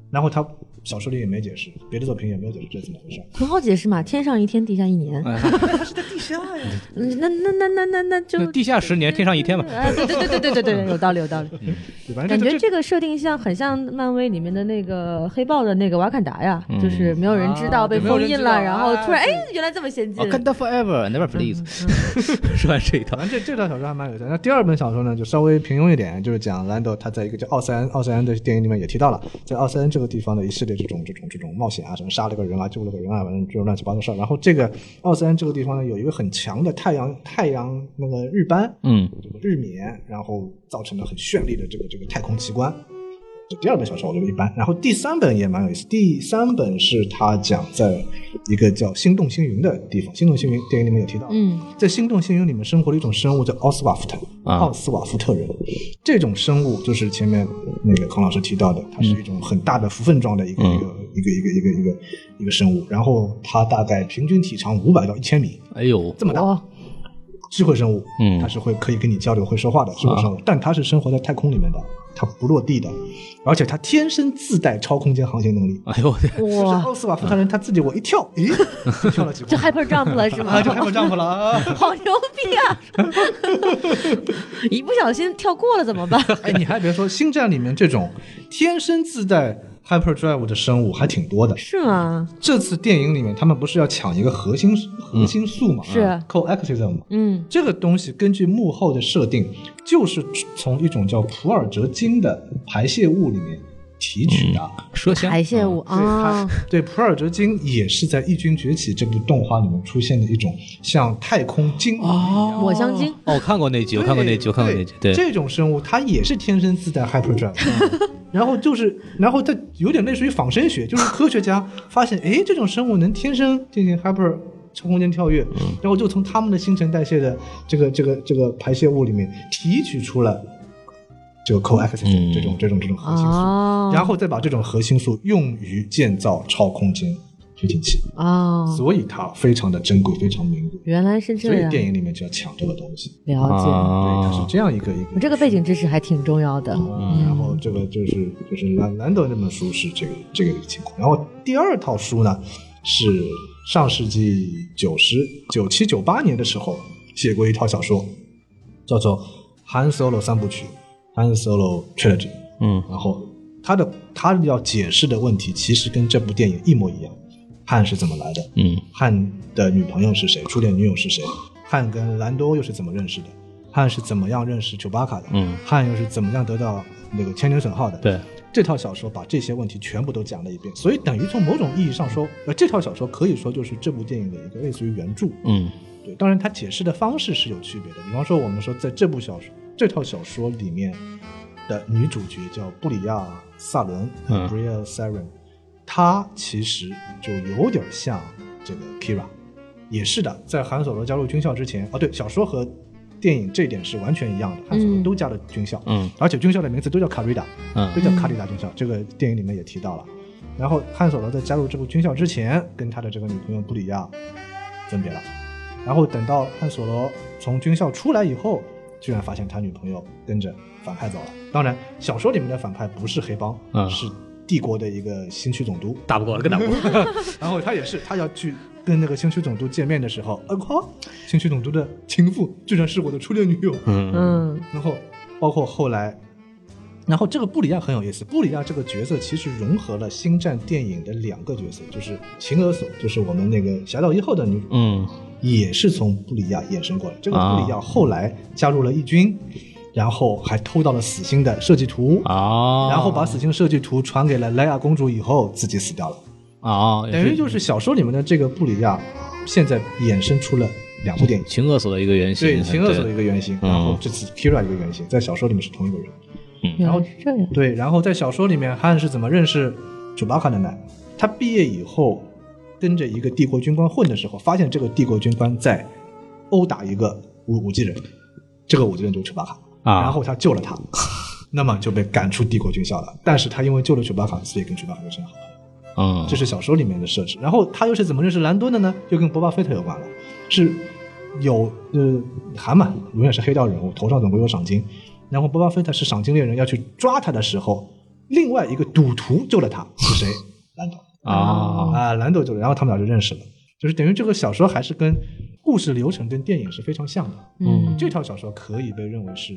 S3: 然后他小说里也没解释，别的作品也没有解释这怎么回事。
S1: 很好解释嘛，天上一天，地下一年。
S2: 哎
S1: <laughs>
S3: 地下呀，
S1: 嗯 <laughs> 那那那那那那就
S2: 那地下十年，天上一天嘛。
S1: 哎，对对对对对对对，有道理有道理。
S3: 反正
S1: 感
S3: 哎这
S1: 觉
S3: 这
S1: 这个设定像很像漫威里面的那个黑豹的那个瓦坎达呀，
S2: 嗯
S1: 就是没有人知道
S2: 啊
S1: 被
S2: 对没有
S1: 封
S2: 人
S1: 印
S2: 知道
S1: 了，然后
S2: 啊
S1: 突然哎，原来这么先进。
S2: 啊，Wakanda forever, never please。说 <laughs> 完嗯这一套
S3: 反，正这这套小说还蛮有意思的。那第二本小说呢，就稍微平庸一点，就是讲兰德他在一个叫奥塞恩奥塞恩的电影里面也提到了，在奥塞恩这个地方的一系列这种这种这种冒险啊，什么杀了个人啊，救了个人啊，反正这种乱七八糟事儿。然后这个奥塞恩这个地方呢，有一个很强的太阳太阳那个日斑，
S2: 嗯
S3: 这个日冕，然后造成了很绚丽的这个这个太空奇观。这第二本小说我觉得一般，然后第三本也蛮有意思。第三本是他讲在一个叫心动星云的地方，心动星云电影里面也提到，
S1: 嗯，
S3: 在心动星云里面生活的一种生物叫奥斯瓦夫特，
S2: 啊
S3: 奥斯瓦夫特人。这种生物就是前面那个孔老师提到的，它是一种很大的蝠粪状的一个、
S2: 嗯
S3: 一个一个一个一个一个一个生物，然后它大概平均体长五百到一千米，
S2: 哎呦，
S3: 这么大。
S2: <laughs>
S1: 哦，
S3: 智慧生物，
S2: 嗯
S3: 它是会可以跟你交流、会说话的智慧生物，但它是生活在太空里面的，它不落地的，而且它天生自带超空间航行能力。
S2: 哎呦我的，
S3: 就是
S1: 哇，
S3: 奥斯瓦夫特人他自己，我一跳，咦，就跳了几步，
S1: 就 hyper jump 了
S2: <laughs>
S1: 是吗
S3: 啊，？就 hyper jump 了啊！
S1: <laughs> 好牛逼啊！一不小心跳过了怎么办？ <laughs>
S3: <laughs> 哎，你还别说，《星战》里面这种天生自带 hyper drive 的生物还挺多的。
S1: 是吗？
S3: 这次电影里面，他们不是要抢一个核心核心素嘛？
S1: 是
S3: coactism 嘛？
S1: 嗯，
S3: 这个东西根据幕后的设定，就是从一种叫普尔哲金的排泄物里面提取的。
S2: 蛇香
S1: 排泄物
S3: 嗯对它
S1: 啊，
S3: 对普尔哲金也是在《异军崛起》这部动画里面出现的一种像太空鲸
S2: 哦
S1: 抹香鲸。
S2: 哦，我看过那集，我看过那集，我看过那集，对，
S3: 这种生物它也是天生自
S2: <laughs>
S3: 带 hyperdrive，然后就是，然后它有点类似于仿生学，就是科学家发现，哎，这种生物能天生进行 hyper 超空间跳跃，
S2: 嗯
S3: 然后就从他们的新陈代谢的这个这个这个排泄物里面提取出了这个 coaxin
S2: 嗯
S3: 这种这种这种核心素，
S1: 哦，
S3: 然后再把这种核心素用于建造超空间推进器，
S1: 哦，
S3: 所以它非常的珍贵，非常名贵。
S1: 原来是啊
S3: 所
S1: 这
S3: 以
S1: 样，
S3: 电影里面就要抢这个东西，
S1: 了解。
S3: 对，它是
S2: 啊，
S3: 这样一个一
S1: 我
S3: 个。
S1: 这个背景知识还挺重要的。
S3: 嗯，然后这个就是就是兰兰德这本书是这个这个情况，然后第二套书呢是上世纪九十九七九八年的时候写过一套小说，叫做《Han Solo 三部曲》（Han Solo Trilogy），
S2: 嗯
S3: 然后他的他要解释的问题其实跟这部电影一模一样，汉是怎么来的，
S2: 嗯
S3: 汉的女朋友是谁，初恋女友是谁，汉跟兰多又是怎么认识的，汉是怎么样认识丘巴卡的，
S2: 嗯，
S3: 汉又是怎么样得到那个千年隼号的，
S2: 对，
S3: 这套小说把这些问题全部都讲了一遍，所以等于从某种意义上说，呃，这套小说可以说就是这部电影的一个类似于原著，
S2: 嗯
S3: 对，当然它解释的方式是有区别的。比方说，我们说在这部小说、这套小说里面的女主角叫布里亚·萨伦
S2: 嗯
S3: （Bria Saren），她其实就有点像这个 Kira，也是的，在韩索罗加入军校之前，哦，对，小说和电影这一点是完全一样的，韩索罗
S1: 嗯
S3: 都加了军校，
S2: 嗯
S3: 而且军校的名字都叫卡瑞达。
S2: 嗯
S3: 这叫卡里达军校，这个电影里面也提到了。然后汉索罗在加入这部军校之前，跟他的这个女朋友布里亚分别了。然后等到汉索罗从军校出来以后，居然发现他女朋友跟着反派走了。当然，小说里面的反派不是黑帮，
S2: 嗯
S3: 是帝国的一个新区总督。
S2: 打不过了，更打不过。
S3: <laughs> 然后他也是，他要去跟那个新区总督见面的时候，呃、靠，新区总督的情妇居然是我的初恋女友。
S2: 嗯
S1: 嗯
S3: 然后包括后来，然后这个布里亚很有意思，布里亚这个角色其实融合了《星战》电影的两个角色，就是秦俄索，就是我们那个《侠盗一号》的女主，
S2: 嗯
S3: 也是从布里亚衍生过来。这个布里亚后来加入了义军， <laughs> 然后还偷到了死星的设计图。
S2: 啊，
S3: 然后把死星设计图传给了莱娅公主以后，自己死掉了。
S2: 啊，也
S3: 等于
S2: 是
S3: 就是小说里面的这个布里亚，现在衍生出了两部电影。
S2: 秦恶所的一个原型，
S3: 对，秦俄索的一
S2: 个，
S3: 个原型，
S2: 嗯
S3: 然后这次 Kira 一个原型，在小说里面是同一个人。
S1: 原来是这样。
S3: 对，然后在小说里面，汉是怎么认识楚巴卡的呢？他毕业以后，跟着一个帝国军官混的时候，发现这个帝国军官在殴打一个武武技人，这个武技人就是楚巴卡，
S2: 啊
S3: 然后他救了他， <laughs> 那么就被赶出帝国军校了。但是他因为救了丘巴卡，所以跟丘巴卡就成好了。
S2: 嗯，
S3: 这是小说里面的设置。然后他又是怎么认识兰多的呢？又跟博巴菲特有关了，是有呃韩嘛，永远是黑道人物，头上总归有赏金。然后博巴菲特是赏金猎人，要去抓他的时候，另外一个赌徒救了他，是谁？兰多
S2: 啊，
S3: 啊，兰多救了，然后他们俩就认识了。就是等于这个小说还是跟故事流程跟电影是非常像的。
S1: 嗯，
S3: 这套小说可以被认为是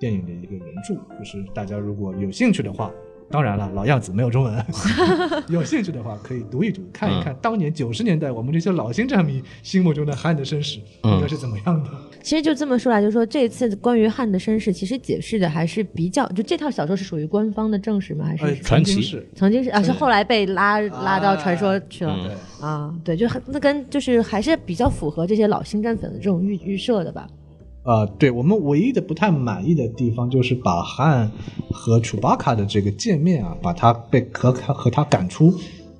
S3: 电影的一个原著，就是大家如果有兴趣的话，当然了，老样子没有中
S2: <laughs>
S3: 文， <laughs> 有兴趣的话可以读一读，看
S2: 嗯
S3: 一看当年九十年代我们这些老星战迷心目中的汉的绅士
S2: 嗯
S3: 应该是怎么
S2: <laughs>
S3: 样的。
S1: 其实就这么说来，就说这次关于汉的身世，其实解释的还是比较，就这套小说是属于官方的正史吗？还是、
S3: 呃，
S2: 传奇
S3: 曾经是，
S1: 曾经是啊？是
S3: 对啊
S1: 后来被拉拉到传说去了
S2: 嗯
S1: 啊
S3: 对，
S1: 对，就很那跟就是还是比较符合这些老星战粉的这种预预设的吧。
S3: 呃，对我们唯一的不太满意的地方就是把汉和楚巴卡的这个见面啊，把他被和他和他赶出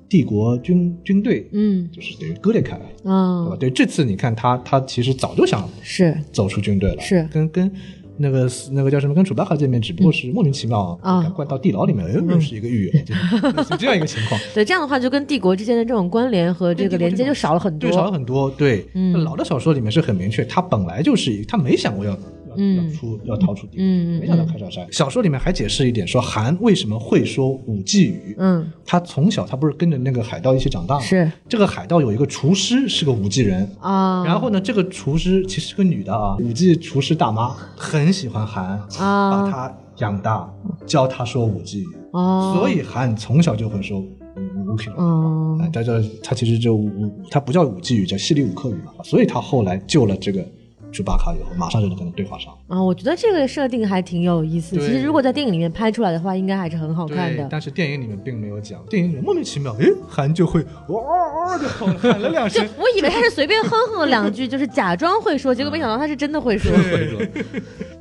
S3: 帝国军军队，
S1: 嗯
S3: 就是等于割裂开来，对吧？
S1: 嗯，
S3: 对，这次你看他，他其实早就想
S1: 是
S3: 走出军队了，
S1: 是嗯
S3: 跟跟那个那个叫什么，跟楚巴卡见面，只不过是莫名其妙
S1: 啊嗯
S3: 给他灌到地牢里面，哎，认识一个狱友，
S1: <laughs>
S3: 就是就这样一个情况。
S1: 对，这样的话就跟帝国之间的这种关联和这个连接就少了很多
S3: 对，。少了很多。对，
S1: 嗯
S3: 老的小说里面是很明确，他本来就是一，他没想过要要
S1: 嗯
S3: 要出要逃出帝国，
S1: 嗯嗯
S3: 没想到开杀山。小说里面还解释一点，说韩为什么会说五季语，
S1: 嗯，
S3: 他从小他不是跟着那个海盗一起长大吗？
S1: 是
S3: 这个海盗有一个厨师是个五季人，
S1: 啊，
S3: 然后呢，这个厨师其实是个女的啊，五 G 厨师大妈很喜欢韩，把
S1: 啊
S3: 她养大，教她说五 G，
S1: 啊，
S3: 所以韩从小就会说五五 K。
S1: 哦
S3: 哎，他叫他其实就五五，他不叫五 G 语，叫西里五克语嘛，所以他后来救了这个朱巴卡以后，马上就能跟他对话上。
S1: 啊，我觉得这个设定还挺有意思。其
S3: 对
S1: 实如果在电影里面拍出来的话，应该还是很好看的。
S3: 但是电影里面并没有讲，电影里面莫名其妙，哎，韩就会哇哇哇就喊了两
S1: <laughs> 就，
S3: 声
S1: 我以为他是随便哼哼两句，就是假装会说，结果没想到他是真的会说。
S2: 会说，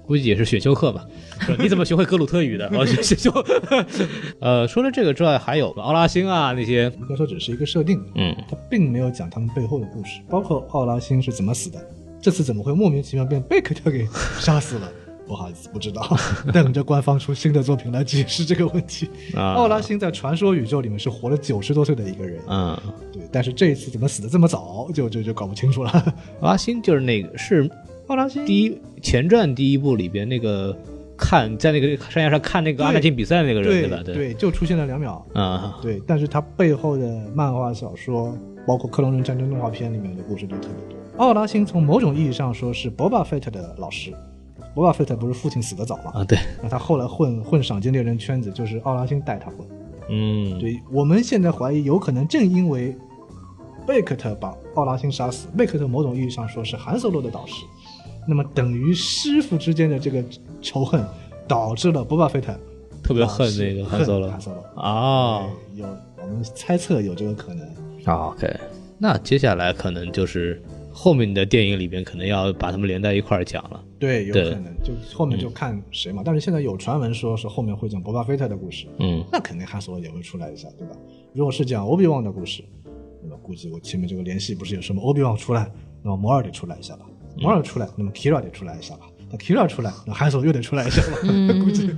S2: 估计也 <laughs> 是选修课吧。说你怎么学会格鲁特语 <laughs> 的？我选修。呃，除了这个之外，还有奥拉星啊那些，
S3: 应该说只是一个设定，
S2: 嗯
S3: 他并没有讲他们背后的故事，包括奥拉星是怎么死的，这次怎么会莫名其妙被贝克特给杀死了？ <laughs> 不好意思，不知
S2: <laughs>
S3: 道，等着官方出新的作品来解释这个问题。
S2: 啊
S3: 奥拉星在传说宇宙里面是活了九十多岁的一个人，
S2: 嗯，
S3: 对，但是这一次怎么死的这么早，就就就搞不清楚了。
S2: 奥拉星就是那个是
S3: 奥拉星
S2: <laughs> 第一前传第一部里边那个看在那个山崖上看那个
S3: 对
S2: 阿根廷比赛的那个人
S3: 对
S2: 吧？对，
S3: 就出现了两秒，
S2: 啊，
S3: 对，但是它背后的漫画、小说，包括《克隆人战争》动画片里面的故事都特别多。奥拉星从某种意义上说是博巴菲特的老师，博巴菲特不是父亲死得早嘛，
S2: 啊对，
S3: 那他后来混混赏金猎人圈子，就是奥拉星带他混。
S2: 嗯，
S3: 对我们现在怀疑，有可能正因为贝克特把奥拉星杀死，贝克特某种意义上说是韩索洛的导师，那么等于师傅之间的这个仇恨，导致了博巴菲特
S2: 特别恨那个汉
S3: 汉
S2: 索
S3: 索
S2: 罗
S3: 汉索洛。
S2: 啊。
S3: 对有我们猜测有这个可能。
S2: 啊，OK，那接下来可能就是后面的电影里边可能要把他们连在一块儿讲了。
S3: 对，有嗯
S2: 对
S3: 可能，就后面就看谁嘛。但是现在有传闻说是后面会讲博巴菲特的故事，
S2: 嗯
S3: 那肯定汉索洛也会出来一下，对吧？如果是讲欧比旺的故事，那么估计我前面这个联系不是有什么欧比旺出来，那么摩尔得出来一下吧，摩尔出来，那么 Kira 得出来一下吧，那 Kira 出来，那汉索又得出来一下吧，估计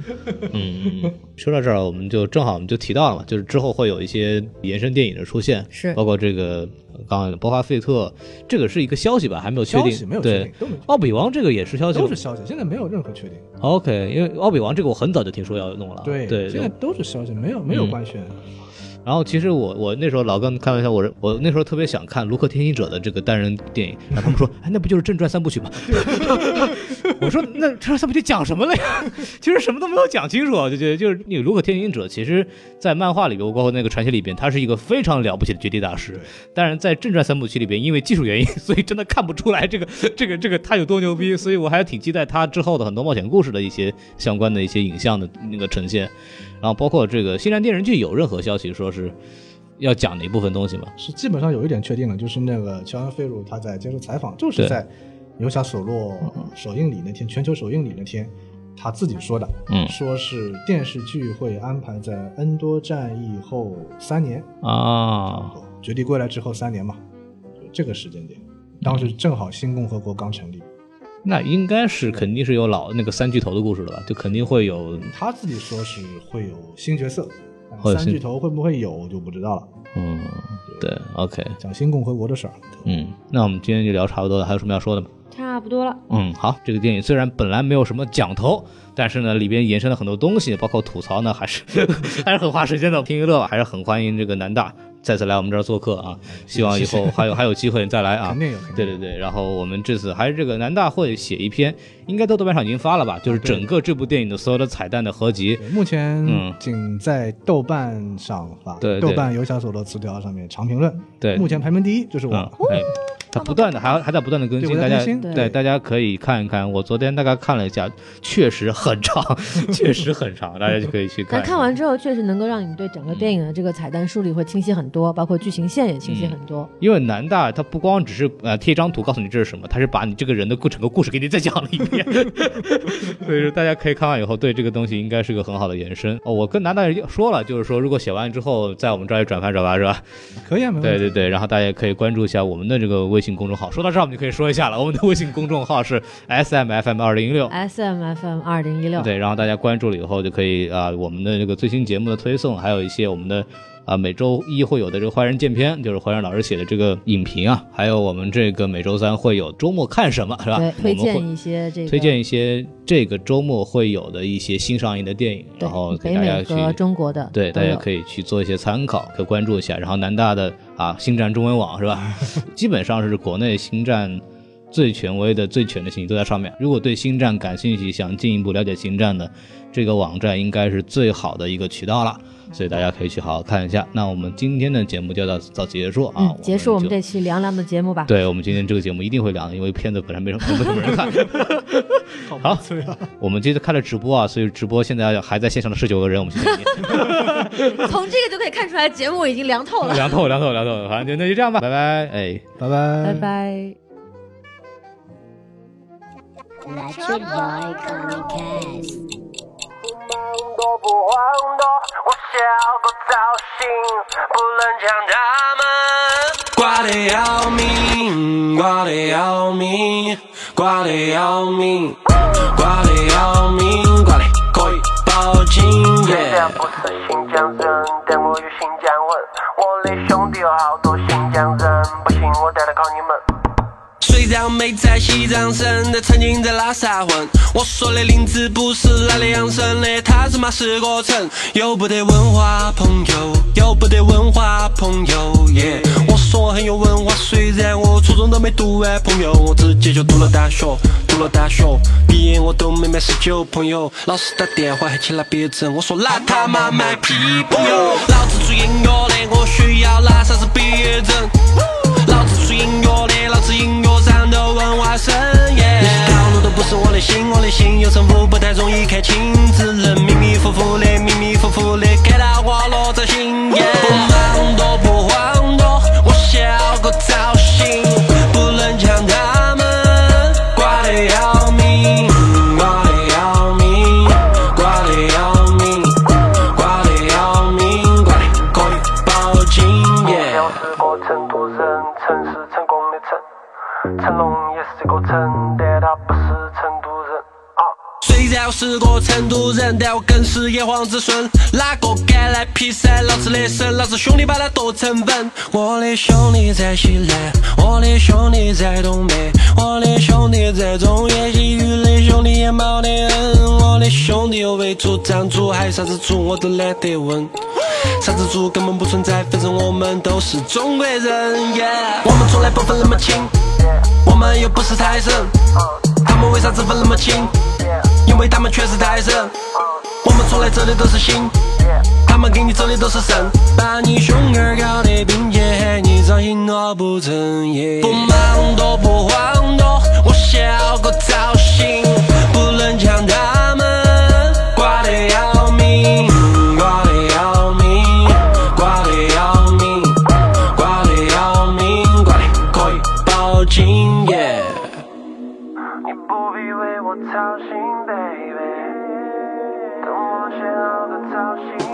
S2: 嗯，
S3: <laughs>
S2: 嗯，说到这儿，我们就正好我们就提到了嘛，就是之后会有一些延伸电影的出现，
S1: 是
S2: 包括这个呃刚刚的博哈费特，这个是一个消息吧，还没有确定，
S3: 消息没有 <laughs> 确
S2: 对
S3: 定，都没确定
S2: 奥比王这个也是消息
S3: 都是消息，现在没有任何确定。
S2: ，OK，因为奥比王这个我很早就听说要弄了，啊
S3: 啊对，
S2: 对，
S3: 现在都是消息，没有没有
S2: 嗯
S3: 官宣。
S2: 然后其实我我那时候老跟开玩笑，我我那时候特别想看《卢克天行者》的这个单人电影，然后他们说，哎，那不就是正传三部曲吗？ <laughs> 我说那正传三部曲讲什么了呀？ <laughs> 其实什么都没有讲清楚，啊我就觉得就是那个《卢克天行者》，其实在漫画里边，包括那个传奇里边，他是一个非常了不起的绝地大师
S3: 对。
S2: 但是在正传三部曲里边，因为技术原因， <laughs> 所以真的看不出来这个这个这个他有多牛逼，所以我还挺期待他之后的很多冒险故事的一些相关的一些影像的那个呈现。然后包括这个《星战》电视剧有任何消息说是要讲哪部分东西吗？
S3: 是基本上有一点确定了，就是那个乔安·菲鲁他在接受采访，就是
S2: 对嗯
S3: 在《游侠索洛》首映礼那天，全球首映礼那天，他自己说的，
S2: 嗯
S3: 说是电视剧会安排在恩多战役后三年，
S2: 啊，
S3: 绝地
S2: 嗯
S3: 归来之后三年嘛，就这个时间点，当时正好新共和国刚成立，
S2: 那应该是肯定是有老那个三巨头的故事了吧？就肯定会有，
S3: 他自己说是会有新角色，但
S2: 会有
S3: 三
S2: 新
S3: 巨头会不会有就不知道了。
S2: 嗯，对，OK，
S3: 讲新共和国的事儿，
S2: 嗯，那我们今天就聊差不多了，还有什么要说的吗？
S1: 差不多了。
S2: 嗯，好，这个电影虽然本来没有什么讲头，但是呢，里边延伸了很多东西，包括吐槽呢，还是 <laughs> 还是很花时间的。拼娱乐吧，还是很欢迎这个南大再次来我们这儿做客啊，希望以后还有还有机会再来啊。
S3: 肯定有肯定
S2: 对对对，然后我们这次还是这个南大会写一篇，应该在豆瓣上已经发了吧？
S3: 啊
S2: 就是整个这部电影的所有的彩蛋的合集。
S3: 目前
S2: 嗯
S3: 仅在豆瓣上发，
S2: 对对
S3: 豆瓣有小所罗词条上面长评论，
S2: 对
S3: 目前排名第一就是我。
S2: 嗯，哎，它不断的还还在不断的更
S3: 对
S2: 新，
S3: 我
S2: 大
S3: 在
S2: 家
S3: 更新
S2: 对
S1: 对
S2: 大家可以看一看。我昨天大概看了一下，确实很长， <laughs> 确实很长，大家就可以去看
S1: 但
S2: 一
S1: 看完之后，确实能够让你对整
S3: 嗯
S1: 个电影的这个彩蛋梳理会清晰很多，包括剧情线也清
S3: 嗯
S1: 晰很多。
S2: 因为南大它不光只是呃贴一张图告诉你这是什么，它是把你这个人的故整个故事给你再讲了一遍，所以说大家可以看完以后对这个东西应该是个很好的延伸。哦，我跟南大说了，就是说如果写完之后在我们这儿也转发转发是吧？
S3: 可以啊，没问题。
S2: 对对对，然后大家也可以关注一下我们的这个微信公众号。说到这儿，我们就可以说一下了，我们的微信公众号是 S M F M 二零一六。
S1: S M F M 二零一六，
S2: 对，然后大家关注了以后就可以啊、我们的这个最新节目的推送，还有一些我们的啊、每周一会有的这个坏人见片，就是坏人老师写的这个影评啊，还有我们这个每周三会有周末看什么，是吧？
S1: 对，推
S2: 我
S1: 荐
S2: 们
S1: 一些这
S2: 会
S1: 个
S2: 推荐一些这个周末会有的一些新上映的电影，
S1: 对
S2: 然后给
S1: 北
S2: 大家
S1: 美
S2: 去
S1: 和中国的
S2: 对，大家可
S1: 以
S2: 以去做一些参考，可以关注一下。然后南大的啊，星战中文网是吧？ <laughs> 基本上是国内星战最权威的、最全的信息都在上面。如果对星战感兴趣，想进一步了解星战的，这个网站应该是最好的一个渠道了。所以大家可以去好好看一下。那我们今天的节目就到到此结束啊，
S1: 嗯结束我们
S2: 就
S1: 这期凉凉的节目吧。
S2: 对我们今天这个节目一定会凉的，因为片子本来没什么没什么
S1: <laughs>
S2: 人看。好，我们接着开了直播啊，所以直播现在还在线上的十九个人，我们谢谢你。
S1: 从这个就可以看出来，节目已经凉透
S2: <laughs>
S1: 了。
S2: 凉透，凉透，凉透，反正就那就这样吧，拜拜，哎。
S3: 拜拜，
S1: 拜拜。
S4: That's your boy, Connie Cass.
S5: 我不慌的，我笑不造型，不能将他们挂得要命，挂得要命，挂得要命，挂得要命，挂得可以报警。虽然不是新疆人，但我有新疆魂。我的兄弟有好多新疆人，不信我带他考你们。虽然没在西藏生，但曾经在拉萨混。我说的林子不是哪里养生的，他是马是个城，有不得文化朋友，有不得文化朋友耶。我说我很有文化，虽然我初中都没读完，朋友，我直接就读了大学，读了大学，毕业我都没满十九，朋友，老师打电话还去拿别针，我说拿他妈卖批，朋友，老子做音乐的，我需要拿啥子别人？老子做音乐的，老子音乐上的文化生耶。那些套路都不是我的心，我的心有城府，不太容易看清，只能迷迷糊糊的，迷迷糊糊的看到花落在心耶。不忙多不慌多，我笑个造型，不能将他们挂得要命，挂得要命，挂得要命，挂得要命，挂得可以报警耶。我是个成都人，城是成功的成，成龙也是个成，但他不是成都人。啊。虽然我是个成都人，但我更是炎黄子孙。哪个敢来劈山，老子的神，老子兄弟把他剁成粉。我的兄弟在西南，我的兄弟在东北，我的兄弟在中原西域的兄弟也没得恩。我的兄弟有喂猪、长猪，还有啥子猪我都懒得问。啥子猪根本不存在，反正我们都是中国人，yeah。我们从来不分那么清，我们又不是泰神，他们为啥子分那么清？因为他们全是泰神，我们从来走的都是心，他们给你走的都是肾，把你胸儿搞得并肩，喊你伤心我不成，yeah。不忙多不慌多，我笑个造型，不能将他们挂得要命，挂得要命，挂得要命，挂得要命，挂得可以报警耶。你不必为我操心，baby，等我写好的造型。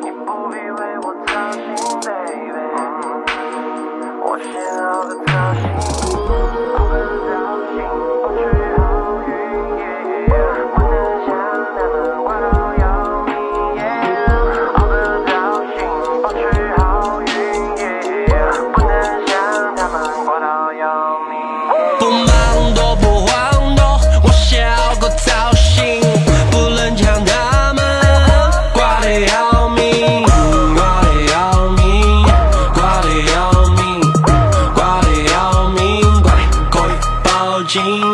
S5: 你不必为我操心，baby，我我想要的造型，不能造型，不去好运耶，不能像他们管到要命耶，我的造型，不去好运耶，不能像他们管到要命耶。不忙多不晃动，我想要个造型，不能像他们管得要命。管得要命，管得要命，管得要命，管得够一包紧。